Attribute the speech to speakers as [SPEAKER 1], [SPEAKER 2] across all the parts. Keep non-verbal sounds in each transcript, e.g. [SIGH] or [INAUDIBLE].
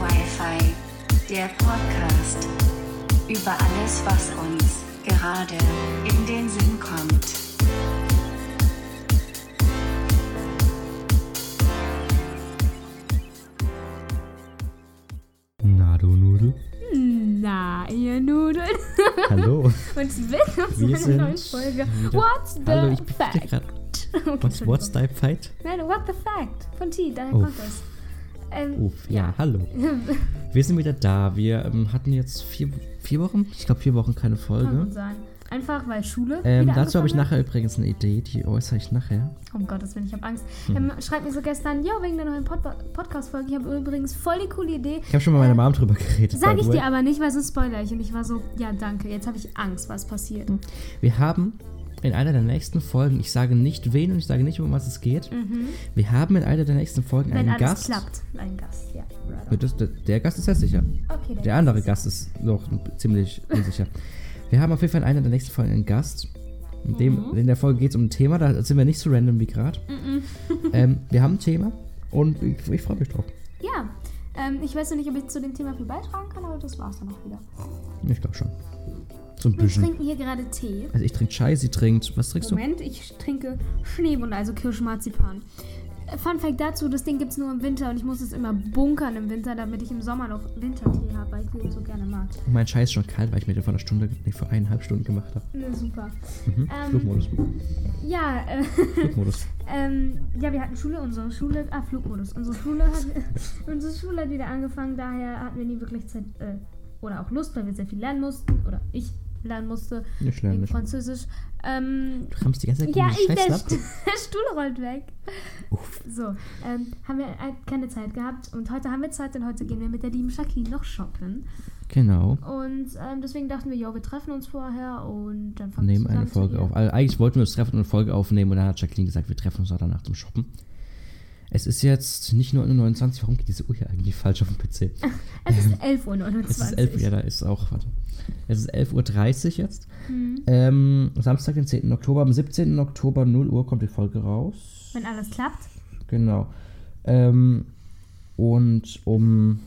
[SPEAKER 1] Wi-Fi, der Podcast über alles, was uns gerade in den Sinn kommt.
[SPEAKER 2] Na, du
[SPEAKER 3] [LAUGHS]
[SPEAKER 2] Nudel.
[SPEAKER 3] Na, ihr Nudeln. [LAUGHS]
[SPEAKER 2] Hallo.
[SPEAKER 3] Und willkommen zu
[SPEAKER 2] Wir
[SPEAKER 3] einer
[SPEAKER 2] sind
[SPEAKER 3] neuen Folge.
[SPEAKER 2] wieder-
[SPEAKER 3] What's the
[SPEAKER 2] Hallo, ich bin
[SPEAKER 3] fact?
[SPEAKER 2] gerade.
[SPEAKER 3] [LAUGHS] Okay,
[SPEAKER 2] What's, what's Oh.
[SPEAKER 3] Entschuldigung.
[SPEAKER 2] thy fight?
[SPEAKER 3] Nein, what the fact? Von T, daher
[SPEAKER 2] Uff.
[SPEAKER 3] kommt es. Ähm,
[SPEAKER 2] Uff, Oh, ja,
[SPEAKER 3] [LAUGHS]
[SPEAKER 2] hallo. Wir sind wieder da. Wir ähm, hatten jetzt vier, vier Wochen, ich glaube vier Wochen keine
[SPEAKER 3] kann
[SPEAKER 2] Folge.
[SPEAKER 3] gut sein. Einfach weil Schule.
[SPEAKER 2] Ähm,
[SPEAKER 3] Hm. wieder
[SPEAKER 2] dazu habe ich
[SPEAKER 3] angefangen
[SPEAKER 2] nachher übrigens eine Idee, die äußere ich nachher.
[SPEAKER 3] hat. Oh Gott, das bin ich hab Angst.
[SPEAKER 2] Hm.
[SPEAKER 3] Ähm, schreibt mir so gestern, ja, wegen der neuen Pod Podcast-Folge. Ich habe übrigens voll die coole Idee.
[SPEAKER 2] Ich habe schon mal mit meiner Mom drüber geredet. by
[SPEAKER 3] Äh, Sag
[SPEAKER 2] the
[SPEAKER 3] ich
[SPEAKER 2] way.
[SPEAKER 3] dir aber nicht, weil sonst spoiler ich. Und ich war so, ja, danke. Jetzt habe ich Angst, was passiert.
[SPEAKER 2] Wir haben in einer der nächsten Folgen, ich sage nicht wen und ich sage nicht, um was es geht. Wir haben in einer der nächsten Folgen
[SPEAKER 3] Mhm. Wenn
[SPEAKER 2] einen
[SPEAKER 3] alles
[SPEAKER 2] Gast.
[SPEAKER 3] klappt. Ein Gast, ja. Right
[SPEAKER 2] Ja,
[SPEAKER 3] on.
[SPEAKER 2] Das, der, der Gast ist ja sicher.
[SPEAKER 3] Okay,
[SPEAKER 2] Der andere Gast ist noch ziemlich unsicher. Wir haben auf jeden Fall in einer der nächsten Folgen einen Gast. In,
[SPEAKER 3] Mhm.
[SPEAKER 2] dem, in der Folge geht es um ein Thema, da sind wir nicht so random wie gerade. ähm, wir haben ein Thema und ich, ich freue mich drauf.
[SPEAKER 3] Ja, ähm, ich weiß noch nicht, ob ich zu dem Thema viel beitragen kann, aber das war's dann auch wieder.
[SPEAKER 2] Ich glaube schon. So ein
[SPEAKER 3] Wir
[SPEAKER 2] bisschen.
[SPEAKER 3] trinken hier gerade Tee.
[SPEAKER 2] Also ich trinke Chai, sie trinkt. Was trinkst
[SPEAKER 3] Moment, ich trinke Schneewunder, also Kirschmarzipan. Äh, Fun Fact dazu, das Ding gibt's nur im Winter und ich muss es immer bunkern im Winter, damit ich im Sommer noch Wintertee habe, weil ich den so gerne mag.
[SPEAKER 2] du? Mein Chai ist schon kalt, weil ich mir den vor einer Stunde, nee, vor eineinhalb Stunden gemacht habe.
[SPEAKER 3] Ne, super. Ähm,
[SPEAKER 2] Mhm, Flugmodus.
[SPEAKER 3] ja, äh, [LAUGHS]
[SPEAKER 2] Flugmodus.
[SPEAKER 3] ähm, ja, wir hatten Schule, unsere Schule, ah, Flugmodus. Unsere Schule hat, [LAUGHS] unsere Schule hat wieder angefangen, daher hatten wir nie wirklich Zeit äh, oder auch Lust, weil wir sehr viel lernen mussten oder ich lernen musste.
[SPEAKER 2] Nicht
[SPEAKER 3] Wegen
[SPEAKER 2] lernen. nicht.
[SPEAKER 3] Französisch. Ähm,
[SPEAKER 2] Du rammst die ganze Zeit
[SPEAKER 3] ja, ich,
[SPEAKER 2] gegen
[SPEAKER 3] der,
[SPEAKER 2] den
[SPEAKER 3] St [LAUGHS]
[SPEAKER 2] Scheiß
[SPEAKER 3] der Stuhl rollt weg.
[SPEAKER 2] Uff.
[SPEAKER 3] So, ähm, haben wir äh, keine Zeit gehabt und heute haben wir Zeit, denn heute gehen wir mit der lieben Jacqueline noch shoppen.
[SPEAKER 2] Genau.
[SPEAKER 3] Und ähm, deswegen dachten wir, ja, wir treffen uns vorher und dann fangen wir
[SPEAKER 2] nehmen eine
[SPEAKER 3] zusammen zu
[SPEAKER 2] Folge
[SPEAKER 3] ihr.
[SPEAKER 2] auf. Also eigentlich wollten wir uns treffen und eine Folge aufnehmen und dann hat Jacqueline gesagt, wir treffen uns auch danach zum Shoppen. Es ist jetzt nicht 9.29 Uhr, warum geht diese Uhr hier eigentlich falsch auf dem
[SPEAKER 3] [LAUGHS]
[SPEAKER 2] PC?
[SPEAKER 3] Es
[SPEAKER 2] [LAUGHS]
[SPEAKER 3] ist 11.29 Uhr.
[SPEAKER 2] Es ist 11 Uhr, ja, da ist auch, warte. Es ist 11.30 Uhr jetzt.
[SPEAKER 3] Mhm.
[SPEAKER 2] Ähm, Samstag, den 10. Oktober, am 17. Oktober, 0 Uhr kommt die Folge raus.
[SPEAKER 3] Wenn alles klappt.
[SPEAKER 2] Genau. Ähm, und um,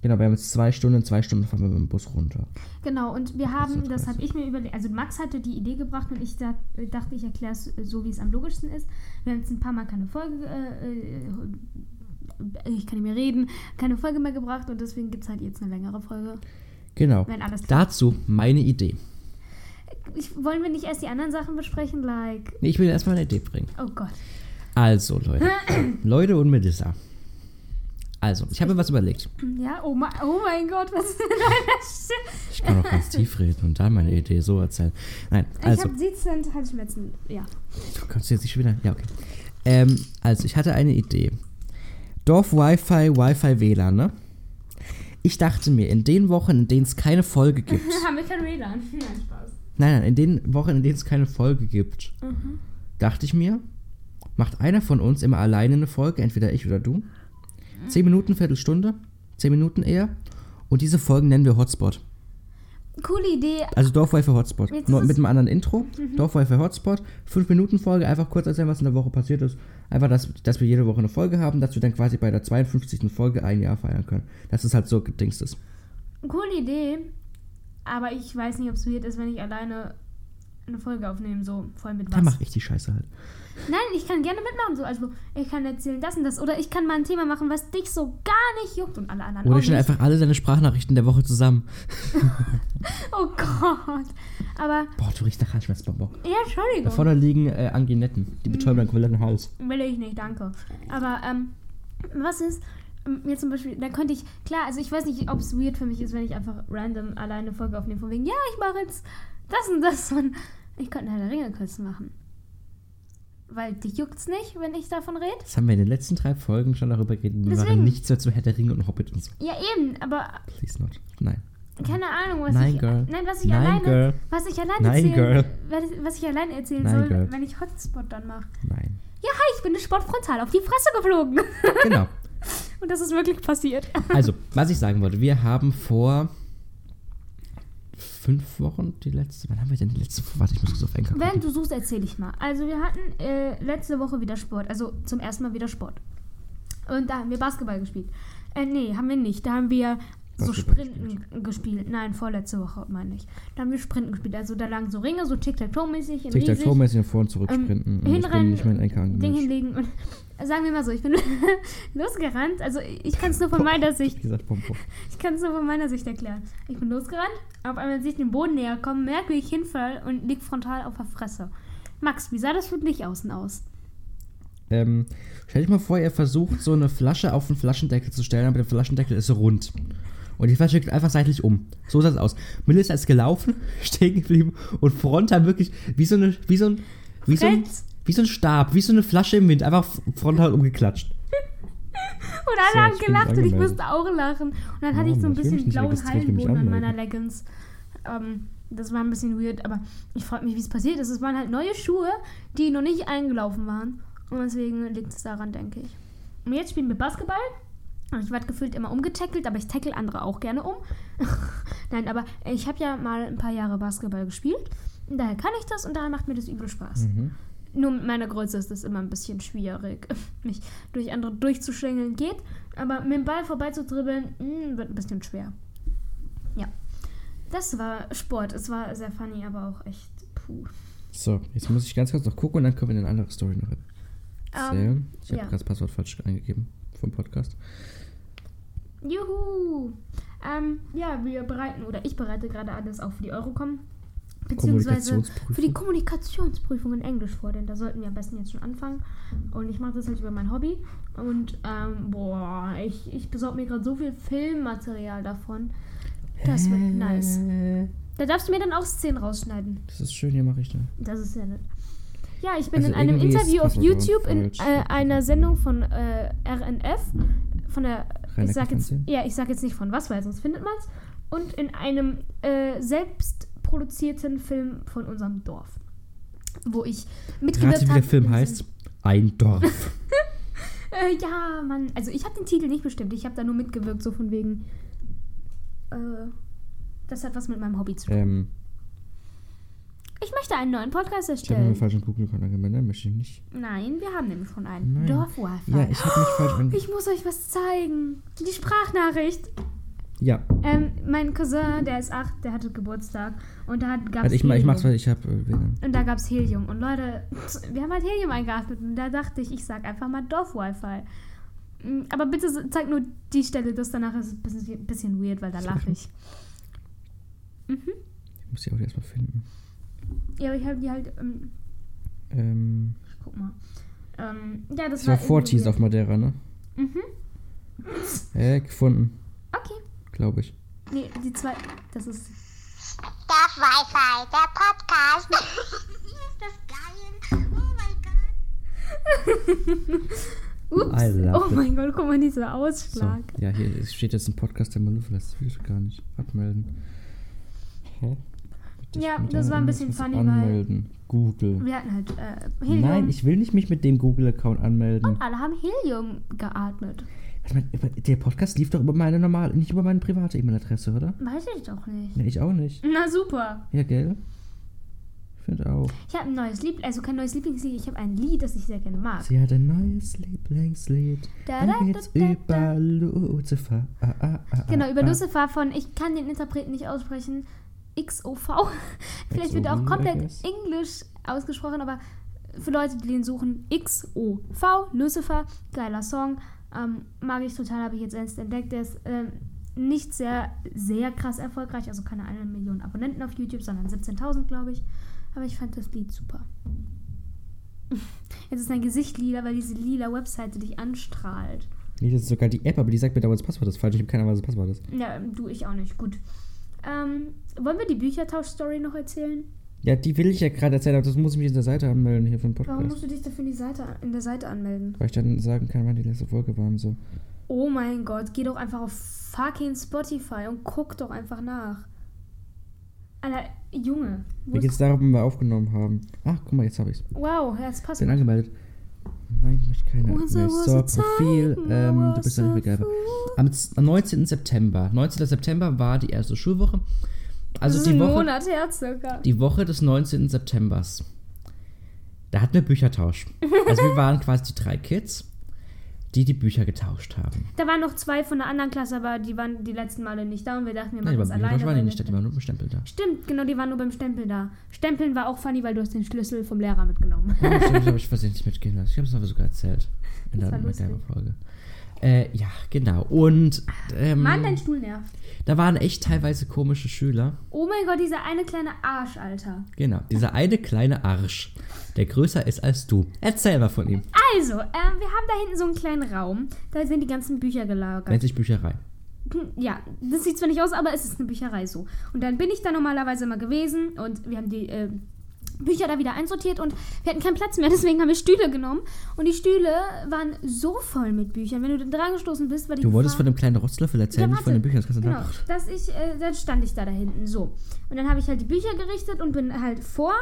[SPEAKER 2] genau, wir haben jetzt zwei Stunden, in zwei Stunden fahren wir mit dem Bus runter.
[SPEAKER 3] Genau, und wir
[SPEAKER 2] Das
[SPEAKER 3] haben,
[SPEAKER 2] ist
[SPEAKER 3] das habe ich mir überlegt, also Max hatte die Idee gebracht und ich da, dachte, ich erkläre es so, wie es am logischsten ist. Wir haben jetzt ein paar Mal keine Folge, äh, äh, ich kann nicht mehr reden, keine Folge mehr gebracht und deswegen gibt es halt jetzt eine längere Folge.
[SPEAKER 2] Genau.
[SPEAKER 3] Wenn alles klappt.
[SPEAKER 2] Dazu meine Idee.
[SPEAKER 3] Ich, wollen wir nicht erst die anderen Sachen besprechen, like,
[SPEAKER 2] Nee, ich will erstmal eine Idee bringen.
[SPEAKER 3] oh Gott.
[SPEAKER 2] Also, Leute. Leute und Melissa. Also, ich habe mir was überlegt.
[SPEAKER 3] Ja, oh, mein- oh mein Gott, was ist denn da Stimme?
[SPEAKER 2] Ich kann auch ganz tief reden und dann meine Idee so erzählen. Nein,
[SPEAKER 3] Ich
[SPEAKER 2] also,
[SPEAKER 3] habe sitzend Halsschmerzen, halt ja.
[SPEAKER 2] du kannst jetzt nicht wieder. Ja, okay. Ähm, also, ich hatte eine Idee. Dorf Wi-Fi, Wi-Fi WLAN, ne? Ich dachte mir, in den Wochen, in denen es keine Folge gibt.
[SPEAKER 3] Haben wir kein WLAN? [LAUGHS] Nein, Spaß.
[SPEAKER 2] nein, nein, in den Wochen, in denen es keine Folge gibt,
[SPEAKER 3] Mhm.
[SPEAKER 2] dachte ich mir, macht einer von uns immer alleine eine Folge, entweder ich oder du. Zehn Minuten, Viertelstunde, zehn Minuten eher. Und diese Folgen nennen wir Hotspot.
[SPEAKER 3] Coole Idee,
[SPEAKER 2] Also Dorfwei für Hotspot.
[SPEAKER 3] Jetzt
[SPEAKER 2] Nur
[SPEAKER 3] ist es- Mhm.
[SPEAKER 2] mit einem anderen Intro. Dorfwei für Hotspot. Fünf Minuten Folge, einfach kurz erzählen, was in der Woche passiert ist. Einfach, dass, dass wir jede Woche eine Folge haben, dass wir dann quasi bei der 52. Folge ein Jahr feiern können. Dass es halt so gedingst ist.
[SPEAKER 3] Coole Idee, aber ich weiß nicht, ob es weird ist, wenn ich alleine eine Folge aufnehme, so voll mit
[SPEAKER 2] Da
[SPEAKER 3] was.
[SPEAKER 2] mache ich die Scheiße halt.
[SPEAKER 3] Nein, ich kann gerne mitmachen, so also ich kann erzählen das und das oder ich kann mal ein Thema machen, was dich so gar nicht juckt und alle anderen
[SPEAKER 2] Oder
[SPEAKER 3] auch
[SPEAKER 2] ich stelle
[SPEAKER 3] Oh, nicht.
[SPEAKER 2] einfach alle deine Sprachnachrichten der Woche zusammen.
[SPEAKER 3] Oh Gott. Aber
[SPEAKER 2] Boah, du riechst nach Halsschmerzbonbon.
[SPEAKER 3] ja, Entschuldigung,
[SPEAKER 2] Da vorne liegen äh, Anginetten. Die betäuben deinen kompletten Hals.
[SPEAKER 3] will ich nicht, danke. Aber ähm, was ist ähm, mir zum Beispiel, da könnte ich, klar, also ich weiß nicht, ob es weird für mich ist, wenn ich einfach random alleine eine Folge aufnehme, von wegen, ja, ich mache jetzt das und das und ich könnte Herr der Ringe kurz machen. Weil dich juckt's nicht, wenn ich davon rede?
[SPEAKER 2] Das haben wir in den letzten drei Folgen schon darüber geredet. Wir
[SPEAKER 3] Deswegen.
[SPEAKER 2] waren nichts mehr zu Herr der Ringe und Hobbit und so.
[SPEAKER 3] Ja, eben, aber
[SPEAKER 2] Please not. Nein.
[SPEAKER 3] keine Ahnung, was
[SPEAKER 2] Nein,
[SPEAKER 3] ich
[SPEAKER 2] girl.
[SPEAKER 3] Nein, was ich
[SPEAKER 2] Nein,
[SPEAKER 3] alleine,
[SPEAKER 2] girl.
[SPEAKER 3] was ich alleine
[SPEAKER 2] Nein,
[SPEAKER 3] erzählen,
[SPEAKER 2] girl.
[SPEAKER 3] was- was ich alleine erzählen
[SPEAKER 2] Nein,
[SPEAKER 3] soll,
[SPEAKER 2] girl.
[SPEAKER 3] wenn ich Hotspot dann mache.
[SPEAKER 2] Nein.
[SPEAKER 3] Ja, hi, ich bin eine Sportfrontal auf die Fresse geflogen. [LAUGHS]
[SPEAKER 2] Genau.
[SPEAKER 3] und das ist wirklich passiert.
[SPEAKER 2] Also, was ich sagen wollte, wir haben vor fünf Wochen die letzte. Wann haben wir denn die letzte? Warte, ich muss kurz auf Enker
[SPEAKER 3] Während
[SPEAKER 2] gucken.
[SPEAKER 3] du suchst, erzähle ich mal. Also wir hatten äh, letzte Woche wieder Sport, also zum ersten Mal wieder Sport. Und da haben wir Basketball gespielt. Äh, nee, haben wir nicht. Da haben wir so
[SPEAKER 2] Basketball
[SPEAKER 3] Sprinten gespielt. Nein, vorletzte Woche meine ich. Da haben wir Sprinten gespielt. Also da lagen so Ringe, so Tic-Tac-Toe-mäßig. in riesig.
[SPEAKER 2] Tic-Tac-Toe-mäßig nach vor und zurück
[SPEAKER 3] Ähm,
[SPEAKER 2] sprinten. und ich bin
[SPEAKER 3] hinrennen,
[SPEAKER 2] nicht mehr in Enker
[SPEAKER 3] Ding
[SPEAKER 2] angemeldet.
[SPEAKER 3] hinlegen und [LAUGHS] sagen wir mal so, ich bin [LAUGHS] losgerannt. Also ich kann es nur von meiner Sicht,
[SPEAKER 2] Wie gesagt, pom, pom.
[SPEAKER 3] ich kann es nur von meiner Sicht erklären. Ich bin losgerannt, auf einmal sehe ich den Boden näher kommen, merke, wie ich hinfall und lieg frontal auf der Fresse. Max, wie sah das für dich außen aus?
[SPEAKER 2] Ähm, stell dich mal vor, ihr versucht so eine Flasche auf den Flaschendeckel zu stellen, aber der Flaschendeckel ist rund. Und die Flasche geht einfach seitlich um. So sah es aus. Melissa ist gelaufen, [LAUGHS] stehen geblieben und frontal wirklich wie so eine, wie so ein, wie so ein,
[SPEAKER 3] Fritz.
[SPEAKER 2] wie so ein Stab, wie so eine Flasche im Wind, einfach frontal umgeklatscht.
[SPEAKER 3] [LAUGHS] Und
[SPEAKER 2] So,
[SPEAKER 3] alle haben
[SPEAKER 2] ich bin
[SPEAKER 3] gelacht und ich
[SPEAKER 2] angemeldet.
[SPEAKER 3] musste auch lachen. Und dann hatte
[SPEAKER 2] Warum?
[SPEAKER 3] ich so ein
[SPEAKER 2] Ich will mich
[SPEAKER 3] bisschen
[SPEAKER 2] nicht
[SPEAKER 3] blauen
[SPEAKER 2] registrieren, ich will mich
[SPEAKER 3] Hallenboden an meiner Leggings. Ähm, das war ein bisschen weird, aber ich frage mich, wie es passiert ist. Es waren halt neue Schuhe, die noch nicht eingelaufen waren. Und deswegen liegt es daran, denke ich. Und jetzt spielen wir Basketball. Und Ich werde gefühlt immer umgetackelt, aber ich tackle andere auch gerne um. [LAUGHS] Nein, aber ich habe ja mal ein paar Jahre Basketball gespielt. Und daher kann ich das und daher macht mir das übel Spaß. Nur mit meiner Größe ist es immer ein bisschen schwierig, [LAUGHS] mich durch andere durchzuschlängeln geht. Aber mit dem Ball vorbeizudribbeln, mh, wird ein bisschen schwer. Ja. Das war Sport. Es war sehr funny, aber auch echt puh.
[SPEAKER 2] So, jetzt muss ich ganz kurz noch gucken und dann können wir in eine andere Story noch rein.
[SPEAKER 3] Ähm,
[SPEAKER 2] so, ich habe
[SPEAKER 3] ja.
[SPEAKER 2] gerade das Passwort falsch eingegeben vom Podcast.
[SPEAKER 3] Juhu! Ähm, ja, wir bereiten, oder ich bereite gerade alles auch für die Eurocom. Beziehungsweise
[SPEAKER 2] Kommunikationsprüfung.
[SPEAKER 3] für die Kommunikationsprüfung in Englisch vor, denn da sollten wir am besten jetzt schon anfangen. Und ich mache das halt über mein Hobby. Und ähm, boah, ich, ich besorge mir gerade so viel Filmmaterial davon. Das wird nice.
[SPEAKER 2] Äh,
[SPEAKER 3] Da darfst du mir dann auch Szenen rausschneiden.
[SPEAKER 2] Das ist schön, hier mache ich dann.
[SPEAKER 3] Das ist sehr nett. Ja, ich bin
[SPEAKER 2] Also
[SPEAKER 3] in einem
[SPEAKER 2] irgendwie ist
[SPEAKER 3] Interview auf
[SPEAKER 2] das aber
[SPEAKER 3] YouTube in
[SPEAKER 2] falsch.
[SPEAKER 3] äh, einer Sendung von äh, RNF, von der,
[SPEAKER 2] Rhein-Neckar
[SPEAKER 3] ich sag jetzt,
[SPEAKER 2] Fernsehen?
[SPEAKER 3] ja, ich sag jetzt nicht von was, weil sonst findet man's, und in einem äh, selbst produzierten Film von unserem Dorf, wo ich mitgewirkt
[SPEAKER 2] Rate,
[SPEAKER 3] habe.
[SPEAKER 2] wie der Film heißt. Ein
[SPEAKER 3] [LAUGHS]
[SPEAKER 2] Dorf.
[SPEAKER 3] Äh, ja, Mann, also ich habe den Titel nicht bestimmt, ich habe da nur mitgewirkt, so von wegen, äh, das hat was mit meinem Hobby zu tun.
[SPEAKER 2] ähm,
[SPEAKER 3] Ich möchte einen neuen
[SPEAKER 2] ich habe
[SPEAKER 3] Podcast
[SPEAKER 2] mir
[SPEAKER 3] erstellen.
[SPEAKER 2] einen falschen Google-Account angemeldet, möchte ich nicht.
[SPEAKER 3] Nein, wir haben nämlich schon einen.
[SPEAKER 2] Nein.
[SPEAKER 3] Dorf-Wi-Fi.
[SPEAKER 2] Ja, ich habe mich
[SPEAKER 3] [GASPS]
[SPEAKER 2] falsch angemeldet.
[SPEAKER 3] Ich muss euch was zeigen. Die Sprachnachricht.
[SPEAKER 2] Ja,
[SPEAKER 3] Ähm, mein Cousin, der ist acht, der hatte Geburtstag. Und da hat, gab's
[SPEAKER 2] also ich, ma- ich
[SPEAKER 3] Helium.
[SPEAKER 2] mach's, weil ich habe äh, WLAN.
[SPEAKER 3] Und da gab es Helium. Und Leute, wir haben halt Helium eingeatmet. Und da dachte ich, ich sag einfach mal Dorf-Wi-Fi. Mm, Aber bitte so- zeig nur die Stelle, das danach ist ein bisschen, bisschen weird, weil da
[SPEAKER 2] Soll ich
[SPEAKER 3] lache ich. Mhm.
[SPEAKER 2] Ich muss die Audio erstmal finden.
[SPEAKER 3] Ja, aber ich habe die halt. Ähm,
[SPEAKER 2] Ähm,
[SPEAKER 3] ich guck mal. Ähm, ja, das,
[SPEAKER 2] das war
[SPEAKER 3] irgendwie
[SPEAKER 2] Forties
[SPEAKER 3] weird.
[SPEAKER 2] auf Madeira, ne?
[SPEAKER 3] Mhm.
[SPEAKER 2] Äh, gefunden,
[SPEAKER 3] Okay.
[SPEAKER 2] glaube ich.
[SPEAKER 3] Nee, die zwei. Das ist.
[SPEAKER 4] Das Wi-Fi, der Podcast. [LAUGHS] ist das geil? Oh mein Gott.
[SPEAKER 3] Ups.
[SPEAKER 2] I love
[SPEAKER 3] Oh
[SPEAKER 2] it.
[SPEAKER 3] mein Gott, guck mal, dieser
[SPEAKER 2] So.
[SPEAKER 3] Ausschlag.
[SPEAKER 2] Ja, hier es steht jetzt ein Podcast der Maluf, das will ich gar nicht. Abmelden. Hä? Bitte, ich
[SPEAKER 3] Ja,
[SPEAKER 2] bin
[SPEAKER 3] das
[SPEAKER 2] da,
[SPEAKER 3] war ein
[SPEAKER 2] muss
[SPEAKER 3] bisschen
[SPEAKER 2] was
[SPEAKER 3] funny, weil-
[SPEAKER 2] Anmelden. Google.
[SPEAKER 3] Wir hatten halt äh, Helium.
[SPEAKER 2] Nein, ich will nicht mich mit dem Google-Account anmelden.
[SPEAKER 3] Alle haben Helium geatmet.
[SPEAKER 2] Ich meine, über- der Podcast lief doch über meine normale, nicht über meine private E-Mail-Adresse, oder?
[SPEAKER 3] Weiß ich doch nicht.
[SPEAKER 2] Nee, ich auch nicht.
[SPEAKER 3] Na super.
[SPEAKER 2] Ja, gell? Ich finde auch.
[SPEAKER 3] Ich habe ein neues Lieb, also kein neues Lieblingslied, ich habe ein Lied, das ich sehr gerne mag.
[SPEAKER 2] Sie hat ein neues Lieblingslied.
[SPEAKER 3] Da, da,
[SPEAKER 2] Da geht's
[SPEAKER 3] da, da, da.
[SPEAKER 2] über Lucifer. Ah, ah, ah,
[SPEAKER 3] Genau,
[SPEAKER 2] ah,
[SPEAKER 3] über
[SPEAKER 2] ah.
[SPEAKER 3] Lucifer von, ich kann den Interpreten nicht aussprechen, XOV. [LAUGHS] Vielleicht wird er
[SPEAKER 2] XOV,
[SPEAKER 3] auch
[SPEAKER 2] I
[SPEAKER 3] komplett
[SPEAKER 2] guess.
[SPEAKER 3] Englisch ausgesprochen, aber für Leute, die den suchen, XOV, Lucifer, geiler Song. Ähm, mag ich total, habe ich jetzt erst entdeckt. Der ist ähm, nicht sehr, sehr krass erfolgreich, also keine eine Million Abonnenten auf YouTube, sondern 17.000, glaube ich. Aber ich fand das Lied super. [LAUGHS] Jetzt ist dein Gesicht lila, weil diese lila Webseite dich anstrahlt.
[SPEAKER 2] Nee, das ist sogar die App, aber die sagt mir damals, das Passwort ist falsch. Ich habe keine Ahnung, was das Passwort ist.
[SPEAKER 3] Ja, du, ich auch nicht. Gut. Ähm, wollen wir die Büchertausch-Story noch erzählen?
[SPEAKER 2] Ja, die will ich ja gerade erzählen, aber das muss ich mich in der Seite anmelden hier für den
[SPEAKER 3] Warum
[SPEAKER 2] Podcast.
[SPEAKER 3] musst du dich dafür in, die Seite, in der Seite anmelden?
[SPEAKER 2] Weil ich dann sagen kann, wann die letzte Folge war und so.
[SPEAKER 3] Oh mein Gott, geh doch einfach auf fucking Spotify und guck doch einfach nach. Alter, Junge. wo
[SPEAKER 2] Mir
[SPEAKER 3] ist-
[SPEAKER 2] geht es darum, wann wir aufgenommen haben. Ach, guck mal, jetzt habe ich's.
[SPEAKER 3] Wow, ja, das passt.
[SPEAKER 2] Bin angemeldet. Nein, ich möchte keine.
[SPEAKER 3] Once I
[SPEAKER 2] Nee,
[SPEAKER 3] was
[SPEAKER 2] so,
[SPEAKER 3] a time,
[SPEAKER 2] Profil.
[SPEAKER 3] I
[SPEAKER 2] Ähm, du
[SPEAKER 3] was
[SPEAKER 2] bist
[SPEAKER 3] a
[SPEAKER 2] ein Begreifer. Am, z- am 19. September. 19. September war die erste Schulwoche. Also
[SPEAKER 3] das ist
[SPEAKER 2] die
[SPEAKER 3] ein
[SPEAKER 2] Woche,
[SPEAKER 3] Monat her circa.
[SPEAKER 2] die Woche des 19. Septembers. Da hatten wir Büchertausch. Also wir
[SPEAKER 3] [LAUGHS]
[SPEAKER 2] waren quasi die drei Kids, die die Bücher getauscht haben.
[SPEAKER 3] Da waren noch zwei von der anderen Klasse, aber die waren die letzten Male nicht da und wir dachten, wir
[SPEAKER 2] Nein,
[SPEAKER 3] machen
[SPEAKER 2] die
[SPEAKER 3] das
[SPEAKER 2] waren
[SPEAKER 3] alleine.
[SPEAKER 2] Büchertausch waren die
[SPEAKER 3] weil
[SPEAKER 2] nicht, da,
[SPEAKER 3] wir-
[SPEAKER 2] die waren nur bestempelt da.
[SPEAKER 3] Stimmt, genau, die waren nur beim Stempeln da. Stempeln war auch funny, weil du hast den Schlüssel vom
[SPEAKER 2] [LAUGHS]
[SPEAKER 3] Lehrer mitgenommen.
[SPEAKER 2] Oh, stimmt, das habe ich versehentlich mitgehen lassen. Ich habe es aber sogar erzählt. In
[SPEAKER 3] Das
[SPEAKER 2] der
[SPEAKER 3] war lustig.
[SPEAKER 2] MacGyver-Folge. Äh, ja, genau. Und ähm,
[SPEAKER 3] Mann, dein Stuhl nervt.
[SPEAKER 2] da waren echt teilweise komische Schüler.
[SPEAKER 3] Oh mein Gott, dieser eine kleine Arsch, Alter.
[SPEAKER 2] Genau, dieser eine kleine Arsch, der größer ist als du. Erzähl mal von ihm.
[SPEAKER 3] Also, ähm, wir haben da hinten so einen kleinen Raum. Da sind die ganzen Bücher gelagert.
[SPEAKER 2] Nennt sich Bücherei.
[SPEAKER 3] Hm, Ja, das sieht zwar nicht aus, aber es ist eine Bücherei so. Und dann bin ich da normalerweise immer gewesen und wir haben die äh, Bücher da wieder einsortiert und wir hatten keinen Platz mehr, [LAUGHS] deswegen haben wir Stühle genommen. Und die Stühle waren so voll mit Büchern. Wenn du dann dran gestoßen bist, war die
[SPEAKER 2] Du wolltest
[SPEAKER 3] Gefahr-
[SPEAKER 2] von dem kleinen Rotzlöffel erzählen, nicht von den
[SPEAKER 3] warte.
[SPEAKER 2] Büchern. Das kannst du
[SPEAKER 3] genau,
[SPEAKER 2] genau.
[SPEAKER 3] dass ich, äh, dann stand ich da da hinten so. Und dann habe ich halt die Bücher gerichtet und bin halt vor,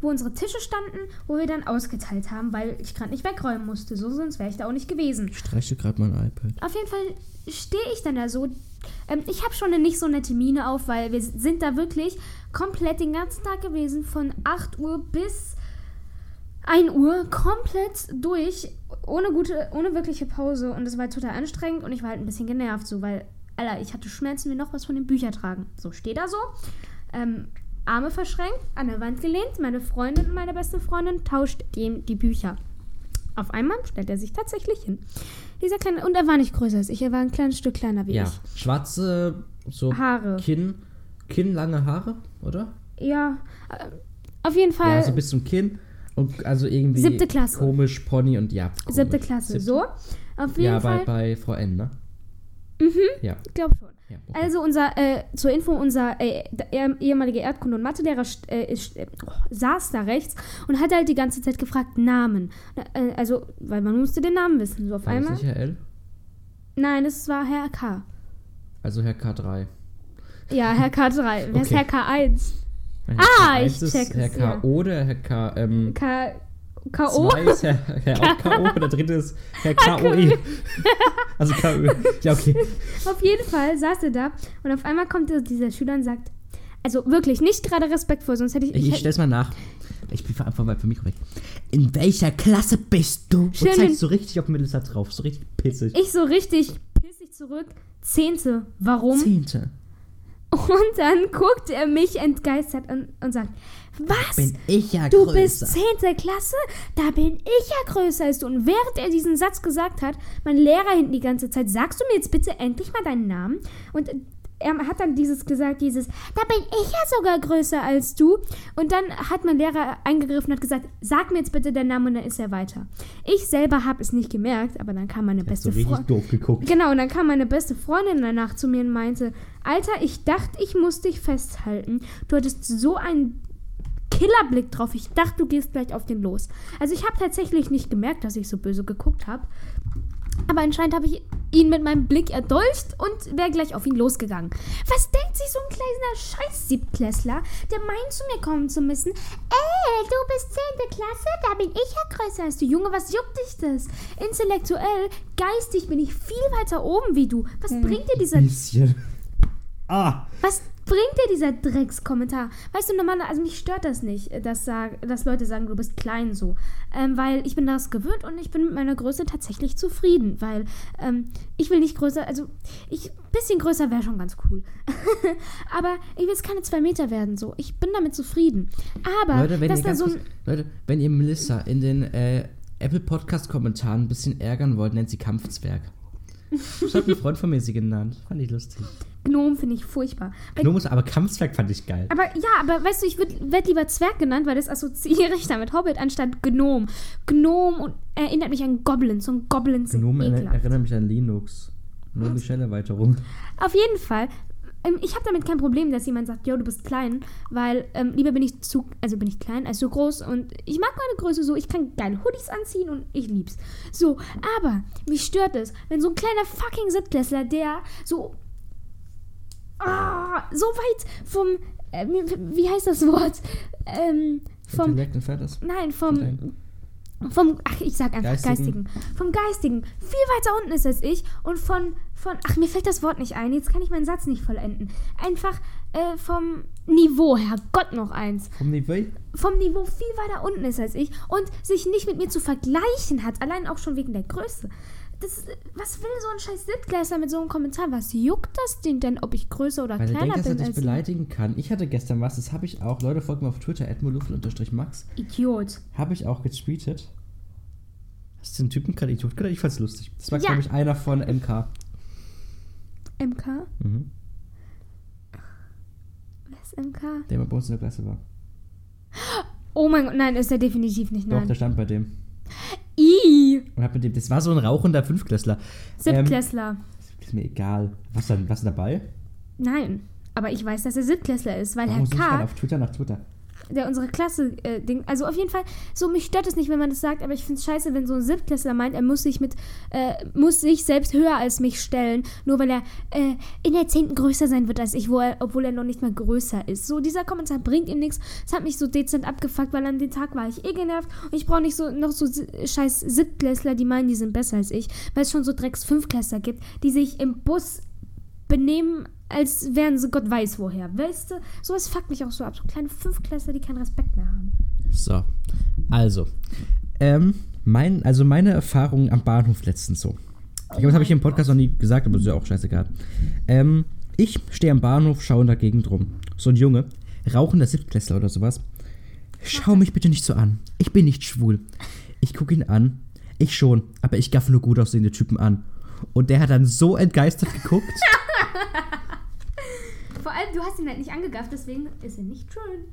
[SPEAKER 3] wo unsere Tische standen, wo wir dann ausgeteilt haben, weil ich gerade nicht wegräumen musste. So, sonst wäre ich da auch nicht gewesen.
[SPEAKER 2] Streiche gerade mein iPad.
[SPEAKER 3] Auf jeden Fall stehe ich dann da so. Ähm, ich habe schon eine nicht so nette Miene auf, weil wir sind da wirklich komplett den ganzen Tag gewesen, von 8 Uhr bis 1 Uhr, komplett durch, ohne gute, ohne wirkliche Pause. Und es war total anstrengend und ich war halt ein bisschen genervt, so, weil, Alter, ich hatte Schmerzen wie noch was von den Büchern tragen. So, stehe da so. Ähm, Arme verschränkt, an der Wand gelehnt. Meine Freundin und meine beste Freundin tauscht dem die Bücher. Auf einmal stellt er sich tatsächlich hin. Dieser kleine, und er war nicht größer als ich, er war ein kleines Stück kleiner wie
[SPEAKER 2] Ja,
[SPEAKER 3] ich.
[SPEAKER 2] schwarze, so
[SPEAKER 3] Haare.
[SPEAKER 2] Kinn, kinnlange Haare, oder?
[SPEAKER 3] Ja, äh, auf jeden Fall.
[SPEAKER 2] Ja, so bis zum Kinn. Und also irgendwie
[SPEAKER 3] Äh, Siebte Klasse.
[SPEAKER 2] komisch, Pony und ja. Komisch.
[SPEAKER 3] siebte Klasse,
[SPEAKER 2] Siebte-
[SPEAKER 3] so. Auf jeden
[SPEAKER 2] Ja, bei,
[SPEAKER 3] Fall.
[SPEAKER 2] bei Frau N, ne? Mhm. Ja.
[SPEAKER 3] Ich glaube schon.
[SPEAKER 2] ja okay.
[SPEAKER 3] Also unser, äh, zur Info, unser äh, der ehem- ehemaliger Erdkunde- und Mathelehrer st- äh, ist- äh, oh, saß da rechts und hat halt die ganze Zeit gefragt, Namen. Äh, also, weil man musste den Namen wissen. So auf
[SPEAKER 2] War das
[SPEAKER 3] einmal.
[SPEAKER 2] nicht Herr L?
[SPEAKER 3] Nein, es war Herr K.
[SPEAKER 2] Also Herr K3.
[SPEAKER 3] Ja, Herr K3. Wer ist
[SPEAKER 2] Okay.
[SPEAKER 3] Herr K1?
[SPEAKER 2] Nein,
[SPEAKER 3] Ah,
[SPEAKER 2] Herr
[SPEAKER 3] ich
[SPEAKER 2] K1 ist
[SPEAKER 3] check es,
[SPEAKER 2] Herr K
[SPEAKER 3] ja.
[SPEAKER 2] oder Herr K. Ähm,
[SPEAKER 3] K. K.O.?
[SPEAKER 2] Zwei ist Herr, Herr K.O. der dritte ist Herr
[SPEAKER 3] E.
[SPEAKER 2] K.O.E. [LAUGHS] also K.O.E. Ja, okay.
[SPEAKER 3] [LAUGHS] Auf jeden Fall saß er da und auf einmal kommt dieser Schüler und sagt, also wirklich nicht gerade respektvoll, sonst hätte [LAUGHS] ich.
[SPEAKER 2] Ich,
[SPEAKER 3] ich hätte,
[SPEAKER 2] stell's mal nach. Ich bin einfach weit vom Mikro weg. In welcher Klasse bist du?
[SPEAKER 3] Schön.
[SPEAKER 2] Und zeigst so richtig auf den Mittelsatz drauf. So richtig pissig.
[SPEAKER 3] ich so richtig pissig zurück. Zehnte. Warum?
[SPEAKER 2] Zehnte.
[SPEAKER 3] Und dann guckt er mich entgeistert an und sagt, was?
[SPEAKER 2] Bin ich ja
[SPEAKER 3] du
[SPEAKER 2] größer.
[SPEAKER 3] bist 10. Klasse? Da bin ich ja größer als du. Und während er diesen Satz gesagt hat, mein Lehrer hinten die ganze Zeit, sagst du mir jetzt bitte endlich mal deinen Namen? Und er hat dann dieses gesagt, dieses, da bin ich ja sogar größer als du. Und dann hat mein Lehrer eingegriffen und hat gesagt, sag mir jetzt bitte deinen Namen und dann ist er weiter. Ich selber habe es nicht gemerkt, aber dann kam meine
[SPEAKER 2] Hast du
[SPEAKER 3] beste
[SPEAKER 2] richtig
[SPEAKER 3] Freundin.
[SPEAKER 2] doof geguckt.
[SPEAKER 3] Genau, und dann kam meine beste Freundin danach zu mir und meinte, Alter, ich dachte, ich muss dich festhalten. Du hattest so einen Killerblick drauf. Ich dachte, du gehst gleich auf den los. Also ich habe tatsächlich nicht gemerkt, dass ich so böse geguckt habe. Aber anscheinend habe ich ihn mit meinem Blick erdolcht und wäre gleich auf ihn losgegangen. Was denkt sich so ein kleiner scheiß Siebtklässler, der meint zu mir kommen zu müssen? Ey, du bist 10. Klasse, da bin ich ja größer als du. Junge, was juckt dich das? Intellektuell, geistig bin ich viel weiter oben wie du. Was bringt dir dieser
[SPEAKER 2] Bisschen. Ah.
[SPEAKER 3] was bringt dir dieser Dreckskommentar? Weißt du, normal, also mich stört das nicht, dass, sag, dass Leute sagen, du bist klein so. Ähm, weil ich bin das gewöhnt und ich bin mit meiner Größe tatsächlich zufrieden. Weil ähm, ich will nicht größer, also ich bisschen größer wäre schon ganz cool. [LAUGHS] Aber ich will jetzt keine zwei Meter werden so. Ich bin damit zufrieden. Aber
[SPEAKER 2] Leute, wenn
[SPEAKER 3] dass
[SPEAKER 2] ihr,
[SPEAKER 3] da
[SPEAKER 2] ganz
[SPEAKER 3] so
[SPEAKER 2] kurz,
[SPEAKER 3] ein.
[SPEAKER 2] Leute, wenn ihr Melissa in den äh, Apple Podcast Kommentaren ein bisschen ärgern wollt, nennt sie
[SPEAKER 3] [LAUGHS]
[SPEAKER 2] Kampfzwerg. Das hat ein Freund von mir sie genannt. Fand ich lustig.
[SPEAKER 3] Gnom finde ich furchtbar. Weil
[SPEAKER 2] Gnomus, aber Kampfzwerg fand ich geil.
[SPEAKER 3] Aber ja, aber weißt du, ich werde lieber Zwerg genannt, weil das assoziiere ich dann mit Hobbit anstatt Gnom. Gnom und, erinnert mich an Goblins und Goblins sind
[SPEAKER 2] Gnome
[SPEAKER 3] ekelhaft.
[SPEAKER 2] erinnert erinnert mich an Linux. Nur die Shellerweiterung.
[SPEAKER 3] Auf jeden Fall. ähm, Ich habe damit kein Problem, dass jemand sagt, jo, du bist klein, weil ähm, lieber bin ich zu, also bin ich klein als zu groß und ich mag meine Größe so, ich kann geile Hoodies anziehen und ich lieb's. So, aber mich stört es, wenn so ein kleiner fucking Siebtklässler, der so ah, so weit vom, äh, wie heißt das Wort, ähm, vom
[SPEAKER 2] Intellekt entfernt ist.
[SPEAKER 3] Nein, vom.
[SPEAKER 2] Nein.
[SPEAKER 3] Vom, ach, ich sag einfach
[SPEAKER 2] Geistigen.
[SPEAKER 3] Geistigen. Vom Geistigen. Viel weiter unten ist als ich. Und von, von, ach, mir fällt das Wort nicht ein. Jetzt kann ich meinen Satz nicht vollenden. Einfach äh, vom Niveau, Herrgott, noch eins
[SPEAKER 2] Vom Niveau?
[SPEAKER 3] vom Niveau viel weiter unten ist als ich und sich nicht mit mir zu vergleichen hat, allein auch schon wegen der Größe. Das, was will so ein scheiß Sittgeister mit so einem Kommentar? Was juckt das den denn, ob ich größer oder
[SPEAKER 2] Weil er
[SPEAKER 3] kleiner
[SPEAKER 2] denkt, dass er
[SPEAKER 3] bin
[SPEAKER 2] dich
[SPEAKER 3] als
[SPEAKER 2] beleidigen kann. Ich hatte gestern was, das habe ich auch. Leute, folgt mir auf Twitter, max
[SPEAKER 3] Idiot?
[SPEAKER 2] Habe ich auch getweetet. Hast du den Typen gerade Idiot gedacht? Ich fand's lustig. Das war,
[SPEAKER 3] Ja.
[SPEAKER 2] glaube ich, einer von MK.
[SPEAKER 3] MK?
[SPEAKER 2] Mhm.
[SPEAKER 3] Wer ist MK?
[SPEAKER 2] Der immer bei uns in der Klasse war.
[SPEAKER 3] Oh mein Gott, nein, ist er definitiv nicht.
[SPEAKER 2] Doch, der
[SPEAKER 3] Nein.
[SPEAKER 2] stand bei dem.
[SPEAKER 3] I.
[SPEAKER 2] Und hab mit dem. Das war so ein rauchender Fünftklässler.
[SPEAKER 3] Siebtklässler.
[SPEAKER 2] Ähm, ist mir egal. Was dann? Was dabei?
[SPEAKER 3] Nein. Aber ich weiß, dass er Siebtklässler ist, weil
[SPEAKER 2] Warum suche ich
[SPEAKER 3] Herr K.
[SPEAKER 2] gerade auf Twitter nach Twitter?
[SPEAKER 3] der unsere Klasse äh, Ding. Also auf jeden Fall, so mich stört es nicht, wenn man das sagt, aber ich finde es scheiße, wenn so ein Siebtklässler meint, er muss sich mit, äh, muss sich selbst höher als mich stellen, nur weil er äh, in der zehnten größer sein wird als ich, wo er, obwohl er noch nicht mal größer ist. So, dieser Kommentar bringt ihm nichts. Es hat mich so dezent abgefuckt, weil an dem Tag war ich eh genervt und ich brauche nicht so noch so si- scheiß Siebtklässler, die meinen, die sind besser als ich, weil es schon so Drecks Fünftklässler gibt, die sich im Bus benehmen, als wären sie Gott weiß woher. Weißt du, sowas fuckt mich auch so ab. So kleine Fünfklässler, die keinen Respekt mehr haben.
[SPEAKER 2] So. Also. Ähm, mein, also meine Erfahrungen am Bahnhof letztens so. Ich glaube, das habe ich im Podcast noch nie gesagt, aber das ist ja auch scheißegal. Ähm, ich stehe am Bahnhof, schaue in der Gegend rum. So ein Junge, rauchender Siebtklässler oder sowas. Schau mich bitte nicht so an. Ich bin nicht schwul. Ich gucke ihn an. Ich schon, aber ich gaffe nur gut aussehende Typen an. Und der hat dann so entgeistert geguckt.
[SPEAKER 3] Vor allem, du hast ihn halt nicht angegafft, deswegen ist er nicht schön.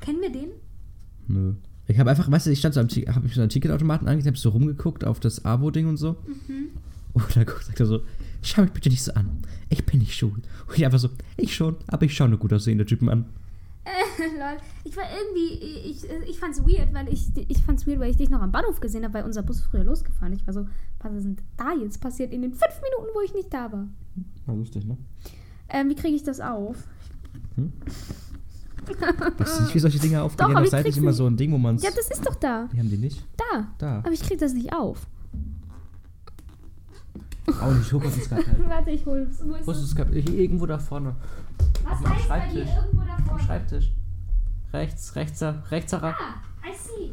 [SPEAKER 3] Kennen wir den? [LAUGHS]
[SPEAKER 2] Nö. Ich habe einfach, weißt du, ich stand so am, Ti- hab mich so am Ticketautomaten angesehen, hab so rumgeguckt auf das Abo-Ding und so.
[SPEAKER 3] Mhm.
[SPEAKER 2] Und dann guckt- sagt er so, schau mich bitte nicht so an. Ich bin nicht schwul. Und ich einfach so, ich schon, aber ich schaue nur gut aussehende Typen an.
[SPEAKER 3] Lol. Ich war irgendwie, ich, ich fand's weird, weil ich, ich fand's weird, weil ich dich noch am Bahnhof gesehen habe, weil unser Bus früher losgefahren. Ich war so, was ist denn da jetzt passiert in den fünf Minuten, wo ich nicht da war?
[SPEAKER 2] War lustig, ne?
[SPEAKER 3] Ähm, wie kriege ich das auf?
[SPEAKER 2] Weißt du nicht, wie solche Dinge aufgehen?
[SPEAKER 3] aber
[SPEAKER 2] Auf
[SPEAKER 3] ich
[SPEAKER 2] Seite ist
[SPEAKER 3] krieg's
[SPEAKER 2] immer
[SPEAKER 3] nicht.
[SPEAKER 2] so ein Ding, wo man
[SPEAKER 3] Ja, das ist doch da.
[SPEAKER 2] Die haben die nicht?
[SPEAKER 3] Da.
[SPEAKER 2] Da.
[SPEAKER 3] Aber ich krieg das nicht auf.
[SPEAKER 2] Auch nicht hoch auf dem Skat halt.
[SPEAKER 3] Warte, ich hol's. Wo ist
[SPEAKER 2] Wo ist
[SPEAKER 3] es?
[SPEAKER 2] das Skat? Hier irgendwo da vorne.
[SPEAKER 3] Was
[SPEAKER 2] Am
[SPEAKER 3] heißt bei dir
[SPEAKER 2] Schreibtisch.
[SPEAKER 3] irgendwo da
[SPEAKER 2] Am
[SPEAKER 3] vorne?
[SPEAKER 2] Schreibtisch. Rechts, rechtser, rechtserer.
[SPEAKER 3] Ah, I see.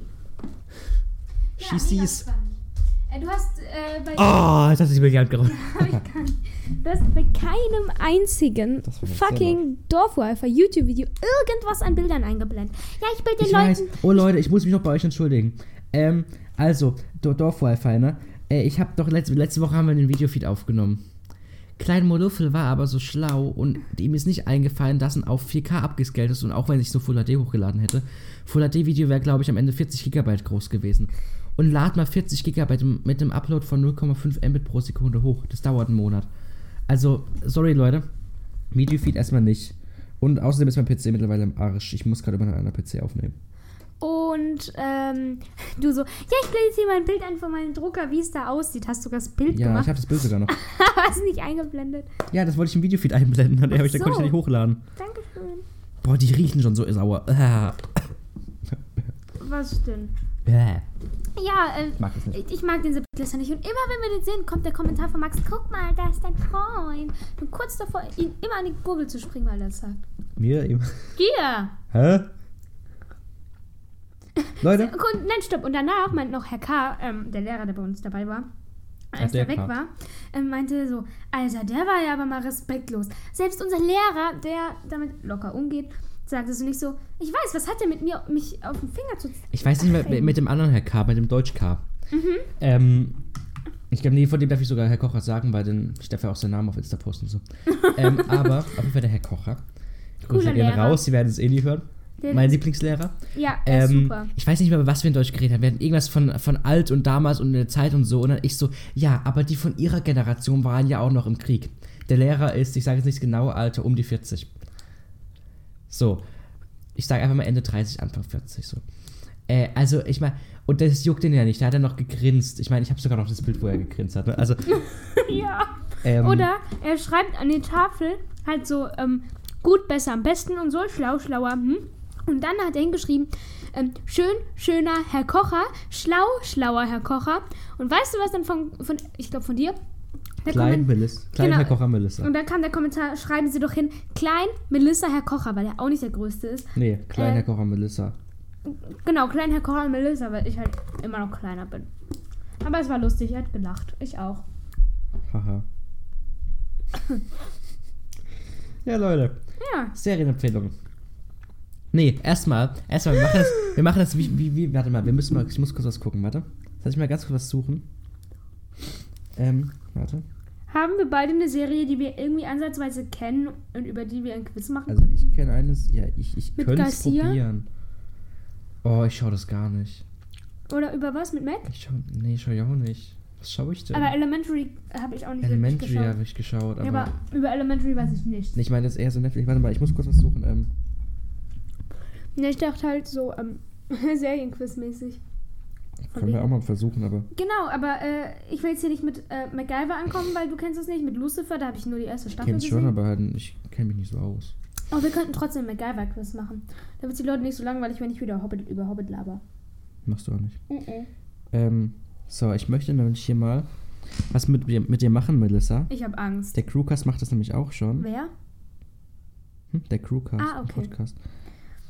[SPEAKER 2] She sees.
[SPEAKER 3] mega spannend. Äh, Du hast äh, bei,
[SPEAKER 2] Oh, jetzt hat sie mir die Hand geräumt.
[SPEAKER 3] du hast bei keinem einzigen
[SPEAKER 2] Das war jetzt
[SPEAKER 3] fucking Dorfwifer YouTube-Video irgendwas an Bildern eingeblendet. Ja, ich bild den
[SPEAKER 2] Ich weiß.
[SPEAKER 3] Leuten.
[SPEAKER 2] Oh Leute, ich muss mich noch bei euch entschuldigen. Ähm, also, Do- Dorf-Wi-Fi, ne? Äh, ich habe doch letzte, letzte Woche haben wir den Videofeed aufgenommen. Klein Moluffel war aber so schlau und ihm ist nicht eingefallen, dass ein auf 4K abgescaled ist und auch wenn ich so Full HD hochgeladen hätte, Full HD Video wäre glaube ich am Ende 40 GB groß gewesen. Und lad mal 40 GB im- mit einem Upload von 0,5 Mbit pro Sekunde hoch. Das dauert einen Monat. Also, sorry Leute, Videofeed erstmal nicht. Und außerdem ist mein PC mittlerweile im Arsch. Ich muss gerade immer noch einer PC aufnehmen.
[SPEAKER 3] Und ähm, [LAUGHS] du so, ja, ich blende jetzt hier mal ein Bild ein von meinem Drucker, wie es da aussieht. Hast du sogar das
[SPEAKER 2] Ja,
[SPEAKER 3] Bild
[SPEAKER 2] ich
[SPEAKER 3] gemacht?
[SPEAKER 2] habe das Bild sogar noch.
[SPEAKER 3] [LAUGHS] Aber es nicht eingeblendet.
[SPEAKER 2] Ja, das wollte ich im Videofeed einblenden, aber ich, da
[SPEAKER 3] so.
[SPEAKER 2] konnte ich ja nicht hochladen.
[SPEAKER 3] Dankeschön.
[SPEAKER 2] Boah, die riechen schon so sauer. Äh,
[SPEAKER 3] Was denn?
[SPEAKER 2] äh,
[SPEAKER 3] Ja, äh,
[SPEAKER 2] mag das nicht.
[SPEAKER 3] Ich, ich mag den Siebtklässler nicht. Und immer wenn wir den sehen, kommt der Kommentar von Max, guck mal, da ist dein Freund. Ich bin kurz davor, ihn immer an die Gurgel zu springen, weil er das sagt.
[SPEAKER 2] Mir eben.
[SPEAKER 3] Geh!
[SPEAKER 2] Hä?
[SPEAKER 3] [LAUGHS]
[SPEAKER 2] Leute?
[SPEAKER 3] Und, nein, stopp. Und danach meint noch Herr K., ähm, der Lehrer, der bei uns dabei war, als
[SPEAKER 2] der
[SPEAKER 3] er weg
[SPEAKER 2] K.
[SPEAKER 3] war, ähm, meinte so, Alter, der war ja aber mal respektlos. Selbst unser Lehrer, der damit locker umgeht, sagte so nicht so, ich weiß, was hat er mit mir, mich auf den Finger zu...
[SPEAKER 2] Ich weiß nicht mehr mit- mit dem anderen Herr K., mit dem Deutsch K.
[SPEAKER 3] Mhm.
[SPEAKER 2] Ähm, ich glaube, nee, von dem darf ich sogar Herr Kocher sagen, weil dann ich darf ja auch seinen Namen auf Insta posten und so. ähm,
[SPEAKER 3] [LAUGHS]
[SPEAKER 2] aber auf jeden Fall der Herr Kocher. Grüße
[SPEAKER 3] Cooler
[SPEAKER 2] gehen
[SPEAKER 3] Lehrer.
[SPEAKER 2] raus, Sie werden es eh nie hören.
[SPEAKER 3] Der-
[SPEAKER 2] mein Lieblingslehrer.
[SPEAKER 3] Ja, er ist
[SPEAKER 2] Ähm,
[SPEAKER 3] super.
[SPEAKER 2] ich weiß nicht mehr, über was wir in Deutsch geredet haben. Wir hatten irgendwas von, von alt und damals und in der Zeit und so. Und dann ich so, ja, aber die von ihrer Generation waren ja auch noch im Krieg. Der Lehrer ist, ich sage jetzt nicht das genaue Alter, um die 40. So. Ich sage einfach mal Ende 30, Anfang 40. So. Äh, also, ich meine, und das juckt ihn ja nicht. Da hat er noch gegrinst. Ich meine, ich habe sogar noch das Bild, wo er gegrinst hat. Ne? Also,
[SPEAKER 3] Ja.
[SPEAKER 2] ähm,
[SPEAKER 3] Oder er schreibt an die Tafel halt so, ähm, gut, besser, am besten und so, schlau, schlauer. Hm? Und dann hat er hingeschrieben, ähm, schön, schöner Herr Kocher, schlau, schlauer Herr Kocher. Und weißt du, was dann von, von ich glaube von dir,
[SPEAKER 5] Der
[SPEAKER 2] Klein,
[SPEAKER 5] Kommen-
[SPEAKER 2] Melissa, klein
[SPEAKER 5] Genau.
[SPEAKER 2] Herr Kocher Melissa.
[SPEAKER 5] Und dann kam der Kommentar, schreiben Sie doch hin, klein Melissa Herr Kocher, weil er auch nicht der Größte ist.
[SPEAKER 2] Nee, klein
[SPEAKER 5] Äh.
[SPEAKER 2] Herr Kocher Melissa.
[SPEAKER 5] Genau, klein Herr Kocher und Melissa, weil ich halt immer noch kleiner bin. Aber es war lustig, er hat gelacht. Ich auch.
[SPEAKER 2] Haha. ja, Leute.
[SPEAKER 5] Ja.
[SPEAKER 2] Serienempfehlungen. Nee, erstmal. Erstmal, wir machen das. Wir machen das wie, wie, wie. Warte mal, wir müssen mal. Ich muss kurz was gucken, warte. Lass ich mal ganz kurz was suchen. Ähm, warte.
[SPEAKER 5] Haben wir beide eine Serie, die wir irgendwie ansatzweise kennen und über die wir ein Quiz machen
[SPEAKER 2] Also
[SPEAKER 5] können?
[SPEAKER 2] ich kenne eines. Ja, ich, ich
[SPEAKER 5] Mit
[SPEAKER 2] könnte es
[SPEAKER 5] Garcia?
[SPEAKER 2] probieren. Oh, ich schaue das gar nicht.
[SPEAKER 5] Oder über was mit Mac?
[SPEAKER 2] Ich schau. Nee, schau ich auch nicht. Was schaue ich denn?
[SPEAKER 5] Aber Elementary habe ich auch nicht
[SPEAKER 2] Elementary
[SPEAKER 5] geschaut.
[SPEAKER 2] habe ich geschaut, aber.
[SPEAKER 5] Ja, aber über Elementary weiß ich nichts.
[SPEAKER 2] ich meine, das ist eher so Netflix. Warte mal, ich muss kurz was suchen. Ähm,
[SPEAKER 5] Ja, ich dachte halt so, ähm, [LAUGHS] Serienquiz-mäßig. Von
[SPEAKER 2] können wir auch
[SPEAKER 5] wegen.
[SPEAKER 2] mal versuchen, aber.
[SPEAKER 5] Genau, aber äh, ich will jetzt hier nicht mit äh, MacGyver ankommen, weil du kennst es nicht. Mit Lucifer, da habe ich nur die erste
[SPEAKER 2] Ich
[SPEAKER 5] Staffel
[SPEAKER 2] kenne es
[SPEAKER 5] gesehen.
[SPEAKER 2] schon, aber halt, ich kenne mich nicht so aus.
[SPEAKER 5] Aber wir könnten trotzdem MacGyver-Quiz machen. Damit die Leute nicht so langweilig, wenn ich wieder Hobbit, über Hobbit laber.
[SPEAKER 2] Machst du auch nicht.
[SPEAKER 5] Mhm.
[SPEAKER 2] Ähm, so, ich möchte nämlich hier mal was mit, dir- mit dir machen, Melissa.
[SPEAKER 5] Ich habe Angst.
[SPEAKER 2] Der Crewcast macht das nämlich auch schon.
[SPEAKER 5] Wer?
[SPEAKER 2] Hm? Der Crewcast,
[SPEAKER 5] Ah, okay.
[SPEAKER 2] Podcast.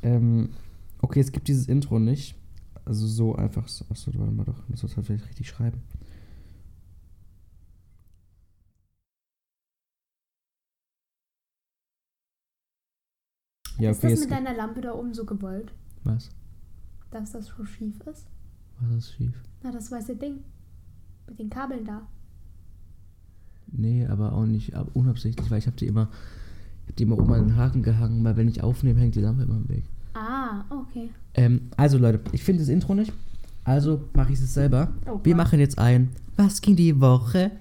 [SPEAKER 2] Ähm, okay, es gibt dieses Intro nicht. Also so einfach. so- Achso, warte mal doch. Muss das halt vielleicht richtig schreiben. Ja,
[SPEAKER 5] ist
[SPEAKER 2] okay.
[SPEAKER 5] das
[SPEAKER 2] es
[SPEAKER 5] mit
[SPEAKER 2] gibt-
[SPEAKER 5] deiner Lampe da oben so gewollt,
[SPEAKER 2] was?
[SPEAKER 5] dass das so schief ist?
[SPEAKER 2] Was ist schief?
[SPEAKER 5] Na, das weiße Ding. Mit den Kabeln da.
[SPEAKER 2] Nee, aber auch nicht ab, unabsichtlich, weil ich habe die immer, ich hab die immer oben an den Haken gehangen, weil wenn ich aufnehme, hängt die Lampe immer im Weg.
[SPEAKER 5] Ah, okay.
[SPEAKER 2] Ähm, also Leute, ich finde das Intro nicht, also mache ich es selber.
[SPEAKER 5] Oh
[SPEAKER 2] Wir
[SPEAKER 5] Gott.
[SPEAKER 2] machen jetzt ein Was ging die
[SPEAKER 5] [LAUGHS]
[SPEAKER 2] Woche?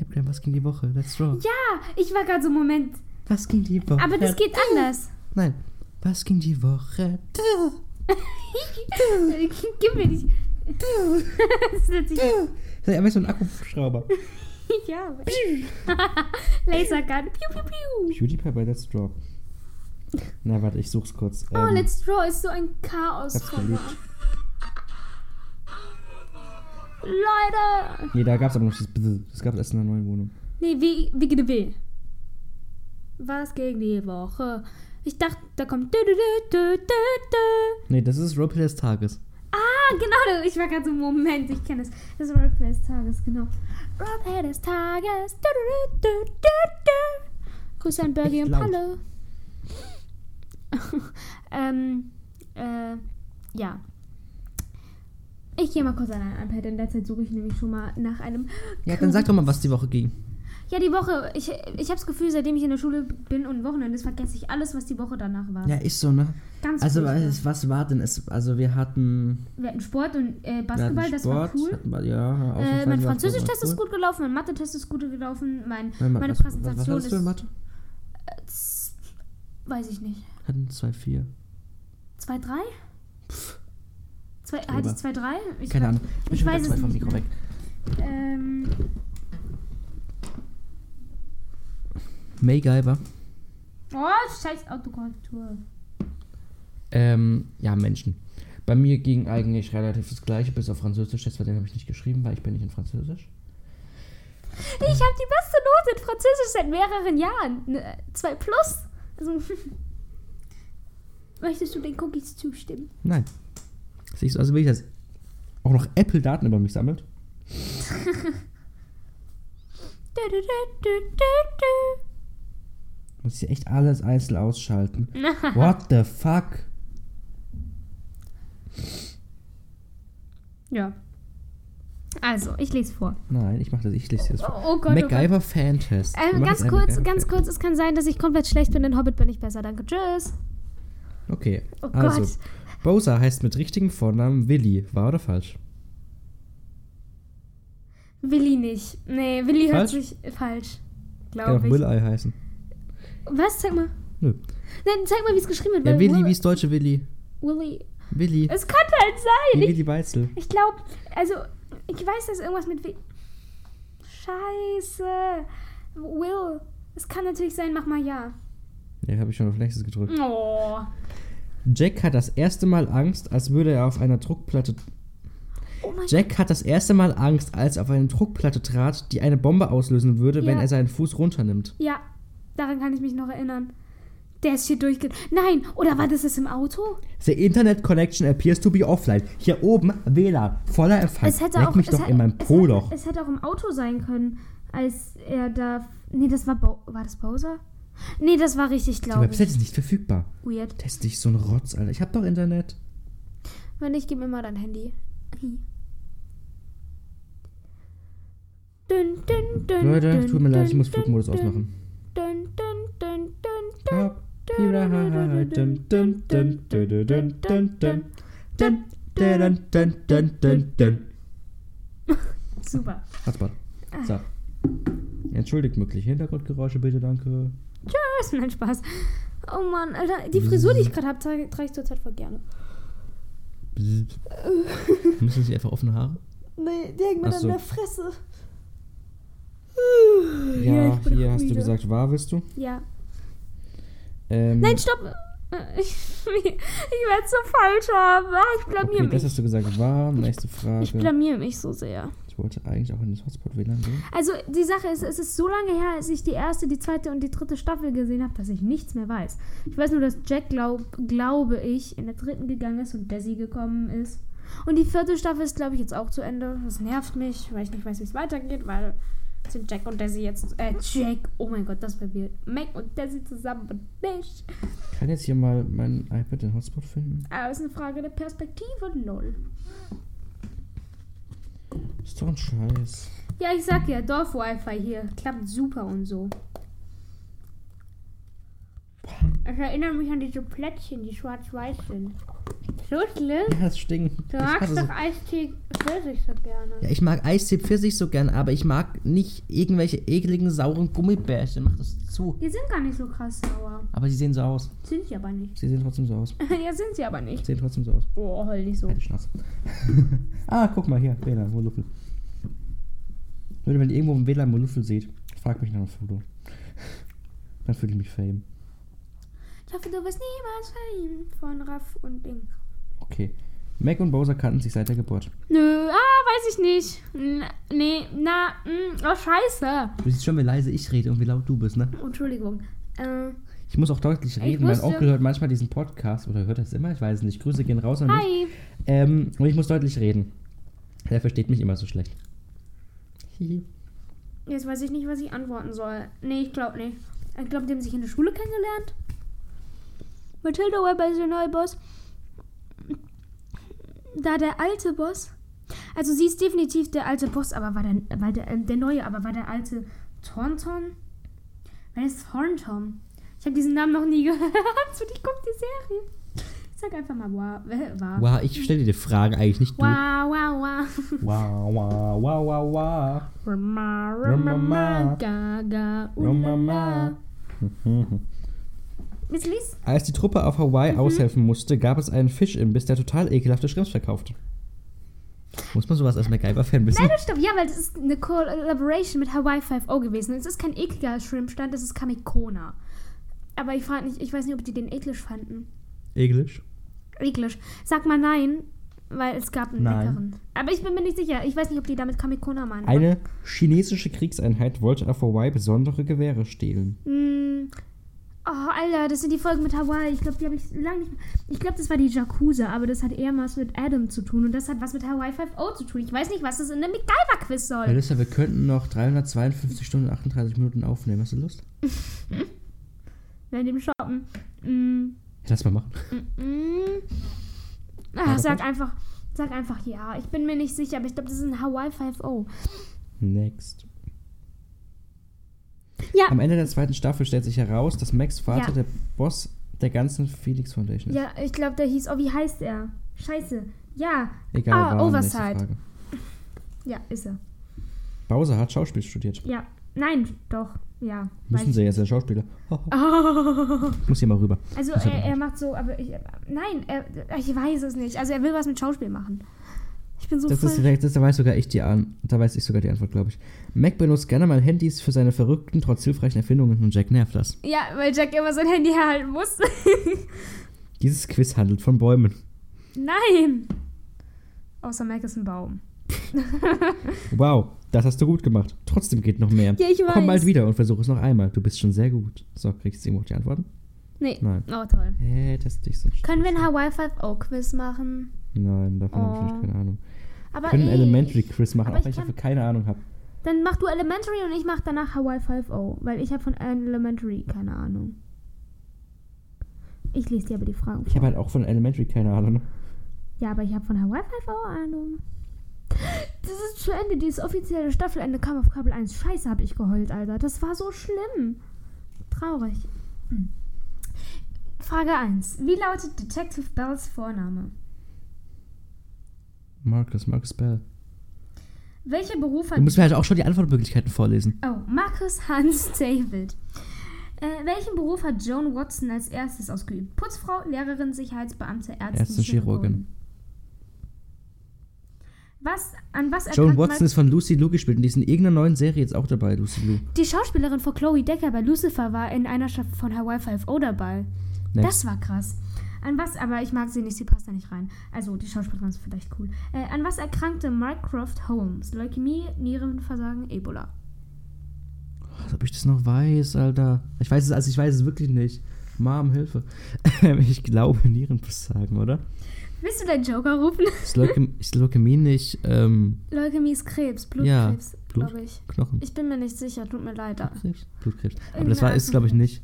[SPEAKER 2] Abraham, was ging die Woche? Let's draw.
[SPEAKER 5] Ja, ich war gerade so, Moment.
[SPEAKER 2] Was ging die Woche?
[SPEAKER 5] Aber das geht anders.
[SPEAKER 2] Nein. Was ging die Woche?
[SPEAKER 5] [LAUGHS] Gib mir die. das ist sich [LAUGHS]
[SPEAKER 2] Das ist einfach so ein Akkuschrauber.
[SPEAKER 5] Ja. [LAUGHS] Lasergun. Piu, piu, piu.
[SPEAKER 2] PewDiePie bei Let's Draw. Na, warte, ich such's kurz.
[SPEAKER 5] Oh,
[SPEAKER 2] Ähm,
[SPEAKER 5] Let's Draw ist so ein chaos
[SPEAKER 2] hab's verliebt.
[SPEAKER 5] Leute!
[SPEAKER 2] Nee, da gab's aber noch das Bzzz. Das gab's erst in der neuen Wohnung.
[SPEAKER 5] Nee, wie, wie geht will. Was gegen die Woche? Ich dachte, da kommt. Dü, dü, dü, dü, dü, dü.
[SPEAKER 2] Nee, das ist Roleplay des Tages.
[SPEAKER 5] Ah, genau, ich war gerade so, Moment, ich kenne es. Das ist Roleplay des Tages, genau. Roleplay des Tages. Dü, dü, dü, dü, dü, dü. Grüße an Bergi
[SPEAKER 2] Echt
[SPEAKER 5] und
[SPEAKER 2] laut.
[SPEAKER 5] Palle. [LAUGHS] ähm, äh, ja. Ich gehe mal kurz an ein iPad, in der Zeit suche ich nämlich schon mal nach einem.
[SPEAKER 2] Ja, dann sag doch mal, was die Woche ging.
[SPEAKER 5] Ja, die Woche. Ich, ich habe das Gefühl, seitdem ich in der Schule bin und Wochenende ist, vergesse ich alles, was die Woche danach war.
[SPEAKER 2] Ja, ist so, ne?
[SPEAKER 5] Ganz
[SPEAKER 2] Also,
[SPEAKER 5] furchtbar.
[SPEAKER 2] was, was war denn? Es, also, wir hatten.
[SPEAKER 5] Wir hatten Sport und äh,
[SPEAKER 2] wir hatten
[SPEAKER 5] Basketball, das war
[SPEAKER 2] Sport,
[SPEAKER 5] cool.
[SPEAKER 2] hatten wir- ja,
[SPEAKER 5] Äh, mein
[SPEAKER 2] ausnahmsweise war Sport
[SPEAKER 5] Französisch-Test
[SPEAKER 2] cool.
[SPEAKER 5] ist gut gelaufen, mein Mathe-Test ist gut gelaufen, mein,
[SPEAKER 2] Nein, Ma-
[SPEAKER 5] meine
[SPEAKER 2] was, was, was
[SPEAKER 5] Präsentation
[SPEAKER 2] hattest du in Mathe?
[SPEAKER 5] ist. Weiß ich nicht.
[SPEAKER 2] Hatten 2-4.
[SPEAKER 5] 2-3? Zwei,
[SPEAKER 2] Streber.
[SPEAKER 5] hatte ich 2-3? Ich
[SPEAKER 2] Keine
[SPEAKER 5] hab-
[SPEAKER 2] Ahnung. Ich bin
[SPEAKER 5] ich
[SPEAKER 2] schon
[SPEAKER 5] weiß
[SPEAKER 2] ganz
[SPEAKER 5] es
[SPEAKER 2] weit vom
[SPEAKER 5] nicht
[SPEAKER 2] Mikro
[SPEAKER 5] mehr.
[SPEAKER 2] weg.
[SPEAKER 5] Ähm,
[SPEAKER 2] Maygiver.
[SPEAKER 5] oh, scheiß Autokorrektur.
[SPEAKER 2] Ähm, ja, Menschen. Bei mir ging eigentlich relativ das Gleiche, bis auf Französisch. Das war den habe ich nicht geschrieben, weil ich bin nicht in Französisch.
[SPEAKER 5] Ich habe die beste Note in Französisch seit mehreren Jahren. Ne, Zwei plus. Also, [LAUGHS] möchtest du den Cookies zustimmen?
[SPEAKER 2] Nein. Siehst du, also wie ich das auch noch Apple-Daten über mich sammelt.
[SPEAKER 5] Du, du, du, du, du,
[SPEAKER 2] Muss ich echt alles einzeln
[SPEAKER 5] [LAUGHS]
[SPEAKER 2] ausschalten.
[SPEAKER 5] du.
[SPEAKER 2] What the fuck?
[SPEAKER 5] Ja. Also, ich lese vor.
[SPEAKER 2] Nein, ich mache das, ich lese dir das vor.
[SPEAKER 5] Oh, oh Gott. Oh Gott.
[SPEAKER 2] MacGyver Fan-Test. Wir
[SPEAKER 5] Ähm,
[SPEAKER 2] machen
[SPEAKER 5] ganz
[SPEAKER 2] jetzt einen
[SPEAKER 5] kurz,
[SPEAKER 2] MacGyver
[SPEAKER 5] ganz kurz, es kann sein, dass ich komplett schlecht bin. In Hobbit bin ich besser. Danke, tschüss.
[SPEAKER 2] Fan- Okay.
[SPEAKER 5] Oh
[SPEAKER 2] also,
[SPEAKER 5] Gott. Oh,
[SPEAKER 2] Bowser heißt mit richtigem Vornamen Willi. Wahr oder falsch?
[SPEAKER 5] Willi nicht. Nee, Willi hört
[SPEAKER 2] Falsch? Genau,
[SPEAKER 5] sich äh, falsch.
[SPEAKER 2] Kann auch
[SPEAKER 5] Glaube ich.
[SPEAKER 2] Willei heißen.
[SPEAKER 5] Was? Zeig mal.
[SPEAKER 2] Nö.
[SPEAKER 5] Nein, zeig mal, wie es geschrieben wird.
[SPEAKER 2] Ja,
[SPEAKER 5] weil
[SPEAKER 2] Willi,
[SPEAKER 5] Will-
[SPEAKER 2] wie ist deutsche Willi?
[SPEAKER 5] Willi.
[SPEAKER 2] Willi.
[SPEAKER 5] Es könnte halt sein.
[SPEAKER 2] Wie
[SPEAKER 5] Ich,
[SPEAKER 2] Willi Weitzel.
[SPEAKER 5] ich glaube, also, ich weiß, dass irgendwas mit Willi. Scheiße. Will. Es kann natürlich sein, mach mal ja.
[SPEAKER 2] Ja, habe ich schon auf nächstes gedrückt.
[SPEAKER 5] Oh.
[SPEAKER 2] Jack hat das erste Mal Angst, als würde er auf einer Druckplatte.
[SPEAKER 5] Oh mein
[SPEAKER 2] Jack hat das erste Mal Angst, als er auf eine Druckplatte trat, die eine Bombe auslösen würde, wenn
[SPEAKER 5] Ja.
[SPEAKER 2] er seinen Fuß runternimmt.
[SPEAKER 5] Ja, daran kann ich mich noch erinnern. Der ist hier durchge... Nein, oder war das das im Auto?
[SPEAKER 2] The Internet Connection appears to be offline. Hier oben WLAN. Voller Empfang.
[SPEAKER 5] es hätte
[SPEAKER 2] Leck
[SPEAKER 5] auch...
[SPEAKER 2] mich
[SPEAKER 5] es
[SPEAKER 2] doch
[SPEAKER 5] hätte-
[SPEAKER 2] in meinem
[SPEAKER 5] es
[SPEAKER 2] Po
[SPEAKER 5] hätte-
[SPEAKER 2] Loch.
[SPEAKER 5] Es hätte auch im Auto sein können, als er da... Nee, das war... Bo war das Bowser? Nee, das war richtig,
[SPEAKER 2] Die
[SPEAKER 5] glaube ich.
[SPEAKER 2] Website ist nicht verfügbar.
[SPEAKER 5] Weird.
[SPEAKER 2] Test dich so ein Rotz, Alter. Ich hab doch Internet.
[SPEAKER 5] Wenn nicht, gib mir mal dein Handy. Dün, dün, dün,
[SPEAKER 2] Leute,
[SPEAKER 5] dün,
[SPEAKER 2] tut mir leid, ich
[SPEAKER 5] dün,
[SPEAKER 2] muss
[SPEAKER 5] dün,
[SPEAKER 2] Flugmodus
[SPEAKER 5] dün,
[SPEAKER 2] ausmachen.
[SPEAKER 5] Dün, dün, dün, dün, dün.
[SPEAKER 2] Hab Freiheit. Dun, dun, dun, dun, dun, dun, dun, dun. Dun, dun, dun, dun, dun, dun. [LAUGHS]
[SPEAKER 5] Super.
[SPEAKER 2] Hotspot. So. Entschuldigt mögliche Hintergrundgeräusche, bitte, danke.
[SPEAKER 5] [LAUGHS] Tschüss, nein, Spaß. Oh Mann, Alter, die Frisur, die ich gerade habe, trage trage ich zurzeit voll gerne.
[SPEAKER 2] Bzzzt. Müssen Sie einfach offene Haare?
[SPEAKER 5] Äh. Nee, die hängt
[SPEAKER 2] mir Ach dann so. in der
[SPEAKER 5] Fresse.
[SPEAKER 2] Äh, Ja,
[SPEAKER 5] ich bin
[SPEAKER 2] hier
[SPEAKER 5] auch
[SPEAKER 2] hast du
[SPEAKER 5] müde.
[SPEAKER 2] gesagt, wahr willst du?
[SPEAKER 5] Ja.
[SPEAKER 2] Ähm,
[SPEAKER 5] Nein, stopp! [LAUGHS] Äh, Ich, ich werde so falsch haben. Ah, Ich blamier
[SPEAKER 2] okay, das
[SPEAKER 5] mich.
[SPEAKER 2] hast du gesagt, wahr. Nächste Frage.
[SPEAKER 5] Ich blamier mich so sehr.
[SPEAKER 2] Ich wollte eigentlich auch in das Hotspot WLAN gehen.
[SPEAKER 5] Also die Sache ist, es ist so lange her, als ich die erste, die zweite und die dritte Staffel gesehen habe, dass ich nichts mehr weiß. Ich weiß nur, dass Jack, glaub, glaube ich, in der dritten gegangen ist und Desi gekommen ist. Und die vierte Staffel ist, glaube ich, jetzt auch zu Ende. Das nervt mich, weil ich nicht weiß, wie es weitergeht, weil sind Jack und Desi jetzt... Äh, Jack, oh mein Gott, das probiert. Mac und Desi zusammen und nicht.
[SPEAKER 2] Kann jetzt hier mal mein iPad den Hotspot finden?
[SPEAKER 5] Aber es Ah, ist eine Frage der Perspektive, lol.
[SPEAKER 2] Ist doch ein Scheiß.
[SPEAKER 5] Ja, ich sag ja, Dorf-Wi-Fi hier klappt super und so. Ich erinnere mich an diese Plättchen, die schwarz-weiß sind. So schlimm.
[SPEAKER 2] Ja, es stinkt.
[SPEAKER 5] Du
[SPEAKER 2] Ich hasse
[SPEAKER 5] magst
[SPEAKER 2] so-
[SPEAKER 5] doch Eistee Pfirsich so gerne.
[SPEAKER 2] Ja, ich mag Eistee Pfirsich so gern, aber ich mag nicht irgendwelche ekligen, sauren Gummibärchen. Mach das zu.
[SPEAKER 5] Die sind gar nicht so krass sauer.
[SPEAKER 2] Aber sie sehen so aus.
[SPEAKER 5] Sind sie aber nicht.
[SPEAKER 2] Sie sehen trotzdem so aus.
[SPEAKER 5] [LAUGHS] ja, sind sie aber nicht.
[SPEAKER 2] Sehen trotzdem so aus.
[SPEAKER 5] Oh, heul nicht so.
[SPEAKER 2] Halt die Schnauze. [LAUGHS] ah, guck mal hier. WLAN, Moluffel. Leute, wenn ihr irgendwo im WLAN Moluffel seht, fragt mich nach einem Foto. [LAUGHS] Dann fühle ich mich fame.
[SPEAKER 5] Ich hoffe, du wirst niemals verliebt von Raff und Ding.
[SPEAKER 2] Okay. Mac und Bowser kannten sich seit der Geburt.
[SPEAKER 5] Nö, ah, weiß ich nicht. N nee, na, mh, oh, scheiße.
[SPEAKER 2] Du siehst schon, wie leise ich rede und wie laut du bist, ne?
[SPEAKER 5] Oh, Entschuldigung. Äh,
[SPEAKER 2] Ich muss auch deutlich reden. Mein
[SPEAKER 5] wusste-
[SPEAKER 2] Onkel hört manchmal diesen Podcast oder hört das immer, ich weiß es nicht. Grüße gehen raus an dich.
[SPEAKER 5] hi.
[SPEAKER 2] Ähm, und ich muss deutlich reden. Er versteht mich immer so schlecht. Hihi.
[SPEAKER 5] Jetzt weiß ich nicht, was ich antworten soll. Nee, ich glaube nicht. Ich glaube, die haben sich in der Schule kennengelernt. Matilda Webber ist der neue Boss. Da der alte Boss. Also sie ist definitiv der alte Boss, aber war der, war der, ähm, der neue, aber war der alte Thornton? Wer ist Thornton? Ich habe diesen Namen noch nie [LAUGHS] gehört. Und ich gucke die Serie. Ich sag einfach mal, wow. Wow, wow,
[SPEAKER 2] Wow, ich stelle dir die Frage eigentlich nicht du.
[SPEAKER 5] wow. wow.
[SPEAKER 2] Wow, wow, wow, wow, wow.
[SPEAKER 5] Rama,
[SPEAKER 2] Rama,
[SPEAKER 5] Rama, Gaga, Ulala. Jetzt lies.
[SPEAKER 2] Als die Truppe auf Hawaii
[SPEAKER 5] Mhm.
[SPEAKER 2] aushelfen musste, gab es einen Fischimbiss, der total ekelhafte Schrimps verkaufte. Muss man sowas als MacGyver-Fan wissen?
[SPEAKER 5] Nein, das stimmt. Ja, weil das ist eine Collaboration mit Hawaii 5O gewesen. Es ist kein ekliger Shrimpstand, das ist Kamikona. Aber ich frage nicht, ich weiß nicht, ob die den eklig fanden.
[SPEAKER 2] Englisch.
[SPEAKER 5] Eklig. Sag mal nein, weil es gab einen
[SPEAKER 2] Nein.
[SPEAKER 5] leckeren. Aber ich bin mir nicht sicher. Ich weiß nicht, ob die damit Kamikona meinen.
[SPEAKER 2] Eine chinesische Kriegseinheit wollte auf Hawaii besondere Gewehre stehlen.
[SPEAKER 5] Mm. Oh, Alter, das sind die Folgen mit Hawaii. Ich glaube, die habe ich lange nicht mehr. Ich glaube, das war die Jakuza, aber das hat eher was mit Adam zu tun und das hat was mit Hawaii 5.0 zu tun. Ich weiß nicht, was das in einem MacGyver-Quiz soll.
[SPEAKER 2] Melissa, wir könnten noch 352 Stunden und 38 Minuten aufnehmen. Hast du Lust?
[SPEAKER 5] Nein, dem Shoppen. Mm,
[SPEAKER 2] Lass mal machen.
[SPEAKER 5] mm.
[SPEAKER 2] Ja, das
[SPEAKER 5] Ach, Ah, sag
[SPEAKER 2] war's.
[SPEAKER 5] einfach, sag einfach ja. Ich bin mir nicht sicher, aber ich glaube, das ist ein Hawaii oh. 5.0.
[SPEAKER 2] Next.
[SPEAKER 5] Ja,
[SPEAKER 2] Am Ende der zweiten Staffel stellt sich heraus, dass Max Vater
[SPEAKER 5] Ja.
[SPEAKER 2] der Boss der ganzen Phoenix Foundation ist.
[SPEAKER 5] ja, ich glaube, der hieß, oh, wie heißt er? Scheiße. Ja.
[SPEAKER 2] Egal,
[SPEAKER 5] ah,
[SPEAKER 2] war nächste
[SPEAKER 5] Oversight.
[SPEAKER 2] Frage.
[SPEAKER 5] Ja, ist er.
[SPEAKER 2] Bowser hat Schauspiel studiert.
[SPEAKER 5] Ja. Nein, doch. Ja.
[SPEAKER 2] Müssen
[SPEAKER 5] weiß-
[SPEAKER 2] sie jetzt ein Schauspieler. [LAUGHS]
[SPEAKER 5] [LAUGHS]
[SPEAKER 2] Ich muss hier mal rüber.
[SPEAKER 5] Also
[SPEAKER 2] Das hat
[SPEAKER 5] er,
[SPEAKER 2] er
[SPEAKER 5] er macht so, aber ich, nein, er, ich weiß es nicht. Also er will was mit Schauspiel machen. Ich bin so
[SPEAKER 2] Das
[SPEAKER 5] voll.
[SPEAKER 2] ist direkt, das, da weiß sogar ich die an, da weiß ich sogar die Antwort, glaube ich. Mac benutzt gerne mal Handys für seine verrückten, trotz hilfreichen Erfindungen und Jack nervt das.
[SPEAKER 5] ja, weil Jack immer sein Handy herhalten muss. [LAUGHS]
[SPEAKER 2] Dieses Quiz handelt von Bäumen.
[SPEAKER 5] nein. Außer Mac ist ein Baum.
[SPEAKER 2] Wow, das hast du gut gemacht. Trotzdem geht noch mehr.
[SPEAKER 5] Ja, ich weiß.
[SPEAKER 2] Komm bald wieder und versuch es noch einmal. Du bist schon sehr gut. So, kriegst du irgendwo die Antworten?
[SPEAKER 5] Nee.
[SPEAKER 2] Nein.
[SPEAKER 5] Oh, toll.
[SPEAKER 2] Hä, das ist dich so ein
[SPEAKER 5] Können wir ein
[SPEAKER 2] Scheiß.
[SPEAKER 5] Hawaii 5 O Quiz machen?
[SPEAKER 2] Nein, davon habe ich
[SPEAKER 5] Oh.
[SPEAKER 2] natürlich keine Ahnung.
[SPEAKER 5] Aber
[SPEAKER 2] Wir können
[SPEAKER 5] ey,
[SPEAKER 2] einen Elementary Quiz machen,
[SPEAKER 5] aber
[SPEAKER 2] auch
[SPEAKER 5] ich
[SPEAKER 2] wenn ich
[SPEAKER 5] kann-
[SPEAKER 2] dafür keine Ahnung habe.
[SPEAKER 5] Dann mach du Elementary und ich mach danach Hawaii 5 O, weil ich habe von Elementary keine Ahnung. Ich lese dir aber die Fragen
[SPEAKER 2] Ich
[SPEAKER 5] vor.
[SPEAKER 2] habe halt auch von Elementary keine Ahnung. ne?
[SPEAKER 5] Ja, aber ich habe von Hawaii 5 O Ahnung. Das ist zu Ende, dieses offizielle Staffelende kam auf Kabel 1. Scheiße, habe ich geheult, Alter. Das war so schlimm. Traurig. Hm. Frage 1. Wie lautet Detective Bells Vorname?
[SPEAKER 2] Marcus, Marcus Bell.
[SPEAKER 5] Welcher Beruf hat
[SPEAKER 2] Du musst mir halt auch schon die Antwortmöglichkeiten vorlesen.
[SPEAKER 5] Oh, Markus Hans [LAUGHS] David. Äh, welchen Beruf hat Joan Watson als erstes ausgeübt? Putzfrau, Lehrerin, Sicherheitsbeamte, Ärztin,
[SPEAKER 2] Ärztin,
[SPEAKER 5] Chirurgin.
[SPEAKER 2] Chirurgin.
[SPEAKER 5] Was, an was
[SPEAKER 2] Joan
[SPEAKER 5] erkrankt
[SPEAKER 2] Watson
[SPEAKER 5] man-
[SPEAKER 2] ist von Lucy Lou gespielt und die ist in irgendeiner neuen Serie jetzt auch dabei, Lucy Lou.
[SPEAKER 5] Die Schauspielerin von Chloe Decker bei Lucifer war in einer Staffel von Hawaii 5O dabei.
[SPEAKER 2] Next.
[SPEAKER 5] Das war krass. An was, aber ich mag sie nicht, sie passt da nicht rein. Also, die Schauspielerin ist vielleicht cool. Äh, an was erkrankte Mycroft Holmes? Leukämie, Nierenversagen, Ebola.
[SPEAKER 2] Als ob ich das noch weiß, Alter. Ich weiß es, also ich weiß es wirklich nicht. Mom, Hilfe. [LAUGHS] ich glaube Nierenversagen, oder?
[SPEAKER 5] Willst du deinen Joker rufen? [LAUGHS]
[SPEAKER 2] Ist Leukä- Ist Leukämie nicht ähm,
[SPEAKER 5] Leukämie ist Krebs,
[SPEAKER 2] Ja,
[SPEAKER 5] Blutkrebs,
[SPEAKER 2] Blut-
[SPEAKER 5] glaube ich.
[SPEAKER 2] Knochen?
[SPEAKER 5] Ich bin mir nicht sicher, tut mir leid.
[SPEAKER 2] Krebs? Blutkrebs. Aber das
[SPEAKER 5] Irgendeine
[SPEAKER 2] war ist, glaube ich, nicht.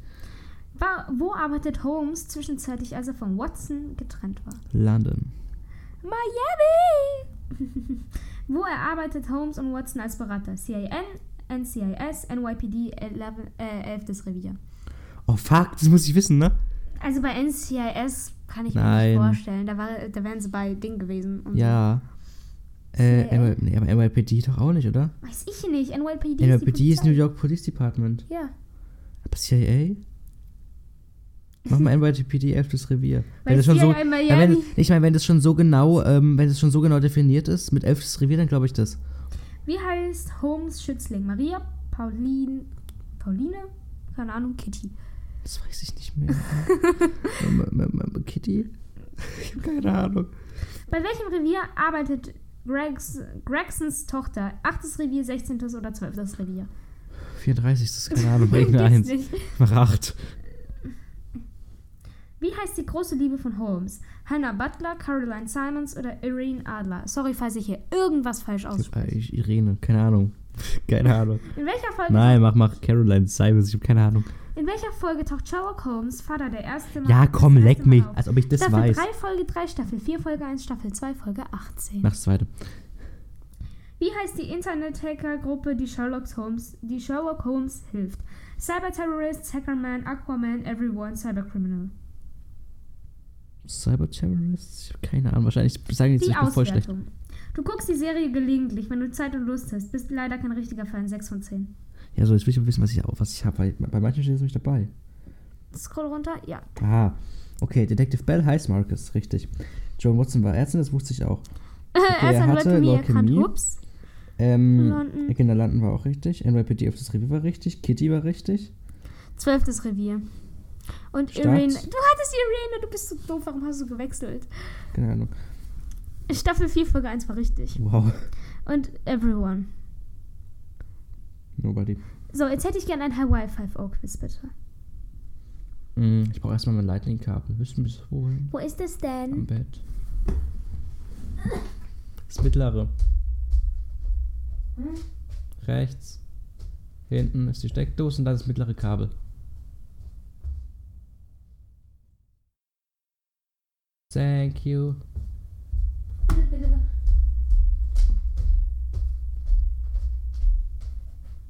[SPEAKER 5] War, wo arbeitet Holmes zwischenzeitlich, als er von Watson getrennt war?
[SPEAKER 2] London.
[SPEAKER 5] Miami! [LAUGHS] wo erarbeitet Holmes und Watson als Berater? CIN, NCIS, NYPD, 11, äh, 11. Revier.
[SPEAKER 2] Oh fuck, das muss ich wissen, ne?
[SPEAKER 5] Also bei NCIS kann ich mir
[SPEAKER 2] Nein.
[SPEAKER 5] nicht vorstellen. Da, war, da wären sie bei Ding gewesen. Und
[SPEAKER 2] Ja. Äh,
[SPEAKER 5] CIN.
[SPEAKER 2] NY nee, aber NYPD doch auch nicht, oder?
[SPEAKER 5] So. Weiß ich nicht. NYPD,
[SPEAKER 2] NYPD ist
[SPEAKER 5] die
[SPEAKER 2] New
[SPEAKER 5] Polizei.
[SPEAKER 2] York Police Department.
[SPEAKER 5] Ja.
[SPEAKER 2] Aber CIA? Mach
[SPEAKER 5] [LAUGHS]
[SPEAKER 2] mal NYPD 11. Revier. Wenn
[SPEAKER 5] Weil
[SPEAKER 2] das schon so,
[SPEAKER 5] CIA in Miami-
[SPEAKER 2] Ja, wenn, ich meine, wenn das schon so genau, ähm, wenn das schon so genau definiert ist, mit 11. Revier, dann glaube ich das.
[SPEAKER 5] Wie heißt Holmes Schützling? Maria, Pauline, Pauline? Keine Ahnung, Kitty.
[SPEAKER 2] Das weiß ich nicht
[SPEAKER 5] [LAUGHS]
[SPEAKER 2] mehr. Ähm, ähm, ähm, ähm, Kitty? Ich habe keine Ahnung.
[SPEAKER 5] Bei welchem Revier arbeitet Gregs, Gregsons Tochter? Achtes Revier, 16. oder 12. Revier?
[SPEAKER 2] 34. Das ist
[SPEAKER 5] [LAUGHS]
[SPEAKER 2] keine Ahnung.
[SPEAKER 5] Gibt's
[SPEAKER 2] Irgendeins.
[SPEAKER 5] nicht.
[SPEAKER 2] Mach 8.
[SPEAKER 5] Wie heißt die große Liebe von Holmes? Hannah Butler, Caroline Simons oder Irene Adler? Sorry, falls ich hier irgendwas falsch ausspreche.
[SPEAKER 2] Äh, Irene, keine Ahnung. [LAUGHS] Keine Ahnung.
[SPEAKER 5] In welcher Folge,
[SPEAKER 2] Nein, mach, mach Caroline Simons. Ich habe keine Ahnung.
[SPEAKER 5] In welcher Folge taucht Sherlock Holmes, Vater der erste Mal
[SPEAKER 2] Ja, komm,
[SPEAKER 5] das erste
[SPEAKER 2] leck
[SPEAKER 5] Mal
[SPEAKER 2] mich.
[SPEAKER 5] auf?
[SPEAKER 2] Als ob ich das
[SPEAKER 5] Staffel
[SPEAKER 2] weiß.
[SPEAKER 5] 3, Folge 3, Staffel 4, Folge 1, Staffel 2, Folge 18.
[SPEAKER 2] Mach das zweite.
[SPEAKER 5] Wie heißt die Internet-Hacker-Gruppe, die Sherlock Holmes, die Sherlock Holmes hilft? Cyberterrorist, Hackerman, Aquaman, Everyone, Cybercriminal.
[SPEAKER 2] Cyberterrorists? Ich habe keine Ahnung. Wahrscheinlich sagen die jetzt,
[SPEAKER 5] Die
[SPEAKER 2] ich bin voll schlecht.
[SPEAKER 5] Auswertung. Du guckst die Serie gelegentlich, wenn du Zeit und Lust hast. Bist leider kein richtiger Fan, 6 von 10.
[SPEAKER 2] Ja, so, jetzt will ich aber wissen, was ich, was ich habe. Weil bei manchen steht es nämlich dabei.
[SPEAKER 5] Scroll runter, ja.
[SPEAKER 2] Ah, okay. Detective Bell heißt Marcus, richtig. Joan Watson war Ärztin, das wusste ich auch.
[SPEAKER 5] er ist
[SPEAKER 2] er
[SPEAKER 5] an
[SPEAKER 2] hatte
[SPEAKER 5] Leukämie erkrankt.
[SPEAKER 2] Leukämie.
[SPEAKER 5] Ups.
[SPEAKER 2] Ähm,
[SPEAKER 5] London.
[SPEAKER 2] London. Kinder London war auch richtig. NYPD auf das Revier war richtig. Kitty war richtig.
[SPEAKER 5] Zwölftes Revier. Und
[SPEAKER 2] Start.
[SPEAKER 5] Irene. Du hattest Irene, du bist so doof, warum hast du gewechselt?
[SPEAKER 2] Keine Ahnung.
[SPEAKER 5] Staffel 4, Folge 1 war richtig.
[SPEAKER 2] Wow. [LAUGHS]
[SPEAKER 5] Und Everyone.
[SPEAKER 2] Nobody.
[SPEAKER 5] So, jetzt hätte ich gern ein Hawaii 5 O Quiz, bitte.
[SPEAKER 2] Mm, ich brauche erstmal mein Lightning-Kabel. Willst du mich das holen?
[SPEAKER 5] Wo ist das denn?
[SPEAKER 2] Am Bett. Das mittlere. Rechts. Hinten ist die Steckdose und dann das mittlere Kabel. Thank you.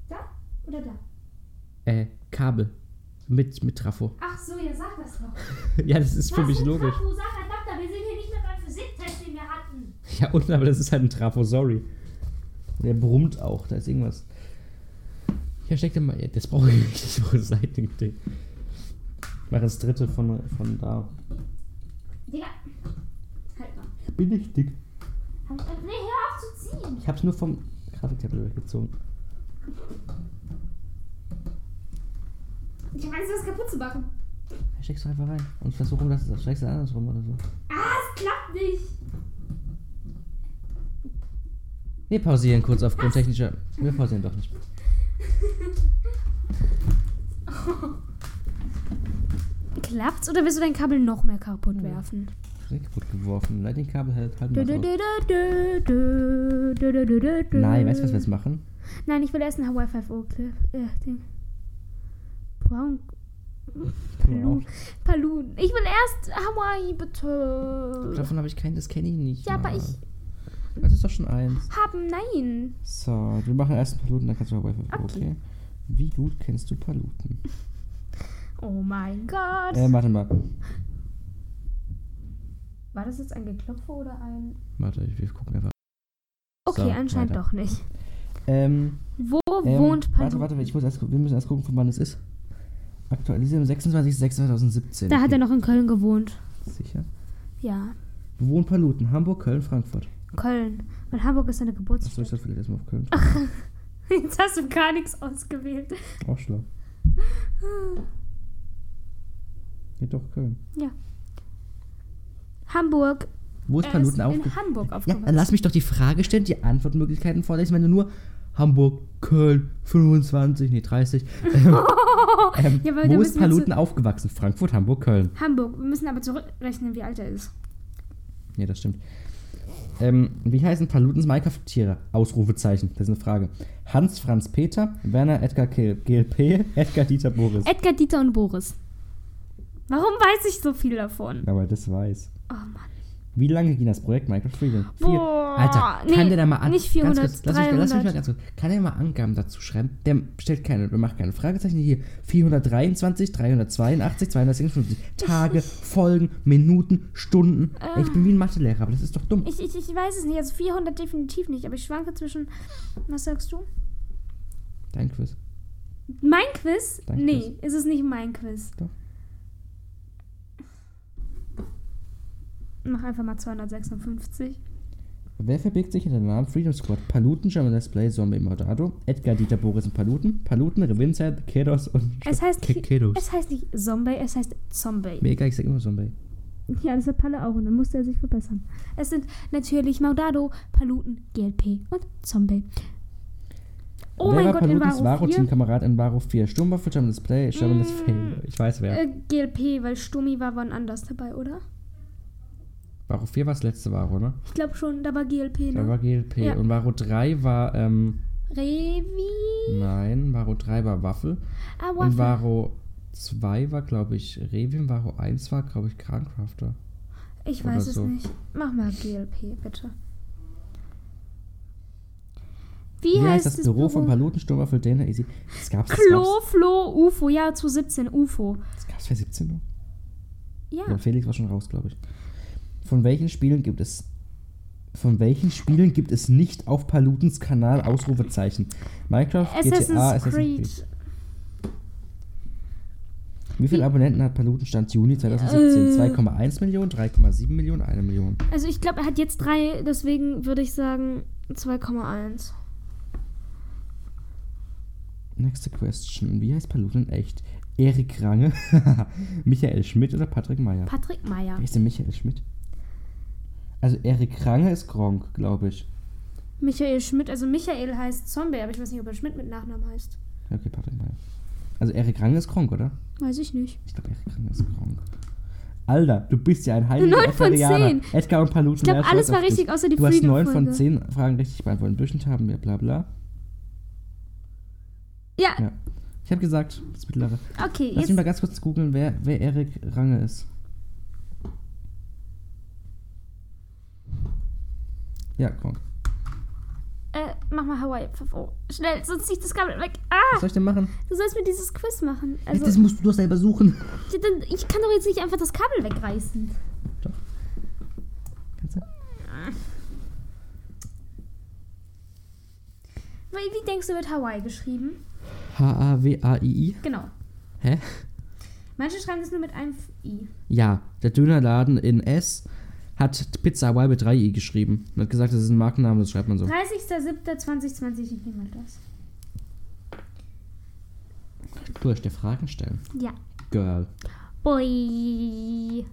[SPEAKER 5] Da oder da?
[SPEAKER 2] Äh, Kabel. Mit, mit Trafo. [LAUGHS]
[SPEAKER 5] Ach so, ihr sagt das doch.
[SPEAKER 2] ja, das ist für mich logisch.
[SPEAKER 5] Tapu, sag Adapter, wir sind hier nicht mehr beim Physiktest, den wir hatten.
[SPEAKER 2] [LAUGHS] Ja, unten, aber das ist halt ein Trafo, sorry. Der brummt auch, da ist irgendwas. Ja, steck den mal. ja, Das brauche ich nicht, [LAUGHS] das brauche ich Lightning-Ding. Ich mache das dritte von, von da.
[SPEAKER 5] Digga. Halt mal.
[SPEAKER 2] Bin ich dick.
[SPEAKER 5] Hab ich, nee, hör auf zu ziehen.
[SPEAKER 2] Ich hab's nur vom Grafiktablet weggezogen.
[SPEAKER 5] Ich hab Angst, das kaputt zu machen.
[SPEAKER 2] Ja, Steckst du einfach rein. Und versuch rum, dass es Steckst du andersrum oder so.
[SPEAKER 5] Ah, es klappt nicht.
[SPEAKER 2] Wir pausieren kurz aufgrund technischer. Wir pausieren doch nicht.
[SPEAKER 5] Klappt's oder willst du dein Kabel noch mehr kaputt werfen?
[SPEAKER 2] Kaputt geworfen. Lightning-Kabel halt, halt
[SPEAKER 5] Du,
[SPEAKER 2] mal
[SPEAKER 5] du,
[SPEAKER 2] raus.
[SPEAKER 5] du, du, du, du, du, du, du, du.
[SPEAKER 2] Nein, weißt du, was wir jetzt machen?
[SPEAKER 5] Nein, ich will erst ein Hawaii 5 O Clip. Äh, Ding. Braun. Palu. Palu. Ich will erst Hawaii, bitte.
[SPEAKER 2] Davon habe ich keinen, das kenne ich nicht.
[SPEAKER 5] Ja, aber ich
[SPEAKER 2] Das ist doch schon eins.
[SPEAKER 5] haben nein.
[SPEAKER 2] So, wir machen erst einen Paluten, dann kannst du Hawaii okay. okay. Wie gut kennst du Paluten?
[SPEAKER 5] Oh mein Gott.
[SPEAKER 2] Äh, warte mal.
[SPEAKER 5] War das jetzt ein Geklopfe oder ein.
[SPEAKER 2] Warte, ich- wir gucken einfach.
[SPEAKER 5] Okay,
[SPEAKER 2] So,
[SPEAKER 5] anscheinend
[SPEAKER 2] weiter.
[SPEAKER 5] doch nicht.
[SPEAKER 2] Ähm,
[SPEAKER 5] Wo
[SPEAKER 2] ähm
[SPEAKER 5] wohnt Palu?
[SPEAKER 2] Warte, warte, ich muss erst, gu- wir müssen erst gucken, von wann es ist. Aktualisieren 26.06.2017.
[SPEAKER 5] Da hat er
[SPEAKER 2] Okay,
[SPEAKER 5] noch in Köln gewohnt.
[SPEAKER 2] Sicher.
[SPEAKER 5] Ja.
[SPEAKER 2] Wo wohnt Paluten? Hamburg, Köln, Frankfurt.
[SPEAKER 5] Köln. Weil Hamburg ist seine
[SPEAKER 2] Achso, ich
[SPEAKER 5] Geburtsstadt.
[SPEAKER 2] sollte vielleicht erstmal auf Köln.
[SPEAKER 5] Jetzt hast du gar nichts ausgewählt.
[SPEAKER 2] Auch schlau. Geht doch Köln.
[SPEAKER 5] Hamburg.
[SPEAKER 2] Wo ist
[SPEAKER 5] Er ist
[SPEAKER 2] Paluten
[SPEAKER 5] in
[SPEAKER 2] aufgewachsen?
[SPEAKER 5] Hamburg
[SPEAKER 2] Ja, dann
[SPEAKER 5] aufgewachsen.
[SPEAKER 2] lass mich doch die Frage stellen, die Antwortmöglichkeiten vorlesen, wenn du nur Hamburg, Köln, 25, nee, 30. [LAUGHS] Ähm, ähm,
[SPEAKER 5] [LAUGHS] Ja, weil da
[SPEAKER 2] wo ist
[SPEAKER 5] müssen wir
[SPEAKER 2] Paluten aufgewachsen? Frankfurt, Hamburg, Köln.
[SPEAKER 5] Hamburg. Wir müssen aber zurückrechnen, wie alt er ist.
[SPEAKER 2] Nee, das stimmt. Ähm, wie heißen Palutens Minecraft-Tiere? Ausrufezeichen, das ist eine Frage. Hans, Franz, Peter, Werner, Edgar, Kehl- GLP, Edgar, Dieter, Boris.
[SPEAKER 5] Edgar, Dieter und Boris. Warum weiß ich so viel davon?
[SPEAKER 2] Aber das weiß.
[SPEAKER 5] Oh Mann.
[SPEAKER 2] Wie lange ging das Projekt Minecraft Freedom?
[SPEAKER 5] Boah,
[SPEAKER 2] Alter, kann
[SPEAKER 5] nee,
[SPEAKER 2] der da mal an
[SPEAKER 5] nicht 400,
[SPEAKER 2] ganz kurz, lass, mich, lass mich
[SPEAKER 5] 300.
[SPEAKER 2] mal ganz kurz. Kann der mal Angaben dazu schreiben? Der stellt keine, der macht keine Fragezeichen hier. 423, 382, 256 Tage, Folgen, Minuten, Stunden. Ey, Ich bin wie ein Mathelehrer, aber das ist doch dumm.
[SPEAKER 5] Äh. Ich, ich, ich weiß es nicht. Also 400 definitiv nicht. Aber ich schwanke zwischen. Was sagst du?
[SPEAKER 2] Dein Quiz.
[SPEAKER 5] Mein Quiz?
[SPEAKER 2] Dein Quiz.
[SPEAKER 5] nee, ist es nicht mein Quiz.
[SPEAKER 2] Doch.
[SPEAKER 5] Mach einfach mal 256.
[SPEAKER 2] Wer verbirgt sich hinter dem Namen Freedom Squad? Paluten, German Display, Zombie Mordado, Edgar, Dieter, Boris und Paluten, Paluten, Revinzeit, Kedos und
[SPEAKER 5] Es heißt,
[SPEAKER 2] Ke- Kedos.
[SPEAKER 5] es heißt nicht Zombie, es heißt Zombie.
[SPEAKER 2] Mir egal, ich sag immer Zombie.
[SPEAKER 5] Ja, das hat Palle auch und dann musste er sich verbessern. Es sind natürlich Maudado, Paluten, GLP und Zombie. Oh
[SPEAKER 2] wer
[SPEAKER 5] mein
[SPEAKER 2] war
[SPEAKER 5] Gott, in
[SPEAKER 2] Palutens
[SPEAKER 5] Varo 4,
[SPEAKER 2] Varo-Teamkamerad in Varo 4? Sturmwaffe, German Display, German Display. Ich weiß wer.
[SPEAKER 5] Mm. äh, GLP, weil Stummi war wann anders dabei, oder?
[SPEAKER 2] Varo 4 war das letzte Varo, ne?
[SPEAKER 5] Ich glaube schon, da war GLP, ne?
[SPEAKER 2] Da war GLP.
[SPEAKER 5] Ja.
[SPEAKER 2] Und Varo 3 war, ähm,
[SPEAKER 5] Revi.
[SPEAKER 2] nein, Varo 3 war Waffel.
[SPEAKER 5] Ah,
[SPEAKER 2] Und
[SPEAKER 5] Waffel.
[SPEAKER 2] Varo 2 war, glaube ich, Revium. Varo 1 war, glaube ich, Krancrafter.
[SPEAKER 5] Ich
[SPEAKER 2] oder
[SPEAKER 5] weiß es
[SPEAKER 2] so.
[SPEAKER 5] nicht. Mach mal GLP, bitte. Wie,
[SPEAKER 2] Wie
[SPEAKER 5] heißt
[SPEAKER 2] heißt das Büro, von Paluten, Sturmwaffe, Dana, Easy? Das gab's, das
[SPEAKER 5] Klo,
[SPEAKER 2] gab's.
[SPEAKER 5] Flo, UFO. Ja, 2017, UFO.
[SPEAKER 2] Das gab's 2017 noch.
[SPEAKER 5] Ja.
[SPEAKER 2] Ja, Ah. Felix war schon raus, glaube ich. Von welchen Spielen gibt es. Von welchen Spielen gibt es nicht auf Palutens Kanal Ausrufezeichen? Minecraft,
[SPEAKER 5] Assassin's,
[SPEAKER 2] GTA, Assassin's
[SPEAKER 5] Creed.
[SPEAKER 2] Creed. Wie viele Abonnenten hat Paluten Stand Juni 2017?
[SPEAKER 5] Äh.
[SPEAKER 2] 2,1 Millionen, 3,7 Millionen, 1 Million.
[SPEAKER 5] Also ich glaube, er hat jetzt drei, deswegen würde ich sagen 2,1.
[SPEAKER 2] Nächste Question. Wie heißt Paluten in echt? Erik Range, [LAUGHS] Michael Schmidt oder Patrick Meyer?
[SPEAKER 5] Patrick Meyer.
[SPEAKER 2] Wer ist denn Michael Schmidt? Also Erik Range ist Gronk, glaube ich.
[SPEAKER 5] Michael Schmidt, also Michael heißt Zombie, aber ich weiß nicht, ob er Schmidt mit Nachnamen heißt.
[SPEAKER 2] Okay, Patrick Meyer. Also Erik Range ist Gronk, oder?
[SPEAKER 5] Weiß ich nicht.
[SPEAKER 2] Ich glaube, Erik Range ist krank. Alter, du bist ja ein heiliger
[SPEAKER 5] Neun von
[SPEAKER 2] Ecuadorianer.
[SPEAKER 5] zehn.
[SPEAKER 2] Edgar und Paluten. Ich
[SPEAKER 5] glaub, alles war richtig, außer die
[SPEAKER 2] Du hast neun
[SPEAKER 5] Freedom-Folge.
[SPEAKER 2] von zehn Fragen richtig beantwortet. Im Durchschnitt haben wir bla bla.
[SPEAKER 5] Ja,
[SPEAKER 2] Ja. Ich habe gesagt, das mittlere.
[SPEAKER 5] okay,
[SPEAKER 2] Lass
[SPEAKER 5] Äh. jetzt.
[SPEAKER 2] mich mal ganz kurz googeln, wer, wer Erik Range ist. Ja, Gronk.
[SPEAKER 5] Äh, mach mal Hawaii 5 O. Schnell, sonst zieht das Kabel weg. Ah,
[SPEAKER 2] Was soll ich denn machen?
[SPEAKER 5] du sollst mir dieses Quiz machen. Also,
[SPEAKER 2] das musst du doch selber suchen.
[SPEAKER 5] ja, dann- ich kann doch jetzt nicht einfach das Kabel wegreißen.
[SPEAKER 2] Kannst du?
[SPEAKER 5] Weil, Wie denkst du, wird Hawaii geschrieben?
[SPEAKER 2] H-A-W-A-I-I?
[SPEAKER 5] Genau.
[SPEAKER 2] Hä?
[SPEAKER 5] Manche schreiben das nur mit einem F- I.
[SPEAKER 2] Ja, der Dönerladen in S hat Pizza Hawaii mit 3i geschrieben. Und hat gesagt, das ist ein Markenname, das schreibt man so.
[SPEAKER 5] 30.07.2020, ich nehme mal das.
[SPEAKER 2] Du hast dir Fragen stellen.
[SPEAKER 5] Ja.
[SPEAKER 2] Girl.
[SPEAKER 5] Boi.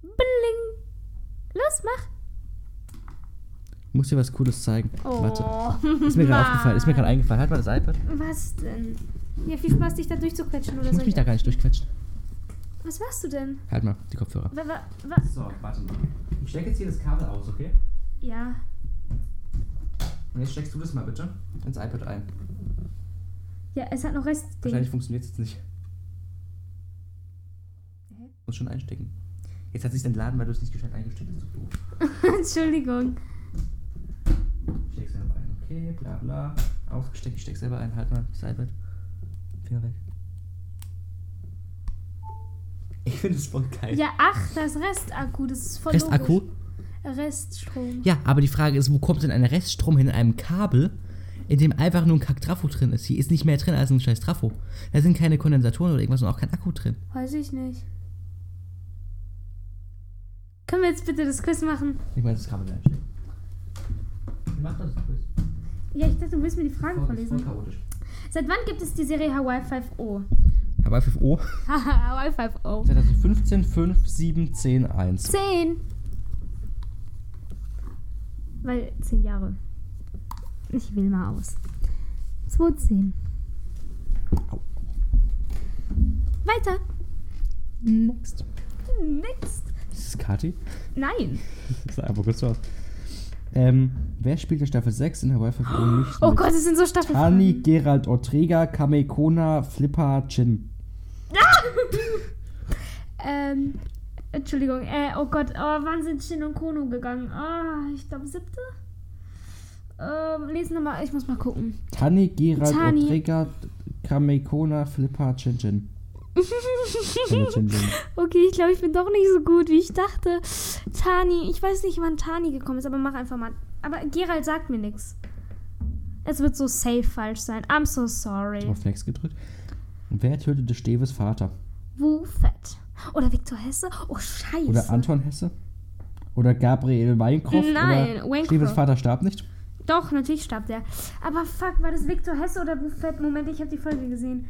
[SPEAKER 5] Bling. Los, mach.
[SPEAKER 2] muss dir was Cooles zeigen.
[SPEAKER 5] Oh,
[SPEAKER 2] Warte. Ist mir gerade aufgefallen, ist mir gerade eingefallen. Halt mal das iPad.
[SPEAKER 5] Was denn? Ja, viel Spaß, dich da durchzuquetschen oder
[SPEAKER 2] Ich muss
[SPEAKER 5] so.
[SPEAKER 2] mich da gar nicht durchquetschen.
[SPEAKER 5] Was machst du denn?
[SPEAKER 2] Halt mal die Kopfhörer.
[SPEAKER 5] Wa- wa- wa-
[SPEAKER 2] So, warte mal. Ich stecke jetzt hier das Kabel aus, okay?
[SPEAKER 5] Ja.
[SPEAKER 2] Und jetzt steckst du das mal bitte ins iPad ein.
[SPEAKER 5] Ja, es hat noch Restding.
[SPEAKER 2] Wahrscheinlich funktioniert es jetzt nicht. Muss schon einstecken. Jetzt hat sich entladen, weil du es nicht gescheit eingesteckt hast. Du doof.
[SPEAKER 5] [LAUGHS] Entschuldigung.
[SPEAKER 2] Steck selber ein, okay, bla bla. Aufgesteckt, ich steck selber ein, halt mal das iPad. Finger weg. Ich finde es voll geil.
[SPEAKER 5] Ja, ach, das Restakku, das ist voll
[SPEAKER 2] Restakku?
[SPEAKER 5] logisch. Reststrom.
[SPEAKER 2] Ja, aber die Frage ist, wo kommt denn ein Reststrom hin in einem Kabel, in dem einfach nur ein Kack-Trafo drin ist? Hier ist nicht mehr drin als ein scheiß Trafo. Da sind keine Kondensatoren oder irgendwas und auch kein Akku drin.
[SPEAKER 5] Weiß ich nicht. Können wir jetzt bitte das Quiz machen?
[SPEAKER 2] Ich meine, das Kabel einstecken. Wie macht das?
[SPEAKER 5] Ja, ich dachte, du willst mir die Fragen vorlesen.
[SPEAKER 2] chaotisch.
[SPEAKER 5] Seit wann gibt es die Serie Hawaii 5O?
[SPEAKER 2] Aber FFO?
[SPEAKER 5] [LAUGHS] Haha, Hawaii 5O.
[SPEAKER 2] 2015, 5, 7, 10, 1.
[SPEAKER 5] 10. Weil 10 Jahre. Ich will mal aus. 210.
[SPEAKER 2] Au.
[SPEAKER 5] Weiter.
[SPEAKER 2] Next.
[SPEAKER 5] Next.
[SPEAKER 2] Ist das Kati?
[SPEAKER 5] Nein.
[SPEAKER 2] Das sah einfach kurz so aus. Ähm, wer spielt in Staffel 6 in Hawaii 5 nicht
[SPEAKER 5] Oh
[SPEAKER 2] mit?
[SPEAKER 5] Gott, es sind so Staffel.
[SPEAKER 2] Tani, Gerald Ortega, Kamekona, Flipper, Chin.
[SPEAKER 5] Ähm, Entschuldigung. Äh, oh Gott, oh, wann sind Shin und Kono gegangen? Ah, ich glaube siebte. Ähm, lesen wir mal. Ich muss mal gucken.
[SPEAKER 2] Tani, Gerald
[SPEAKER 5] Tani.
[SPEAKER 2] Ortega, Kamekona, Flipper, Chin
[SPEAKER 5] [LAUGHS]
[SPEAKER 2] Chin. Chin Chin Chin.
[SPEAKER 5] Okay, ich glaube, ich bin doch nicht so gut, wie ich dachte. Tani, ich weiß nicht, wann Tani gekommen ist, aber mach einfach mal. Aber Gerald sagt mir nichts. Es wird so safe falsch sein. I'm so sorry.
[SPEAKER 2] Auf Next gedrückt. Wer tötete Steves Vater?
[SPEAKER 5] Wu Fett. Oder Viktor Hesse? Oh, scheiße.
[SPEAKER 2] Oder Anton Hesse? Oder Gabriel Weinkoff?
[SPEAKER 5] Nein,
[SPEAKER 2] oder
[SPEAKER 5] Weinkoff.
[SPEAKER 2] Steves Vater starb nicht?
[SPEAKER 5] Doch, natürlich starb der. Aber fuck, war das Victor Hesse oder Buffett? Moment, ich habe die Folge gesehen.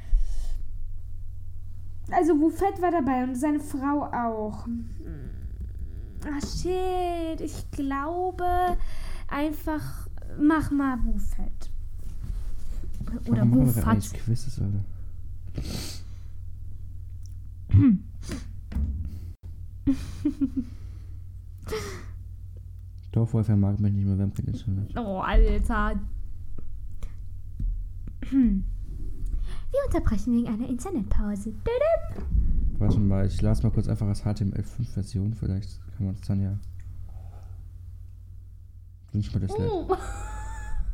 [SPEAKER 5] Also Buffett war dabei und seine Frau auch. Hm. Ah shit, ich glaube einfach mach mal Buffett.
[SPEAKER 2] Warum
[SPEAKER 5] Oder
[SPEAKER 2] machen wir gerade
[SPEAKER 5] Buffett.
[SPEAKER 2] eigentlich Quizzes, Alter? Dorfwolf, er mag mich nicht mehr, wir haben kein Internet.
[SPEAKER 5] Oh, Alter. Hm. Wir unterbrechen wegen einer Internetpause. Düdüm.
[SPEAKER 2] Warte mal, ich las mal kurz einfach als HTML5-Version, vielleicht kann man es dann ja. Nicht mal das Leid.
[SPEAKER 5] Oh.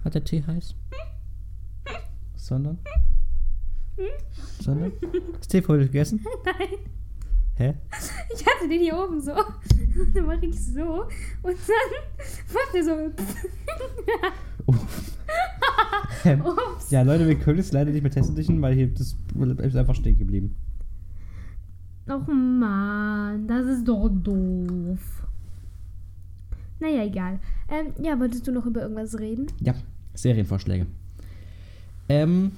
[SPEAKER 2] Hat der Tee heiß? Sondern? Sondern? Ist Tee vorher gegessen?
[SPEAKER 5] [LAUGHS] Nein.
[SPEAKER 2] Hä?
[SPEAKER 5] Ich hatte den hier oben so. [LAUGHS] Und dann mache ich so. Und dann [LAUGHS] macht er so.
[SPEAKER 2] Uff. Ähm,
[SPEAKER 5] [LAUGHS] Ups.
[SPEAKER 2] Ja, Leute, wir können es leider nicht mehr testen, dichten, weil hier das ist einfach stehen geblieben.
[SPEAKER 5] Och Mann, das ist doch doof. Naja, egal. Ähm, ja, wolltest du noch über irgendwas reden?
[SPEAKER 2] Ja, Serienvorschläge. Ähm,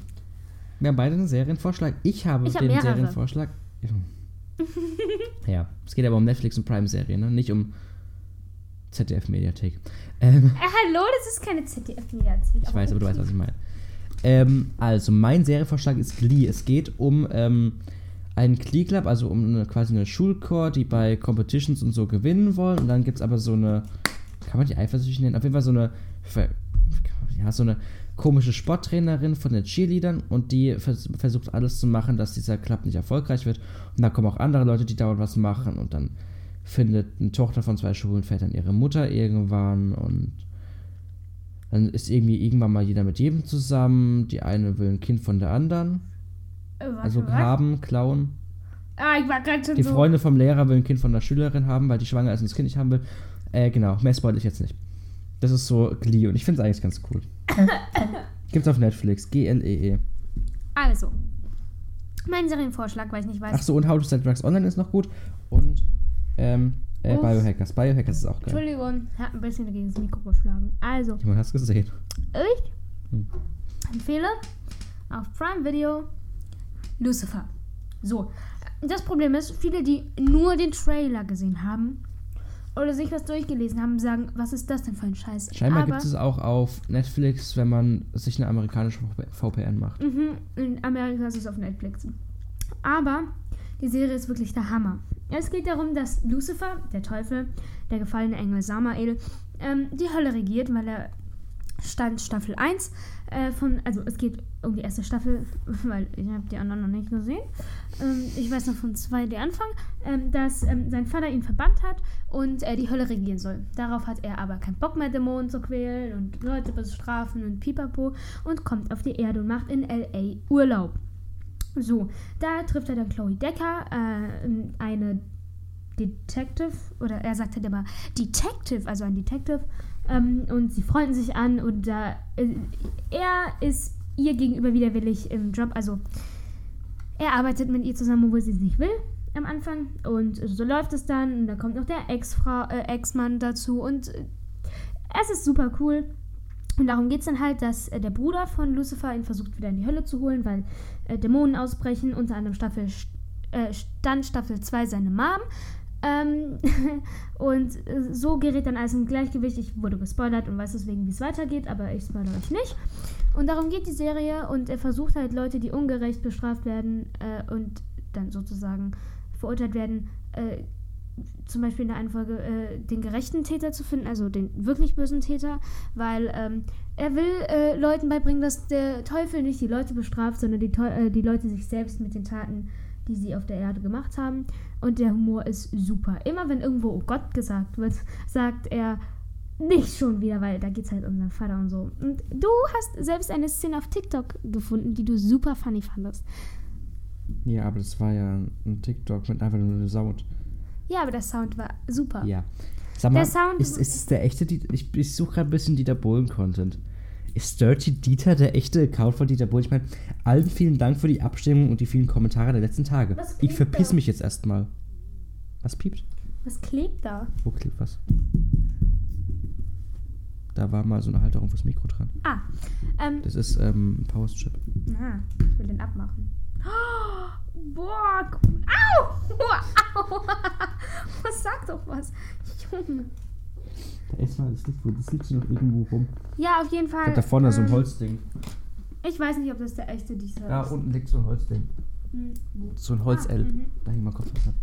[SPEAKER 2] wir haben beide einen Serienvorschlag. Ich habe
[SPEAKER 5] Ich habe
[SPEAKER 2] den
[SPEAKER 5] mehrere. [LAUGHS]
[SPEAKER 2] Serienvorschlag. Ja, es geht aber um Netflix und Prime-Serien, ne? nicht um ZDF-Mediathek. Ähm,
[SPEAKER 5] Äh, hallo, das ist keine ZDF-Mediathek.
[SPEAKER 2] Ich weiß, aber du weißt, was ich meine. Ähm, also, mein Serienvorschlag ist Glee. Es geht um ähm, einen Glee Club, also um eine, quasi eine Schulchor, die bei Competitions und so gewinnen wollen. Und dann gibt es aber so eine, kann man die eifersüchtig nennen? Auf jeden Fall so eine, ver- ja, so eine komische Sporttrainerin von den Cheerleadern und die vers versucht alles zu machen, dass dieser Club nicht erfolgreich wird. Und dann kommen auch andere Leute, die dauernd was machen und dann findet eine Tochter von zwei schwulen Vätern ihre Mutter irgendwann und dann ist irgendwie irgendwann mal jeder mit jedem zusammen. Die eine will ein Kind von der anderen.
[SPEAKER 5] Äh,
[SPEAKER 2] Also
[SPEAKER 5] warte, was?
[SPEAKER 2] haben, klauen.
[SPEAKER 5] Ah, ich war gerade schon
[SPEAKER 2] Die
[SPEAKER 5] so.
[SPEAKER 2] Freunde vom Lehrer will ein Kind von der Schülerin haben, weil die schwanger ist und das Kind nicht haben will. Äh, genau, mehr spoil ich jetzt nicht. Das ist so Glee und ich finde es eigentlich ganz
[SPEAKER 5] [COUGHS]
[SPEAKER 2] cool. Gibt's auf Netflix, E G-L-E-E.
[SPEAKER 5] Also. Mein Serienvorschlag, weil ich nicht weiß.
[SPEAKER 2] Achso, und How to Sell Drugs Online ist noch gut. Und ähm, äh,
[SPEAKER 5] Uff.
[SPEAKER 2] Biohackers. Biohackers ist auch geil.
[SPEAKER 5] Entschuldigung, hat ein bisschen gegen das Mikro geschlagen. Also.
[SPEAKER 2] Jemand hat's gesehen.
[SPEAKER 5] Ich empfehle auf Prime Video Lucifer. So, das Problem ist, viele, die nur den Trailer gesehen haben, oder sich was durchgelesen haben, sagen, was ist das denn für ein Scheiß?
[SPEAKER 2] Scheinbar
[SPEAKER 5] Aber,
[SPEAKER 2] gibt es auch auf Netflix, wenn man sich eine amerikanische VPN macht.
[SPEAKER 5] Mhm, in Amerika ist es auf Netflix. Aber die Serie ist wirklich der Hammer. Es geht darum, dass Lucifer, der Teufel, der gefallene Engel Samael, ähm, die Hölle regiert, weil er stand Staffel 1 äh, von, also es geht um die erste Staffel, [LAUGHS] weil ich habe die anderen noch nicht gesehen. Ähm, ich weiß noch von zwei, der Anfang, ähm, dass ähm, sein Vater ihn verbannt hat und äh, die Hölle regieren soll. Darauf hat er aber keinen Bock mehr, Dämonen zu quälen und Leute bestrafen und pipapo und kommt auf die Erde und macht in L.A. Urlaub. So, da trifft er dann Chloe Decker, äh, eine Detective, oder er sagt halt immer Detective, also ein Detective, ähm, und sie freunden sich an und da, äh, er ist ihr gegenüber widerwillig im Job, also er arbeitet mit ihr zusammen, obwohl sie es nicht will am Anfang und so läuft es dann und dann kommt noch der Ex-Frau, äh, Ex-Mann dazu und äh, es ist super cool. Und darum geht es dann halt, dass äh, der Bruder von Lucifer ihn versucht wieder in die Hölle zu holen, weil äh, Dämonen ausbrechen. Unter anderem Staffel, st- äh, stand Staffel 2 seine Mom. Ähm, [LAUGHS] und äh, so gerät dann alles im Gleichgewicht. Ich wurde gespoilert und weiß deswegen, wie es weitergeht, aber ich spoilere euch nicht. Und darum geht die Serie und er versucht halt Leute, die ungerecht bestraft werden äh, und dann sozusagen verurteilt werden, äh, zum Beispiel in der einen Folge äh, den gerechten Täter zu finden, also den wirklich bösen Täter, weil ähm, er will äh, Leuten beibringen, dass der Teufel nicht die Leute bestraft, sondern die, Teu äh, die Leute sich selbst mit den Taten, die sie auf der Erde gemacht haben. Und der Humor ist super. Immer wenn irgendwo oh Gott gesagt wird, sagt er nicht schon wieder, weil da geht's halt um seinen Vater und so. Und du hast selbst eine Szene auf TikTok gefunden, die du super funny fandest.
[SPEAKER 2] Ja, aber das war ja ein TikTok mit einfach nur einem Sound.
[SPEAKER 5] Ja, aber der Sound war super.
[SPEAKER 2] Ah. Ja. Sag mal,
[SPEAKER 5] Der Sound-
[SPEAKER 2] ist, ist es der echte Dieter? Ich, ich suche gerade ein bisschen Dieter Bohlen-Content. Ist Dirty Dieter der echte Account von Dieter Bohlen? Ich meine, allen vielen Dank für die Abstimmung und die vielen Kommentare der letzten Tage.
[SPEAKER 5] Was
[SPEAKER 2] Ich
[SPEAKER 5] piept
[SPEAKER 2] verpiss
[SPEAKER 5] da?
[SPEAKER 2] mich jetzt erstmal. Was piept?
[SPEAKER 5] Was klebt da?
[SPEAKER 2] Wo klebt was? Da war mal so eine Halterung fürs Mikro dran.
[SPEAKER 5] Ah, ähm,
[SPEAKER 2] Das ist ähm, ein Power-Chip.
[SPEAKER 5] Na, ich will den abmachen. [GASPS] Oh, boah, cool. Au! Boah, au! [LAUGHS] Was sagt doch was? [LAUGHS] Junge.
[SPEAKER 2] Da ist mal das Licht, das liegt hier noch irgendwo rum.
[SPEAKER 5] Ja, auf jeden Fall.
[SPEAKER 2] Da vorne so ein
[SPEAKER 5] ähm,
[SPEAKER 2] Holzding.
[SPEAKER 5] Ich weiß nicht, ob das der echte Dieter
[SPEAKER 2] Da
[SPEAKER 5] ist.
[SPEAKER 2] unten liegt so ein Holzding.
[SPEAKER 5] Hm, gut.
[SPEAKER 2] So ein Holz-L.
[SPEAKER 5] Ah, mhm.
[SPEAKER 2] Da hing mal Kopf dran.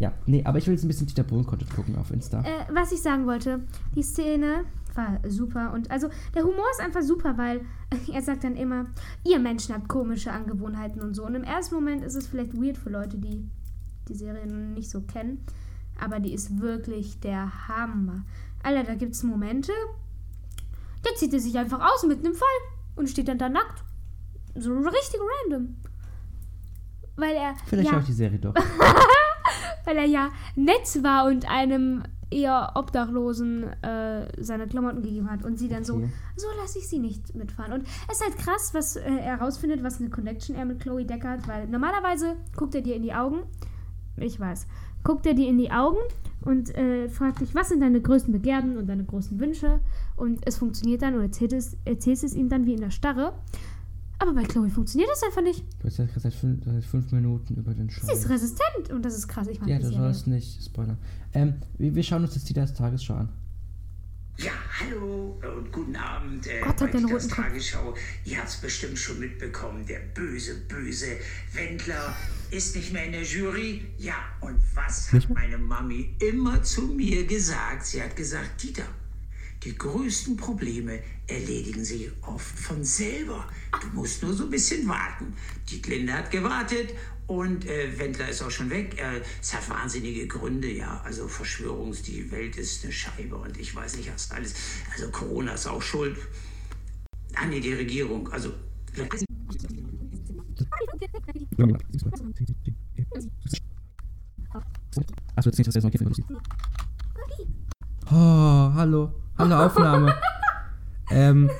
[SPEAKER 2] Ja, nee, aber ich will jetzt ein bisschen Dieter Bohlen-Content gucken auf Insta.
[SPEAKER 5] Äh, was ich sagen wollte, die Szene war super und also der Humor ist einfach super, weil [LAUGHS] er sagt dann immer, ihr Menschen habt komische Angewohnheiten und so. Und im ersten Moment ist es vielleicht weird für Leute, die die Serie noch nicht so kennen, aber die ist wirklich der Hammer. Alter, da gibt es Momente, da zieht er sich einfach aus mitten im Fall und steht dann da nackt. So richtig random. Weil er.
[SPEAKER 2] Vielleicht
[SPEAKER 5] ja,
[SPEAKER 2] schaue ich die Serie
[SPEAKER 5] [LAUGHS]
[SPEAKER 2] doch.
[SPEAKER 5] weil er ja nett war und einem eher Obdachlosen äh, seine Klamotten gegeben hat und sie dann so,
[SPEAKER 2] Okay.
[SPEAKER 5] so lasse ich sie nicht mitfahren. Und es ist halt krass, was äh, er herausfindet, was eine Connection er mit Chloe Decker hat, weil normalerweise guckt er dir in die Augen, ich weiß, guckt er dir in die Augen und äh, fragt dich, was sind deine größten Begehren und deine großen Wünsche und es funktioniert dann oder erzählst es, erzählst es ihm dann wie in der Starre. Aber bei Chloe funktioniert das einfach nicht.
[SPEAKER 2] Du hast ja gerade seit fünf, seit fünf Minuten über den Schau.
[SPEAKER 5] Sie ist resistent und das ist krass. Ich mag
[SPEAKER 2] Ja,
[SPEAKER 5] die
[SPEAKER 2] du
[SPEAKER 5] Serie.
[SPEAKER 2] sollst nicht spoilern. Ähm, wir, wir schauen uns jetzt Dieter Tagesschau an.
[SPEAKER 6] Ja, hallo und guten Abend. Äh,
[SPEAKER 5] Gott, hat
[SPEAKER 6] bei
[SPEAKER 5] der einen
[SPEAKER 6] Dieters
[SPEAKER 5] roten Kopf.
[SPEAKER 6] Tagesschau. Ihr habt's bestimmt schon mitbekommen. Der böse, böse Wendler ist nicht mehr in der Jury. Ja, und was hat meine Mami immer zu mir gesagt? Sie hat gesagt, Dieter, die größten Probleme erledigen sie oft von selber. Du musst nur so ein bisschen warten. Dietlinde hat gewartet und äh, Wendler ist auch schon weg. Äh, es hat wahnsinnige Gründe, ja. Also Verschwörungs, die Welt ist eine Scheibe und ich weiß nicht, was alles. Also Corona ist auch schuld. Ah nee, die Regierung. Also
[SPEAKER 2] Achso, jetzt nicht, dass er jetzt noch Oh, hallo. Hallo Aufnahme. ähm,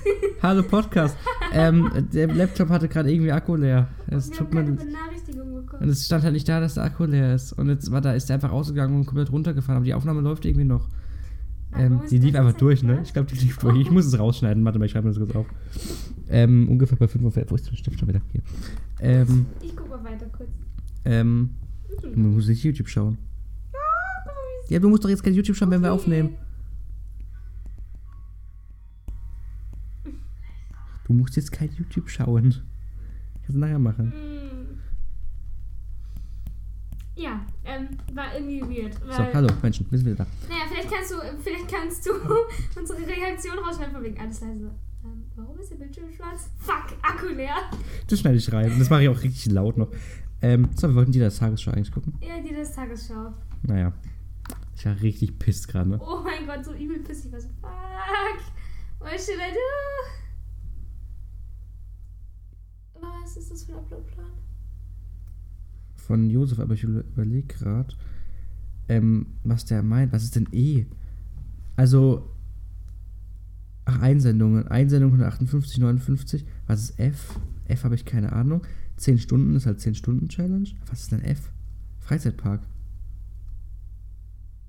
[SPEAKER 2] hallo Podcast. Ähm, der Laptop hatte gerade irgendwie Akku leer. Es
[SPEAKER 5] Wir
[SPEAKER 2] tut
[SPEAKER 5] haben
[SPEAKER 2] mir
[SPEAKER 5] keine Benachrichtigung bekommen.
[SPEAKER 2] und es stand halt nicht da, dass der Akku leer ist. Und jetzt war da, ist der einfach ausgegangen und komplett runtergefahren. Aber die Aufnahme läuft irgendwie noch. Ähm,
[SPEAKER 5] Warum
[SPEAKER 2] die
[SPEAKER 5] ist
[SPEAKER 2] lief
[SPEAKER 5] das
[SPEAKER 2] einfach
[SPEAKER 5] jetzt
[SPEAKER 2] durch,
[SPEAKER 5] nicht
[SPEAKER 2] ne?
[SPEAKER 5] da?
[SPEAKER 2] Ich glaube, die lief durch. Ich muss es rausschneiden. Warte mal, ich schreibe mir das kurz auf. Ähm, ungefähr bei 5 Uhr. Wo ist der Stift schon wieder? Hier. Ähm,
[SPEAKER 5] Ich guck mal weiter kurz.
[SPEAKER 2] ähm, man muss ich YouTube schauen.
[SPEAKER 5] Guck mal, wie
[SPEAKER 2] Ja, du musst doch jetzt kein YouTube schauen, wenn wir aufnehmen. Du musst jetzt kein YouTube schauen. Kannst du nachher machen.
[SPEAKER 5] Hm. Ja, ähm, war irgendwie weird. Weil,
[SPEAKER 2] So, hallo, Menschen, wir sind wieder da.
[SPEAKER 5] Naja, vielleicht kannst du, vielleicht kannst du [LAUGHS] unsere Reaktion rausschneiden von wegen alles leise. Ähm, warum ist der Bildschirm schwarz? Fuck, Akku leer.
[SPEAKER 2] Das schneide ich rein. Das mache ich auch richtig laut noch. Ähm, so, wir wollten die das Tagesschau eigentlich gucken.
[SPEAKER 5] Ja, die des Tagesschau.
[SPEAKER 2] Naja. Ich war richtig pisst gerade, ne?
[SPEAKER 5] Oh mein Gott, so übel pissig was. Fuck. What should I do? Was ist das für ein Uploadplan?
[SPEAKER 2] Von Josef, aber ich überlege gerade, ähm, was der meint. Was ist denn E? Also. Ach, Einsendungen. Einsendung 158, 59. Was ist F? F habe ich keine Ahnung. 10 Stunden ist halt 10 Stunden Challenge. Was ist denn F? Freizeitpark.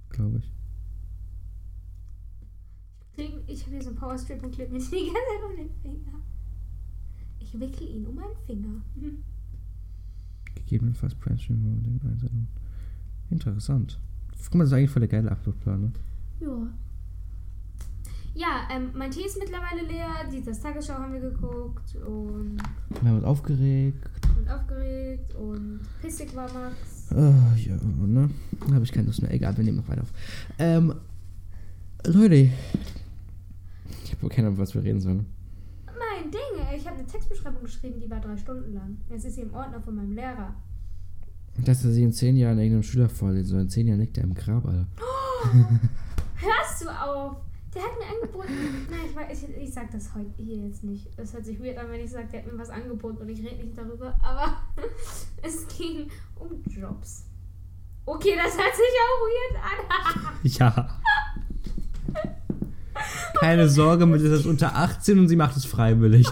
[SPEAKER 2] Glaube ich.
[SPEAKER 5] Kling- Ich habe hier so einen Powerstrip und klebe mir die ganze Zeit um den Finger. Ich wickel ihn um meinen Finger.
[SPEAKER 2] Gegebenenfalls Brainstream Holding Einsendung. Interessant. Guck mal, das ist eigentlich voll der geile Uploadplan, ne?
[SPEAKER 5] Ja. Ja, ähm, mein Tee ist mittlerweile leer. Die das Tagesschau haben wir geguckt und,
[SPEAKER 2] Wir haben uns aufgeregt.
[SPEAKER 5] und aufgeregt und pissig war Max.
[SPEAKER 2] Ah, ja, ne? Dann habe ich keine Lust mehr. Egal, wir nehmen noch weiter auf. Ähm, Leute. Ich habe wohl keine Ahnung, was wir reden sollen.
[SPEAKER 5] Mein Ding, ey, ich habe eine Textbeschreibung geschrieben, die war drei Stunden lang. Jetzt ist sie im Ordner von meinem Lehrer.
[SPEAKER 2] Dass er sie in zehn Jahren irgendeinem Schüler vorlesen soll. In zehn Jahren liegt er im Grab, Alter.
[SPEAKER 5] Hörst du auf? Der hat mir angeboten. Nein, ich, weiß, ich, ich sag das heute hier jetzt nicht. Das hört sich weird an, wenn ich sage, der hat mir was angeboten und ich rede nicht darüber. Aber [LAUGHS] es ging um Jobs. Okay, das hört sich auch weird an. [LAUGHS]
[SPEAKER 2] Ja. Keine Sorge, mit ist das unter 18 und sie macht es freiwillig.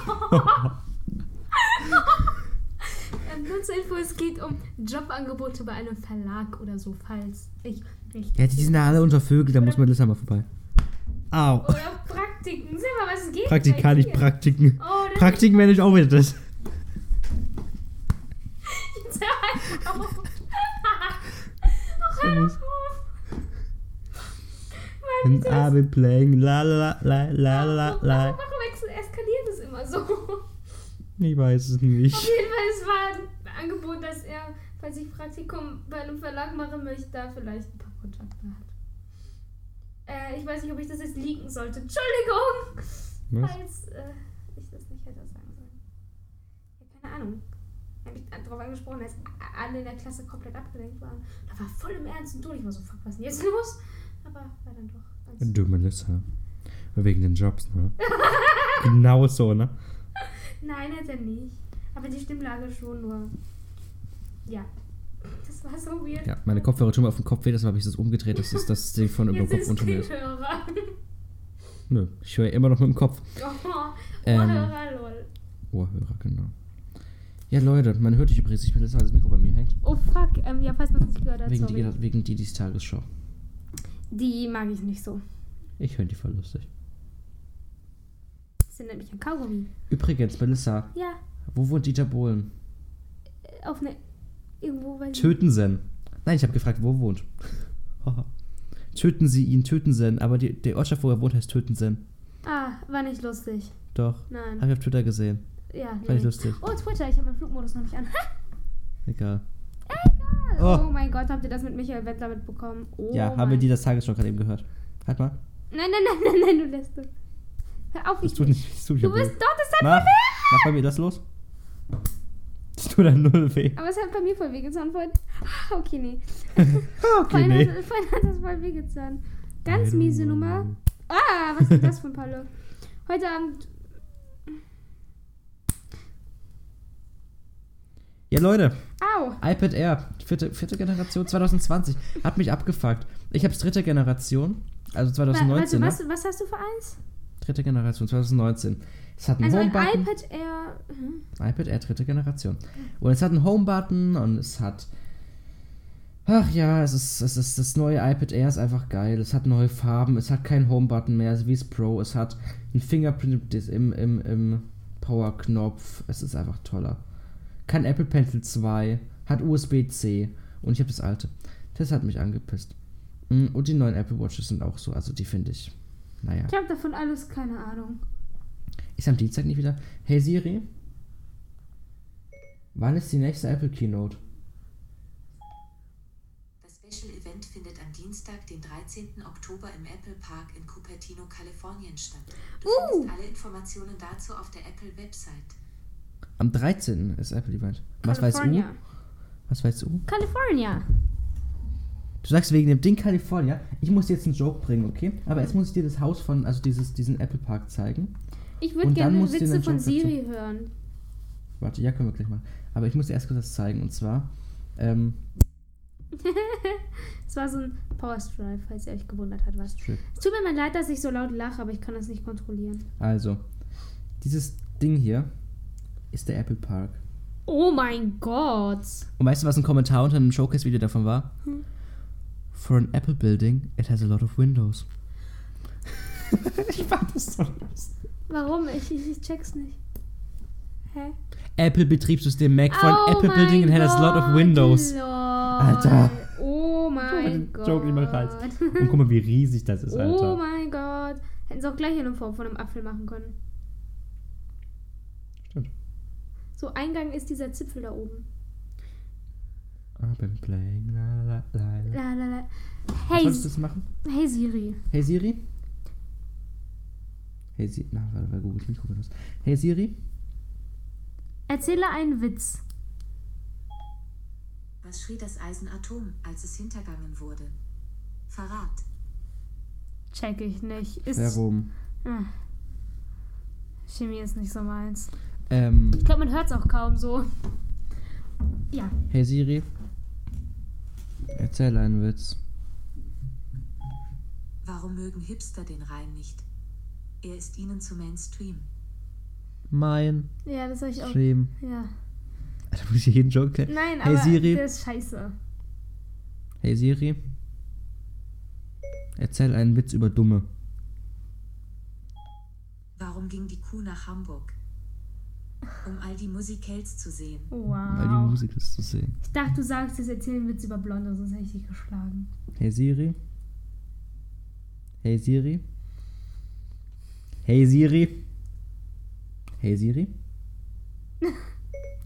[SPEAKER 5] Ähm, Nur zur Info, es geht um Jobangebote bei einem Verlag oder so, falls ich
[SPEAKER 2] [LAUGHS]
[SPEAKER 5] nicht.
[SPEAKER 2] ja, die sind ja alle unter Vögel, da muss Melissa mal vorbei. Au.
[SPEAKER 5] Oder Praktiken. Sag mal, was geht? bei
[SPEAKER 2] Praktika, nicht
[SPEAKER 5] dir?
[SPEAKER 2] Praktiken.
[SPEAKER 5] Oh, das-
[SPEAKER 2] Praktiken werde ich auch wieder das.
[SPEAKER 5] Jetzt hör einfach auf. Ach, hör
[SPEAKER 2] muss-
[SPEAKER 5] doch auf. Mann,
[SPEAKER 2] And
[SPEAKER 5] wieso
[SPEAKER 2] I'll
[SPEAKER 5] das-
[SPEAKER 2] be playing la la la la la la
[SPEAKER 5] Warum
[SPEAKER 2] la.
[SPEAKER 5] wechseln eskaliert es immer so? [LAUGHS] Auf
[SPEAKER 2] Ich weiß es nicht.
[SPEAKER 5] jeden Fall, es war ein Angebot, dass er, falls ich Praktikum bei einem Verlag machen möchte, da vielleicht ein paar Kontakte hat. Äh, ich weiß nicht, ob ich das jetzt leaken sollte. Entschuldigung!
[SPEAKER 2] Was?
[SPEAKER 5] Falls äh, ich das nicht hätte sagen sollen. Ja, keine Ahnung. Ich habe mich darauf angesprochen, dass alle in der Klasse komplett abgelenkt waren. Da war voll im Ernst und durch. Ich war so, fuck, was ist denn jetzt los? Aber war dann doch ganz
[SPEAKER 2] Du Melissa. Wegen den Jobs,
[SPEAKER 5] [LAUGHS]
[SPEAKER 2] ne? genau so, ne?
[SPEAKER 5] Nein, hat er nicht. Aber die Stimmlage schon nur. Ja. Das war so weird.
[SPEAKER 2] Ja, meine Kopfhörer tun mir auf dem Kopf weh, deshalb habe ich das umgedreht, dass das, das Ding von über dem
[SPEAKER 5] Jetzt
[SPEAKER 2] Kopf
[SPEAKER 5] ist
[SPEAKER 2] unter mir ist.
[SPEAKER 5] Kopfhörer.
[SPEAKER 2] Nö, ich höre immer noch mit dem Kopf.
[SPEAKER 5] [LAUGHS] Oh,
[SPEAKER 2] Ähm.
[SPEAKER 5] [LAUGHS] Ohrhörer, lol.
[SPEAKER 2] Ohrhörer, genau. Ja, Leute, man hört dich übrigens nicht, Melissa, weil das Mikro bei mir hängt.
[SPEAKER 5] Oh fuck, ähm, ja, falls man es nicht gehört hat,
[SPEAKER 2] Wegen,
[SPEAKER 5] sorry.
[SPEAKER 2] die, wegen die, die Tagesschau.
[SPEAKER 5] Die mag ich nicht so.
[SPEAKER 2] Ich höre die voll lustig.
[SPEAKER 5] Das sind nämlich ein Kaugummi.
[SPEAKER 2] Übrigens, Melissa,
[SPEAKER 5] Ja,
[SPEAKER 2] wo wohnt Dieter Bohlen?
[SPEAKER 5] auf eine. Irgendwo, weil.
[SPEAKER 2] Töten Sie ihn. Nein, ich habe gefragt, wo er wohnt. [LAUGHS] Haha. töten Sie ihn, töten Sie ihn. Aber die, die Ortschaft, wo er wohnt, heißt Töten Sie ihn.
[SPEAKER 5] Ah, war nicht lustig.
[SPEAKER 2] Doch.
[SPEAKER 5] Nein.
[SPEAKER 2] Habe ich auf Twitter gesehen.
[SPEAKER 5] Ja,
[SPEAKER 2] Fand ich lustig.
[SPEAKER 5] Oh, Twitter, ich habe meinen Flugmodus noch nicht an.
[SPEAKER 2] Egal.
[SPEAKER 5] Egal. Oh.
[SPEAKER 2] Oh.
[SPEAKER 5] mein Gott, habt ihr das mit Michael Wettler mitbekommen? Oh
[SPEAKER 2] ja, haben wir
[SPEAKER 5] mein-
[SPEAKER 2] die das Tagesschau gerade eben gehört. Halt mal.
[SPEAKER 5] Nein, nein, nein, nein, nein, du lässt es. Hör auf,
[SPEAKER 2] Das
[SPEAKER 5] ich.
[SPEAKER 2] tut nicht das tut mir
[SPEAKER 5] du
[SPEAKER 2] weh.
[SPEAKER 5] bist. Doch, das hat mir
[SPEAKER 2] Mach,
[SPEAKER 5] weh.
[SPEAKER 2] mach bei mir das los. Das tut dann null
[SPEAKER 5] [LAUGHS]
[SPEAKER 2] weh.
[SPEAKER 5] Aber es hat bei mir voll wehgetan. Voll... Ah, Okay, nee.
[SPEAKER 2] Okay,
[SPEAKER 5] Vorhin,
[SPEAKER 2] nee.
[SPEAKER 5] hat, vorhin hat das voll wehgetan. Ganz miese Nummer. Ah, was ist das für ein Palle? Heute Abend.
[SPEAKER 2] Ja, Leute.
[SPEAKER 5] Au!
[SPEAKER 2] iPad Air, vierte, vierte Generation, 2020. Hat mich abgefuckt. Ich hab's dritte Generation, also
[SPEAKER 5] Wa-
[SPEAKER 2] 2019.
[SPEAKER 5] Warte,
[SPEAKER 2] ne?
[SPEAKER 5] was, was hast du für eins?
[SPEAKER 2] Dritte Generation, 2019. Es hat einen
[SPEAKER 5] Also ein
[SPEAKER 2] Homebutton.
[SPEAKER 5] iPad Air. Hm?
[SPEAKER 2] iPad Air dritte Generation. Und es hat einen Home-Button und es hat. Ach ja, es ist, es ist das neue iPad Air ist einfach geil. Es hat neue Farben, es hat keinen Home-Button mehr, also wie es Pro. Es hat ein Fingerprint im Dis- im, im, im Power-Knopf. Es ist einfach toller. Kann Apple Pencil 2, hat USB-C und ich habe das alte. Das hat mich angepisst. Mm. Mm, Und die neuen Apple Watches sind auch so. Also die finde ich. Naja.
[SPEAKER 5] Ich habe davon alles keine Ahnung.
[SPEAKER 2] Ist am Dienstag nicht wieder. Hey Siri. Wann ist die nächste Apple Keynote?
[SPEAKER 7] Das Special Event findet am Dienstag, den 13. Oktober im Apple Park in Cupertino, Kalifornien statt. Du
[SPEAKER 5] Uh.
[SPEAKER 7] findest alle Informationen dazu auf der Apple Website.
[SPEAKER 2] Am 13. ist Apple Event. Was weißt du?
[SPEAKER 5] California.
[SPEAKER 2] Was weißt du?
[SPEAKER 5] California.
[SPEAKER 2] Du sagst wegen dem Ding California. Ich muss dir jetzt einen Joke bringen, okay? Aber erst muss ich dir das Haus von, also dieses, diesen Apple Park zeigen.
[SPEAKER 5] Ich
[SPEAKER 2] Und
[SPEAKER 5] würde
[SPEAKER 2] dann
[SPEAKER 5] gerne
[SPEAKER 2] musst du
[SPEAKER 5] Witze
[SPEAKER 2] den
[SPEAKER 5] von
[SPEAKER 2] Job
[SPEAKER 5] Siri hören.
[SPEAKER 2] Warte, ja, können wir gleich machen. Aber ich muss dir erst kurz was zeigen. Und zwar, ähm,
[SPEAKER 5] Es war so ein Power Strive, falls ihr euch gewundert hat, was.
[SPEAKER 2] Shit.
[SPEAKER 5] Es tut mir mal leid, dass ich so laut lache, aber ich kann das nicht kontrollieren.
[SPEAKER 2] also, dieses Ding hier ist der Apple Park.
[SPEAKER 5] Oh mein Gott.
[SPEAKER 2] Und weißt du, was ein Kommentar unter einem Showcase-Video davon war?
[SPEAKER 5] Hm.
[SPEAKER 2] For an Apple building, it has a lot of
[SPEAKER 5] [LAUGHS]
[SPEAKER 2] windows. ich fand das so lustig.
[SPEAKER 5] Warum? Ich, ich, ich check's nicht. Hä?
[SPEAKER 2] Apple Betriebssystem Mac for
[SPEAKER 5] oh
[SPEAKER 2] an Apple
[SPEAKER 5] mein
[SPEAKER 2] building, it has a lot of windows.
[SPEAKER 5] Lord.
[SPEAKER 2] Alter.
[SPEAKER 5] Oh mein
[SPEAKER 3] den
[SPEAKER 5] Gott.
[SPEAKER 3] Joke nicht mal reißt. Und guck mal, wie riesig das ist,
[SPEAKER 5] Oh
[SPEAKER 3] Alter.
[SPEAKER 5] mein Gott. Hätten sie auch gleich in Form von einem Apfel machen können.
[SPEAKER 3] Stimmt.
[SPEAKER 5] So, Eingang ist dieser Zipfel da oben.
[SPEAKER 2] I've been playing la la la la.
[SPEAKER 5] La, la, la.
[SPEAKER 2] Hey.
[SPEAKER 5] Hey,
[SPEAKER 2] Sollst du das machen?
[SPEAKER 5] hey Siri.
[SPEAKER 2] Hey Siri? Hey Siri. Na, warte, warte, Google Mikro benutzt. Hey Siri?
[SPEAKER 5] Erzähle einen Witz.
[SPEAKER 7] Was schrie das Eisenatom, als es hintergangen wurde? Verrat.
[SPEAKER 5] Check ich nicht. Ist
[SPEAKER 2] Werbung.
[SPEAKER 5] Chemie ist nicht so meins.
[SPEAKER 2] Ähm,
[SPEAKER 5] Ich glaube, man hört es auch kaum so. [LAUGHS] Ja.
[SPEAKER 2] hey Siri? Erzähl einen Witz.
[SPEAKER 7] Warum mögen Hipster den Rhein nicht? Er ist ihnen zu Mainstream.
[SPEAKER 2] Mein
[SPEAKER 5] Ja, das habe ich auch.
[SPEAKER 2] Stream.
[SPEAKER 5] Ja.
[SPEAKER 2] Da muss ich jeden Joke kennen.
[SPEAKER 5] Nein,
[SPEAKER 2] hey
[SPEAKER 5] aber
[SPEAKER 2] Siri.
[SPEAKER 5] der ist scheiße.
[SPEAKER 2] Hey Siri. Erzähl einen Witz über Dumme.
[SPEAKER 7] Warum ging die Kuh nach Hamburg? Um all die Musicals zu sehen.
[SPEAKER 2] Weil die
[SPEAKER 5] Oh, Wow.
[SPEAKER 2] Musik ist zu sehen.
[SPEAKER 5] Ich dachte, du sagst, jetzt erzählen Witz über Blonde, sonst hätte ich dich geschlagen.
[SPEAKER 2] Hey Siri. Hey Siri. Hey Siri. Hey
[SPEAKER 5] [LAUGHS]
[SPEAKER 2] Siri.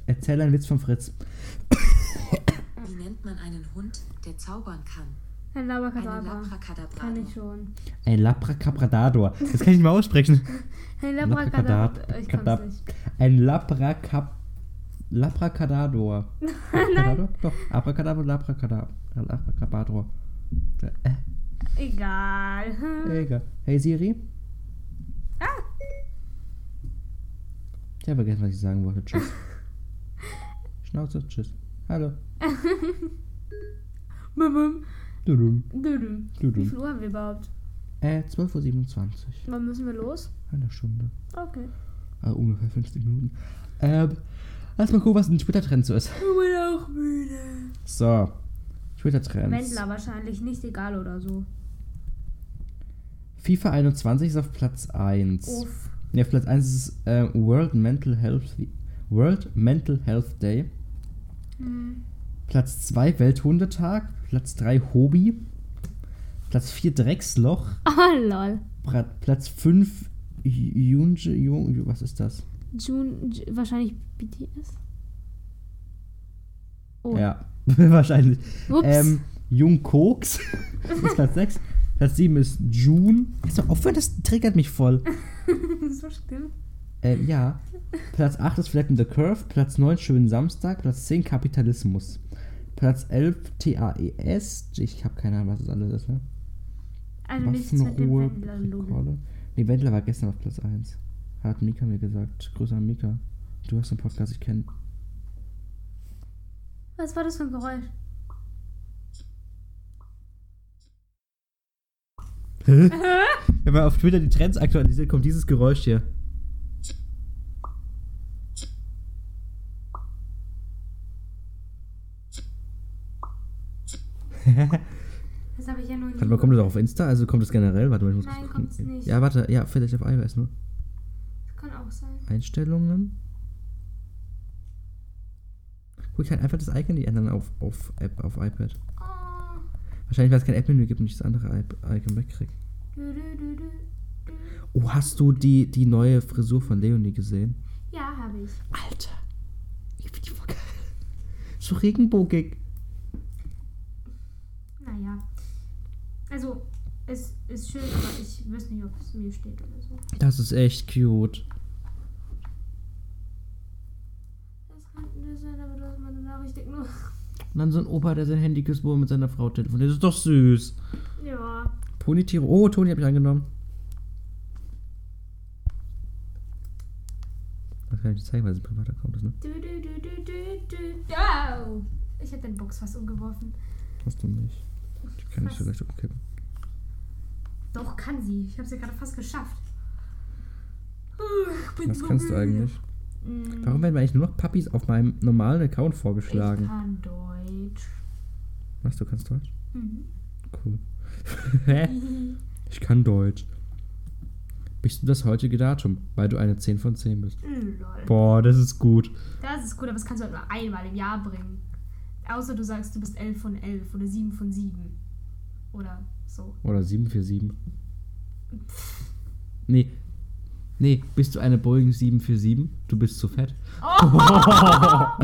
[SPEAKER 2] Erzähl einen Witz von Fritz.
[SPEAKER 7] Wie nennt man einen Hund, der zaubern kann?
[SPEAKER 5] Ein
[SPEAKER 7] Einen
[SPEAKER 5] Labrakadabra. Kann ich
[SPEAKER 7] Labrakadabra.
[SPEAKER 5] schon.
[SPEAKER 2] Ein Labracabradador. Das kann ich nicht mal aussprechen.
[SPEAKER 5] Ein
[SPEAKER 2] Labracadabra.
[SPEAKER 5] Labrakadabra. Ich kann's nicht.
[SPEAKER 2] Ein Labracab...
[SPEAKER 5] [LAUGHS]
[SPEAKER 2] Labracadador. Labracadador? Doch. Abracadabra, Labracadabra. Labracabador. Äh,
[SPEAKER 5] Egal. [LAUGHS] Hm.
[SPEAKER 2] Egal. Hey Siri.
[SPEAKER 5] Ah.
[SPEAKER 2] Ich habe vergessen, was ich sagen wollte.
[SPEAKER 5] [LAUGHS]
[SPEAKER 2] Tschüss. Schnauze, tschüss. Hallo.
[SPEAKER 5] Bum, bum,
[SPEAKER 2] Dudum,
[SPEAKER 5] dudum. Wie
[SPEAKER 2] dudum.
[SPEAKER 5] viel Uhr haben wir überhaupt?
[SPEAKER 2] Äh, 12.27 Uhr.
[SPEAKER 5] Wann müssen wir los?
[SPEAKER 2] Eine Stunde.
[SPEAKER 5] Okay.
[SPEAKER 2] Äh, ungefähr 50 Minuten. Ähm, lass mal gucken, was ein Twitter-Trend so ist.
[SPEAKER 5] Ich bin auch müde.
[SPEAKER 2] So. Twitter-Trends.
[SPEAKER 5] Wendler wahrscheinlich, nicht egal oder so.
[SPEAKER 2] FIFA 21 ist auf Platz 1.
[SPEAKER 5] Uff.
[SPEAKER 2] Ja, auf Platz 1 ist äh, World, Mental Health, World Mental Health Day. Platz 2 Welthundetag. Platz 3 Hobby. Platz 4 Drecksloch.
[SPEAKER 5] Oh, lol.
[SPEAKER 2] Pra- Platz 5 Junge. Jung, was ist das?
[SPEAKER 5] June, J- wahrscheinlich BTS. Oh.
[SPEAKER 2] Ja, [LAUGHS] wahrscheinlich.
[SPEAKER 5] Ups.
[SPEAKER 2] Ähm, Jung
[SPEAKER 5] [LAUGHS]
[SPEAKER 2] Koks ist Platz 6. Platz 7 ist June. Ist doch aufhören, das triggert mich
[SPEAKER 5] [LAUGHS]
[SPEAKER 2] voll.
[SPEAKER 5] so schlimm.
[SPEAKER 2] Ähm, ja. Platz 8 ist Flatten the Curve. Platz 9 Schönen Samstag. Platz 10 Kapitalismus. Platz 11 TAES. E Ich habe keine Ahnung, was das alles ist, ne?
[SPEAKER 5] Also nichts mit dem
[SPEAKER 2] Waffenruhe.
[SPEAKER 5] Wendler, Logo.
[SPEAKER 2] Rekorde. Nee, Wendler war gestern auf Platz 1. Hat Mika mir gesagt. Grüße an Mika. Du hast einen Podcast, ich kenne.
[SPEAKER 5] Was war das für ein Geräusch?
[SPEAKER 2] Wenn man auf Twitter die Trends aktualisiert, kommt dieses Geräusch hier.
[SPEAKER 5] Das habe ich ja nur nie.
[SPEAKER 2] Warte mal, kommt das auch auf Insta? Also kommt das generell? Warte mal, ich muss
[SPEAKER 5] Nein,
[SPEAKER 2] kurz-
[SPEAKER 5] kommt's nicht.
[SPEAKER 2] Ja, warte, ja, vielleicht auf iOS, ne?
[SPEAKER 5] Kann auch sein.
[SPEAKER 2] Einstellungen. halt
[SPEAKER 5] Oh.
[SPEAKER 2] Guck, ich kann einfach das Icon nicht ändern auf, auf, App- auf iPad. Wahrscheinlich, weil es kein App-Menü gibt und ich das andere Ip- Icon wegkrieg. Oh, hast du die, die neue Frisur von Leonie gesehen?
[SPEAKER 5] Ja, habe ich.
[SPEAKER 2] Alter. Ich finde die voll geil. So regenbogig.
[SPEAKER 5] Naja. Also, es ist schön, aber ich weiß nicht, ob es mir steht oder so.
[SPEAKER 2] Das ist echt cute.
[SPEAKER 5] Das könnte das sein, aber du hast meine Nachricht ignoriert.
[SPEAKER 2] Und dann so ein Opa, der sein Handy küsst, wo er mit seiner Frau telefoniert. Das ist doch süß.
[SPEAKER 5] Ja.
[SPEAKER 2] Ponytiere. Oh, Toni habe ich angenommen. Das kann ich nicht zeigen, weil es ein privater Account ist, ne?
[SPEAKER 5] Du, du, du, du, du, du. Au! Ich habe den Box fast umgeworfen.
[SPEAKER 2] Hast du nicht. Die kann ich
[SPEAKER 5] Was?
[SPEAKER 2] vielleicht umkippen.
[SPEAKER 5] Doch, kann sie. Ich habe es ja gerade fast geschafft. Huh, Ich bin
[SPEAKER 2] Was
[SPEAKER 5] so
[SPEAKER 2] kannst du
[SPEAKER 5] müde.
[SPEAKER 2] eigentlich?
[SPEAKER 5] Mm,
[SPEAKER 2] Warum werden mir eigentlich nur noch Puppies auf meinem normalen Account
[SPEAKER 5] Ich
[SPEAKER 2] vorgeschlagen?
[SPEAKER 5] kann Deutsch.
[SPEAKER 2] Was, du kannst Deutsch?
[SPEAKER 5] Mhm.
[SPEAKER 2] Cool. [LAUGHS] ich kann Deutsch. Bist du das heutige Datum? Weil du eine 10 von 10 bist.
[SPEAKER 5] Mm, Lol.
[SPEAKER 3] Boah, das ist gut.
[SPEAKER 5] Das ist cool, aber das kannst du halt nur einmal im Jahr bringen. Außer du sagst, du bist 11 von 11 oder 7 von 7. Oder so.
[SPEAKER 2] Oder 747. Nee. Nee, bist du eine Boeing 747? Du bist zu fett.
[SPEAKER 5] Oh.
[SPEAKER 2] [LAUGHS]
[SPEAKER 5] Alter,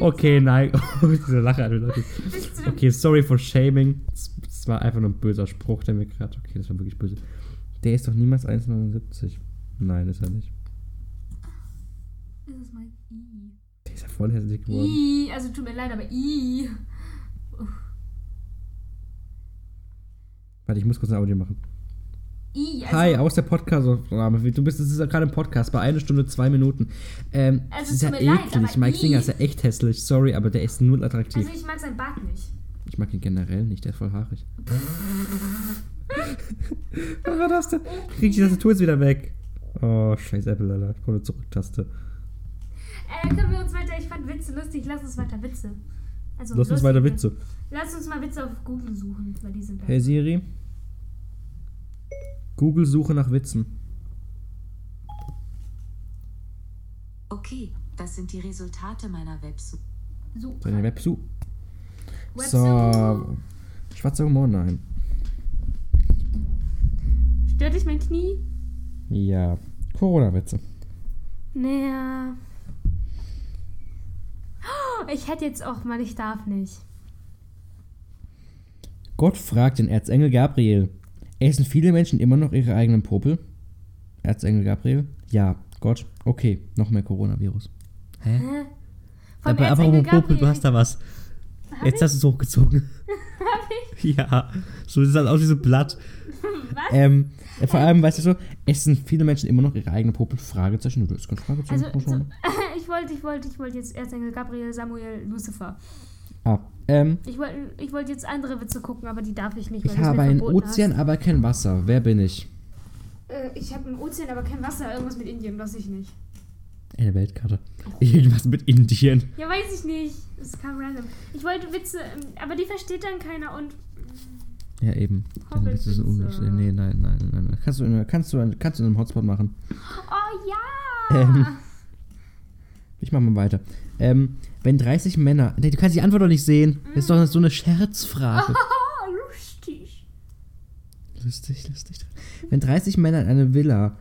[SPEAKER 3] Okay, nein. Diese Lache an den Leuten.
[SPEAKER 5] bist du
[SPEAKER 3] Okay, sorry for shaming. Das- Das war einfach nur ein böser Spruch, der mir gerade. Okay, das war wirklich böse.
[SPEAKER 2] Der ist doch niemals 1,79. Nein, ist er nicht.
[SPEAKER 5] Das ist mein I.
[SPEAKER 2] Der ist ja voll hässlich geworden.
[SPEAKER 5] I, also tut mir leid, aber I.
[SPEAKER 2] Warte, ich muss kurz ein Audio machen.
[SPEAKER 5] I, also,
[SPEAKER 2] Hi, aus der Podcast-Aufnahme. Du bist, das ist ja gerade ein Podcast, bei einer Stunde, zwei Minuten. Ähm,
[SPEAKER 5] Also,
[SPEAKER 2] das ist ja
[SPEAKER 5] tut mir leid,
[SPEAKER 2] eklig.
[SPEAKER 5] aber
[SPEAKER 2] Mike Singer
[SPEAKER 5] ih.
[SPEAKER 2] ist ja echt hässlich. Sorry, aber der ist null attraktiv.
[SPEAKER 5] also ich mag sein Bart nicht.
[SPEAKER 2] ich mag ihn generell nicht, der ist voll
[SPEAKER 5] [LAUGHS]
[SPEAKER 2] haarig. Was war das denn? Krieg ich die Tastatur jetzt wieder weg? Oh, scheiß Apple, Alter. Ich brauche eine Zurücktaste.
[SPEAKER 5] Äh, können wir uns weiter, ich fand Witze lustig, lass uns weiter Witze. Also,
[SPEAKER 2] Lass uns
[SPEAKER 5] lustige.
[SPEAKER 2] weiter Witze.
[SPEAKER 5] Lass uns mal Witze auf Google suchen, weil die sind da.
[SPEAKER 2] Hey Siri. Google Suche nach Witzen.
[SPEAKER 7] Okay, das sind die Resultate meiner Websuche.
[SPEAKER 5] so.
[SPEAKER 2] Deine Websu.
[SPEAKER 5] Websu.
[SPEAKER 2] So. Schwarzer Humor, nein.
[SPEAKER 5] Stört dich mein Knie?
[SPEAKER 2] Ja. Corona-Witze.
[SPEAKER 5] Naja. Oh, Ich hätte jetzt auch mal, ich darf nicht.
[SPEAKER 2] Gott fragt den Erzengel Gabriel: Essen viele Menschen immer noch ihre eigenen Popel? Erzengel Gabriel: Ja, Gott. Okay, noch mehr Coronavirus.
[SPEAKER 5] Von
[SPEAKER 3] da was. Jetzt hast du es hochgezogen. Ja, so sieht
[SPEAKER 2] halt
[SPEAKER 3] das aus wie so ein Blatt.
[SPEAKER 2] Ähm, äh, vor allem, weißt du so, essen viele Menschen immer noch ihre eigenen Popel? Fragezeichen, oder ist kein Fragezeichen?
[SPEAKER 5] Also,
[SPEAKER 2] Muss
[SPEAKER 5] so,
[SPEAKER 2] man-
[SPEAKER 5] [LAUGHS] ich wollte, ich wollte, ich wollte jetzt Erzengel Gabriel, Samuel, Lucifer.
[SPEAKER 2] ah, ähm,
[SPEAKER 5] Ich wollte, ich wollte jetzt andere Witze gucken, aber die darf ich nicht.
[SPEAKER 2] ich
[SPEAKER 5] du es
[SPEAKER 2] habe
[SPEAKER 5] mir
[SPEAKER 2] einen
[SPEAKER 5] verboten
[SPEAKER 2] Ozean, aber kein Wasser. Wer bin ich?
[SPEAKER 5] Hast. Äh, ich habe einen Ozean, aber kein Wasser. Irgendwas mit Indien, weiß ich nicht.
[SPEAKER 2] Eine Weltkarte. [LAUGHS] Irgendwas mit Indien.
[SPEAKER 5] Ja, weiß ich nicht. Es kam random. Ich wollte Witze, ähm, aber die versteht dann keiner und
[SPEAKER 2] Ja, eben. Deine Witze sind
[SPEAKER 5] Hobbitwitze.
[SPEAKER 2] unlustig. Nee, nein, nein, nein. nein. Kannst du, in, kannst, du, kannst du in einem Hotspot machen. [LAUGHS]
[SPEAKER 5] oh ja. [LAUGHS]
[SPEAKER 2] Ähm, ich mach mal weiter. Ähm, wenn 30 Männer. Nee, du kannst die Antwort doch nicht sehen. Das ist
[SPEAKER 5] Mm.
[SPEAKER 2] doch so eine Scherzfrage.
[SPEAKER 5] Oh, lustig.
[SPEAKER 2] Lustig, lustig. Wenn 30 Männer in eine Villa.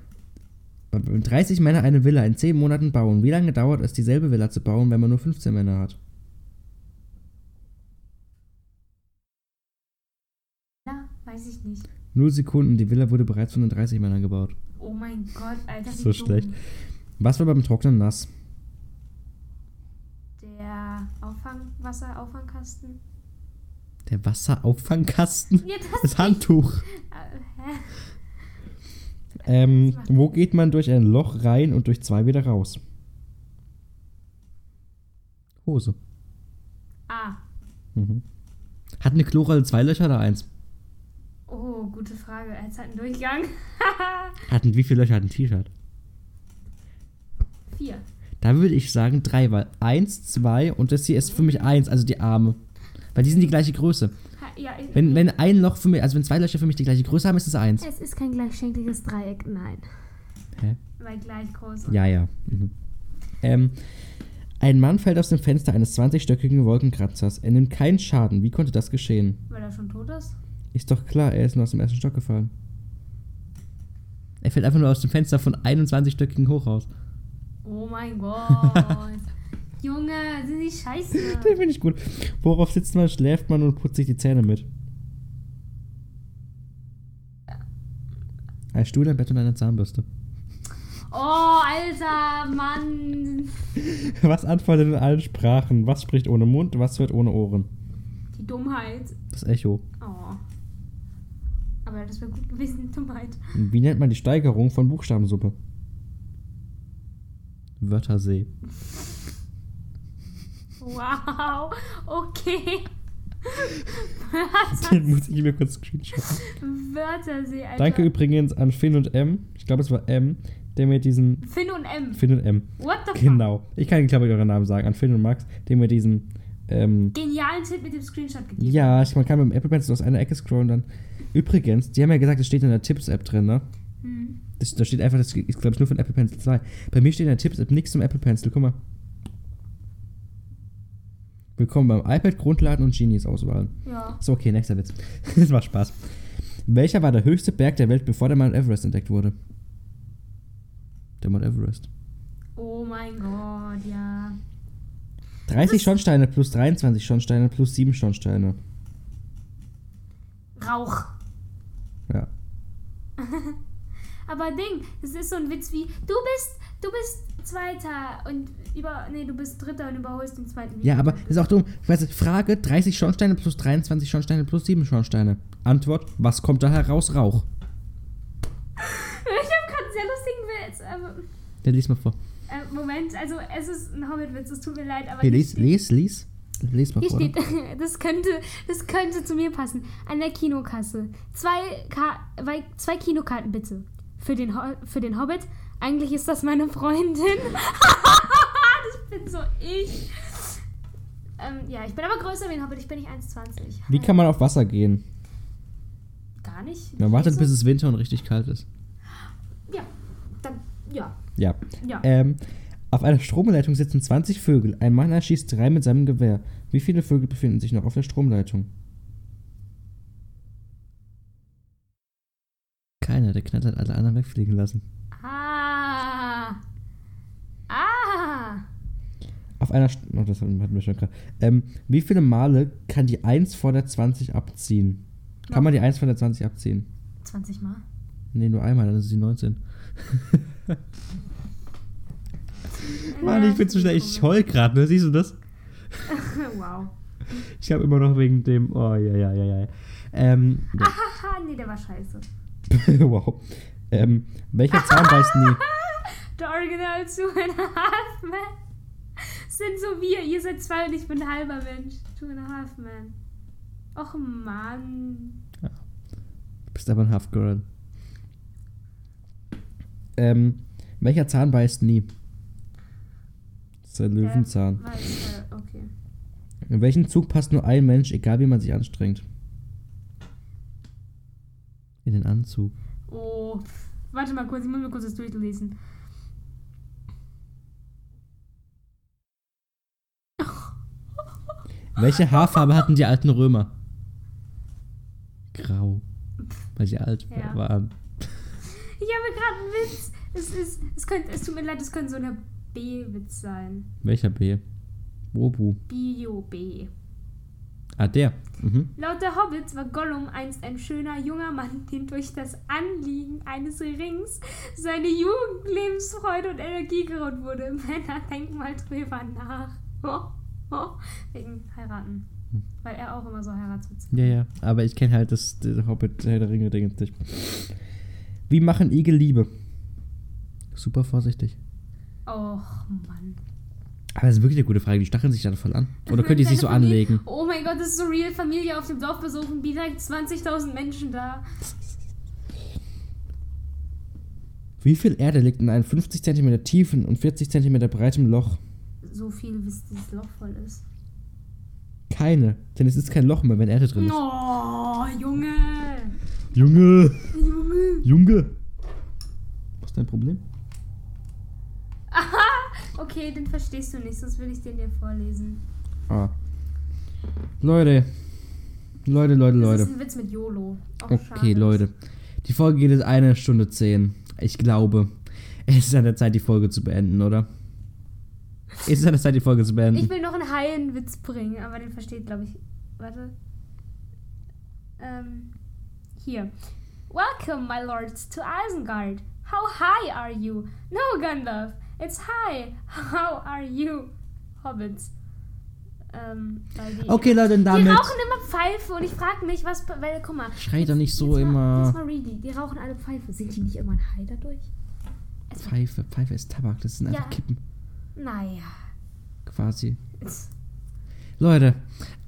[SPEAKER 2] Wenn 30 Männer eine Villa in 10 Monaten bauen, wie lange dauert es, dieselbe Villa zu bauen, wenn man nur 15 Männer hat?
[SPEAKER 5] Na, weiß ich nicht.
[SPEAKER 2] Null Sekunden, die Villa wurde bereits von den 30 Männern gebaut.
[SPEAKER 5] Oh mein Gott, Alter. wie
[SPEAKER 3] So
[SPEAKER 5] dumm.
[SPEAKER 3] schlecht.
[SPEAKER 2] Was war beim Trocknen nass?
[SPEAKER 5] Der Auffang, Wasserauffangkasten.
[SPEAKER 2] Der Wasserauffangkasten? [LAUGHS]
[SPEAKER 5] Ja, das
[SPEAKER 2] Das Handtuch.
[SPEAKER 5] Äh, hä?
[SPEAKER 2] Ähm, wo geht man durch ein Loch rein und durch zwei wieder raus? Hose.
[SPEAKER 5] Ah.
[SPEAKER 2] Hat eine Chlorelle zwei Löcher oder eins?
[SPEAKER 5] Oh, gute Frage. Jetzt hat einen Durchgang. [LAUGHS]
[SPEAKER 2] Hat ein, wie viele Löcher hat ein T-Shirt?
[SPEAKER 5] Vier.
[SPEAKER 2] Da würde ich sagen drei, weil eins, zwei und das hier ist für mich eins, also die Arme. Weil die sind die gleiche Größe.
[SPEAKER 5] Ha, ja, ich,
[SPEAKER 2] Wenn, wenn ein Loch für mich, also wenn zwei Löcher für mich die gleiche Größe haben, ist es eins.
[SPEAKER 5] es Mhm. ist kein gleichschenkliges Dreieck, nein.
[SPEAKER 2] Hä?
[SPEAKER 5] Weil gleich groß.
[SPEAKER 2] Ja, ja. Mhm. Ähm, Ein Mann fällt aus dem Fenster eines 20-stöckigen Wolkenkratzers. Er nimmt keinen Schaden. Wie konnte das geschehen?
[SPEAKER 5] Weil er schon tot ist?
[SPEAKER 2] Ist doch klar, er ist nur aus dem ersten Stock gefallen.
[SPEAKER 3] Er fällt einfach nur aus dem Fenster von 21-stöckigen Hochhaus.
[SPEAKER 5] Oh
[SPEAKER 2] [LAUGHS]
[SPEAKER 5] mein Gott. Junge, sind die scheiße.
[SPEAKER 2] [LAUGHS] Den finde ich gut. Worauf sitzt man, schläft man und putzt sich die Zähne mit? Ein Stuhl, ein Bett und eine Zahnbürste. [LAUGHS]
[SPEAKER 5] Oh, alter Mann.
[SPEAKER 2] Was antwortet in allen Sprachen? Was spricht ohne Mund? Was hört ohne Ohren?
[SPEAKER 5] Die Dummheit.
[SPEAKER 2] Das Echo.
[SPEAKER 5] Oh. Aber das wäre gut gewesen, Dummheit.
[SPEAKER 2] Wie nennt man die Steigerung von Buchstabensuppe?
[SPEAKER 3] Wörthersee.
[SPEAKER 5] Wow. Okay.
[SPEAKER 2] [LAUGHS] Den muss ich mir kurz screenshotten.
[SPEAKER 5] Wörtersee, alter.
[SPEAKER 2] Danke übrigens an Finn und M. Ich glaube, es war M, der mir diesen.
[SPEAKER 5] Finn und M.
[SPEAKER 2] Finn und M.
[SPEAKER 5] What the fuck?
[SPEAKER 2] Genau. Ich kann, glaube ich, euren Namen sagen. An Finn und Max, der mir diesen. Ähm,
[SPEAKER 5] Genialen Tipp mit dem Screenshot gegeben.
[SPEAKER 2] ja, ich, man kann mit dem Apple Pencil aus einer Ecke scrollen dann. Übrigens, die haben ja gesagt, es steht in der Tipps-App drin, ne? Das, da steht einfach, das ist, glaube ich, nur für den Apple Pencil 2. Bei mir steht in der Tipps-App nichts zum Apple Pencil, guck mal. Willkommen beim iPad Grundladen und Genies auswahl.
[SPEAKER 5] Ja.
[SPEAKER 2] So, okay, nächster Witz. [LAUGHS] das macht Spaß. Welcher war der höchste Berg der Welt, bevor der Mount Everest entdeckt wurde? Der Mount Everest.
[SPEAKER 5] Oh mein Gott, ja.
[SPEAKER 2] 30 Schornsteine plus 23 Schornsteine plus 7 Schornsteine.
[SPEAKER 5] Rauch.
[SPEAKER 2] Ja.
[SPEAKER 5] Aber Ding, es ist so ein Witz wie, du bist, du bist Zweiter und über, nee, du bist Dritter und überholst den Zweiten.
[SPEAKER 2] Ja, aber das ist auch dumm. Weißt du, Frage: 30 Schornsteine plus 23 Schornsteine plus 7 Schornsteine. Antwort: Was kommt da heraus? Rauch.
[SPEAKER 5] [LAUGHS] Ich habe gerade einen sehr lustigen Witz. Aber,
[SPEAKER 2] Ja, lies mal vor.
[SPEAKER 5] äh, Moment, also es ist ein Hobbit-Witz, es tut mir leid, aber
[SPEAKER 2] Hier,
[SPEAKER 5] hier
[SPEAKER 2] lies,
[SPEAKER 5] steht-
[SPEAKER 2] lies, lies. Lies mal
[SPEAKER 5] Hier
[SPEAKER 2] vor.
[SPEAKER 5] steht, [LAUGHS] das könnte, das könnte zu mir passen. An der Kinokasse. Zwei, Ka wei- zwei Kinokarten bitte. Für den, Ho für den Hobbit. Eigentlich ist das meine Freundin. [LAUGHS] das bin so ich. Ähm, ja, ich bin aber größer wie ein Hobbit. Ich bin nicht 1,20.
[SPEAKER 2] Wie kann man auf Wasser gehen?
[SPEAKER 5] Gar nicht.
[SPEAKER 2] Man wartet, bis
[SPEAKER 5] Wieso?
[SPEAKER 2] es Winter und richtig kalt ist.
[SPEAKER 5] Ja, dann, ja.
[SPEAKER 2] Ja.
[SPEAKER 5] Ja.
[SPEAKER 2] Ähm, auf einer Stromleitung sitzen 20 Vögel. Ein Mann erschießt drei mit seinem Gewehr. Wie viele Vögel befinden sich noch auf der Stromleitung?
[SPEAKER 3] Keiner, der Knall hat alle anderen wegfliegen lassen.
[SPEAKER 5] Ah. Ah.
[SPEAKER 2] Auf einer. St oh, das hatten wir schon gerade. Ähm, wie viele Male kann die 1 vor der 20 abziehen? Kann man die 1 vor der 20 abziehen?
[SPEAKER 5] 20 Mal.
[SPEAKER 2] Nee, nur einmal, dann ist sie 19.
[SPEAKER 3] Mann, ich bin zu schnell. Ich heul gerade, ne? Siehst du das?
[SPEAKER 5] Oh. [LAUGHS] Wow.
[SPEAKER 3] Ich habe immer noch wegen dem. Oh, ja, ja, ja, ja. Ähm,
[SPEAKER 5] Ahaha, nee, der war scheiße.
[SPEAKER 2] [LAUGHS] wow. Ähm, welcher Zahn beißt nie?
[SPEAKER 5] Der Original Two-and-a-Half Man [LAUGHS] sind so wir. Ihr seid zwei und ich bin ein halber Mensch. Two-and-a-Half Man. Och Mann.
[SPEAKER 2] Du bist aber ein Half-Girl. Ähm, welcher Zahn beißt nie? Das ist der Löwenzahn.
[SPEAKER 5] Der weiß, äh, okay.
[SPEAKER 2] In welchen Zug passt nur ein Mensch, egal wie man sich anstrengt?
[SPEAKER 3] in den Anzug.
[SPEAKER 5] Oh. pff. Warte mal kurz, ich muss mir kurz das durchlesen.
[SPEAKER 3] Welche Haarfarbe hatten die alten Römer? Grau. Weil sie alt
[SPEAKER 5] Ja.
[SPEAKER 3] waren.
[SPEAKER 5] Ich habe gerade einen Witz. Es, ist, es, könnte, es tut mir leid, es könnte so ein B-Witz sein.
[SPEAKER 3] Welcher B?
[SPEAKER 2] Bobu.
[SPEAKER 5] Bio-B.
[SPEAKER 3] Ah, der.
[SPEAKER 2] Mhm.
[SPEAKER 5] Laut der Hobbits war Gollum einst ein schöner junger Mann, dem durch das Anliegen eines Rings seine Jugend, Lebensfreude und Energie geraubt wurde. [LAUGHS] Männer, denkt mal drüber nach. [LAUGHS] Oh, oh. Wegen heiraten. Weil er auch immer so heiratet.
[SPEAKER 3] Ja, ja.
[SPEAKER 2] Aber ich kenne halt das, das Hobbit, Herr der Ringe, Ding nicht. Wie machen Igel Liebe?
[SPEAKER 3] Super vorsichtig.
[SPEAKER 5] Och, Mann.
[SPEAKER 3] Aber das ist wirklich eine gute Frage. Die stacheln sich dann voll an. Oder können die sich so
[SPEAKER 5] Deine Familie-
[SPEAKER 3] anlegen?
[SPEAKER 5] Oh mein Gott, das ist so real. Familie auf dem Dorf besuchen, direkt 20.000 Menschen da.
[SPEAKER 2] Wie viel Erde liegt in einem 50 cm tiefen und 40 cm breitem Loch?
[SPEAKER 5] So viel, bis dieses Loch voll ist.
[SPEAKER 2] Keine, denn es ist kein Loch mehr, wenn Erde drin ist.
[SPEAKER 5] Oh, Junge.
[SPEAKER 3] Junge! Junge! Junge! Was ist dein Problem?
[SPEAKER 5] Okay, den verstehst du nicht, sonst würde ich den dir vorlesen.
[SPEAKER 2] Ah. Leute. Leute, Leute,
[SPEAKER 5] Das
[SPEAKER 2] Leute.
[SPEAKER 5] ist ein Witz mit YOLO. Auch
[SPEAKER 2] Okay,
[SPEAKER 5] schade.
[SPEAKER 2] Leute. Die Folge geht jetzt eine Stunde zehn. Ich glaube, [LAUGHS] es ist an der Zeit, die Folge zu beenden, oder? Es ist an der Zeit, die Folge zu beenden.
[SPEAKER 5] Ich will noch einen heilen Witz bringen, aber den versteht, glaube ich. Warte. Ähm, hier. Welcome, my lords, to Isengard. How high are you? No, Gandalf, it's high. How are you, Hobbits? Ähm, weil die
[SPEAKER 2] Okay, Leute, und
[SPEAKER 5] Die
[SPEAKER 2] damit.
[SPEAKER 5] rauchen immer Pfeife und ich frage mich, was. Weil, guck mal.
[SPEAKER 2] Schreit doch nicht so
[SPEAKER 5] jetzt Mal, jetzt
[SPEAKER 2] immer.
[SPEAKER 5] mal really, die rauchen alle Pfeife. Sind die nicht immer ein High dadurch?
[SPEAKER 2] Pfeife. Pfeife ist Tabak. Das sind einfach
[SPEAKER 5] Ja.
[SPEAKER 2] Kippen.
[SPEAKER 5] Naja.
[SPEAKER 2] Quasi. Leute.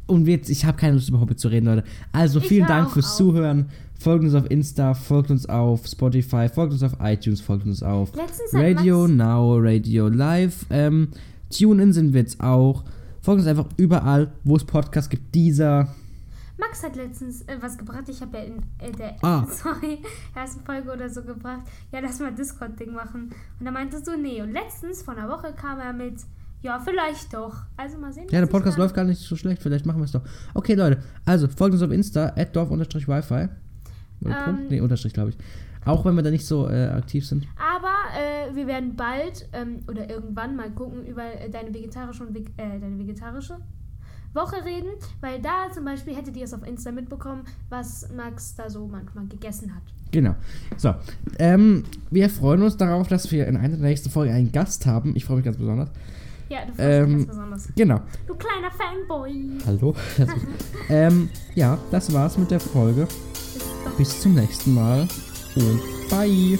[SPEAKER 2] Und jetzt, ich habe keine Lust über Hobbit zu reden, Leute. Also
[SPEAKER 5] Ich
[SPEAKER 2] vielen
[SPEAKER 5] hör
[SPEAKER 2] Dank
[SPEAKER 5] auch
[SPEAKER 2] fürs
[SPEAKER 5] auf.
[SPEAKER 2] Zuhören. Folgt uns auf Insta, folgt uns auf Spotify, folgt uns auf iTunes, folgt uns auf
[SPEAKER 5] Letztens hat
[SPEAKER 2] Radio
[SPEAKER 5] Max-
[SPEAKER 2] Now, Radio Live. Ähm, TuneIn sind wir jetzt auch. Folgt uns einfach überall, wo es Podcasts gibt. Dieser.
[SPEAKER 5] Max hat letztens äh, was gebracht. Ich habe ja in äh, der
[SPEAKER 2] Ah.
[SPEAKER 5] [LAUGHS] sorry, ersten Folge oder so gebracht. Ja, lass mal Discord-Ding machen. Und da meintest du, nee. Und letztens, vor einer Woche, kam er mit, ja, vielleicht doch. Also mal sehen.
[SPEAKER 2] Ja, der
[SPEAKER 5] was ich
[SPEAKER 2] Podcast
[SPEAKER 5] dann-
[SPEAKER 2] läuft gar nicht so schlecht. Vielleicht machen wir es doch. Okay, Leute. Also, folgt uns auf Insta, dorf-wifi. Oder
[SPEAKER 5] Ähm.
[SPEAKER 2] Punkt? Nee, Unterstrich, glaube ich. Auch wenn wir da nicht so äh, aktiv sind.
[SPEAKER 5] Aber äh, wir werden bald ähm, oder irgendwann mal gucken über äh, deine vegetarische und veg äh, deine vegetarische Woche reden, weil da zum Beispiel hättet ihr es auf Insta mitbekommen, was Max da so manchmal gegessen hat.
[SPEAKER 2] Genau. So. Ähm, wir freuen uns darauf, dass wir in einer der nächsten Folgen einen Gast haben. Ich freue mich ganz besonders.
[SPEAKER 5] Ja, du freust
[SPEAKER 2] Ähm.
[SPEAKER 5] dich ganz besonders.
[SPEAKER 2] Genau.
[SPEAKER 5] Du kleiner Fanboy.
[SPEAKER 2] Hallo. ähm, ja, das war's mit der Folge. Bis zum nächsten Mal und bye.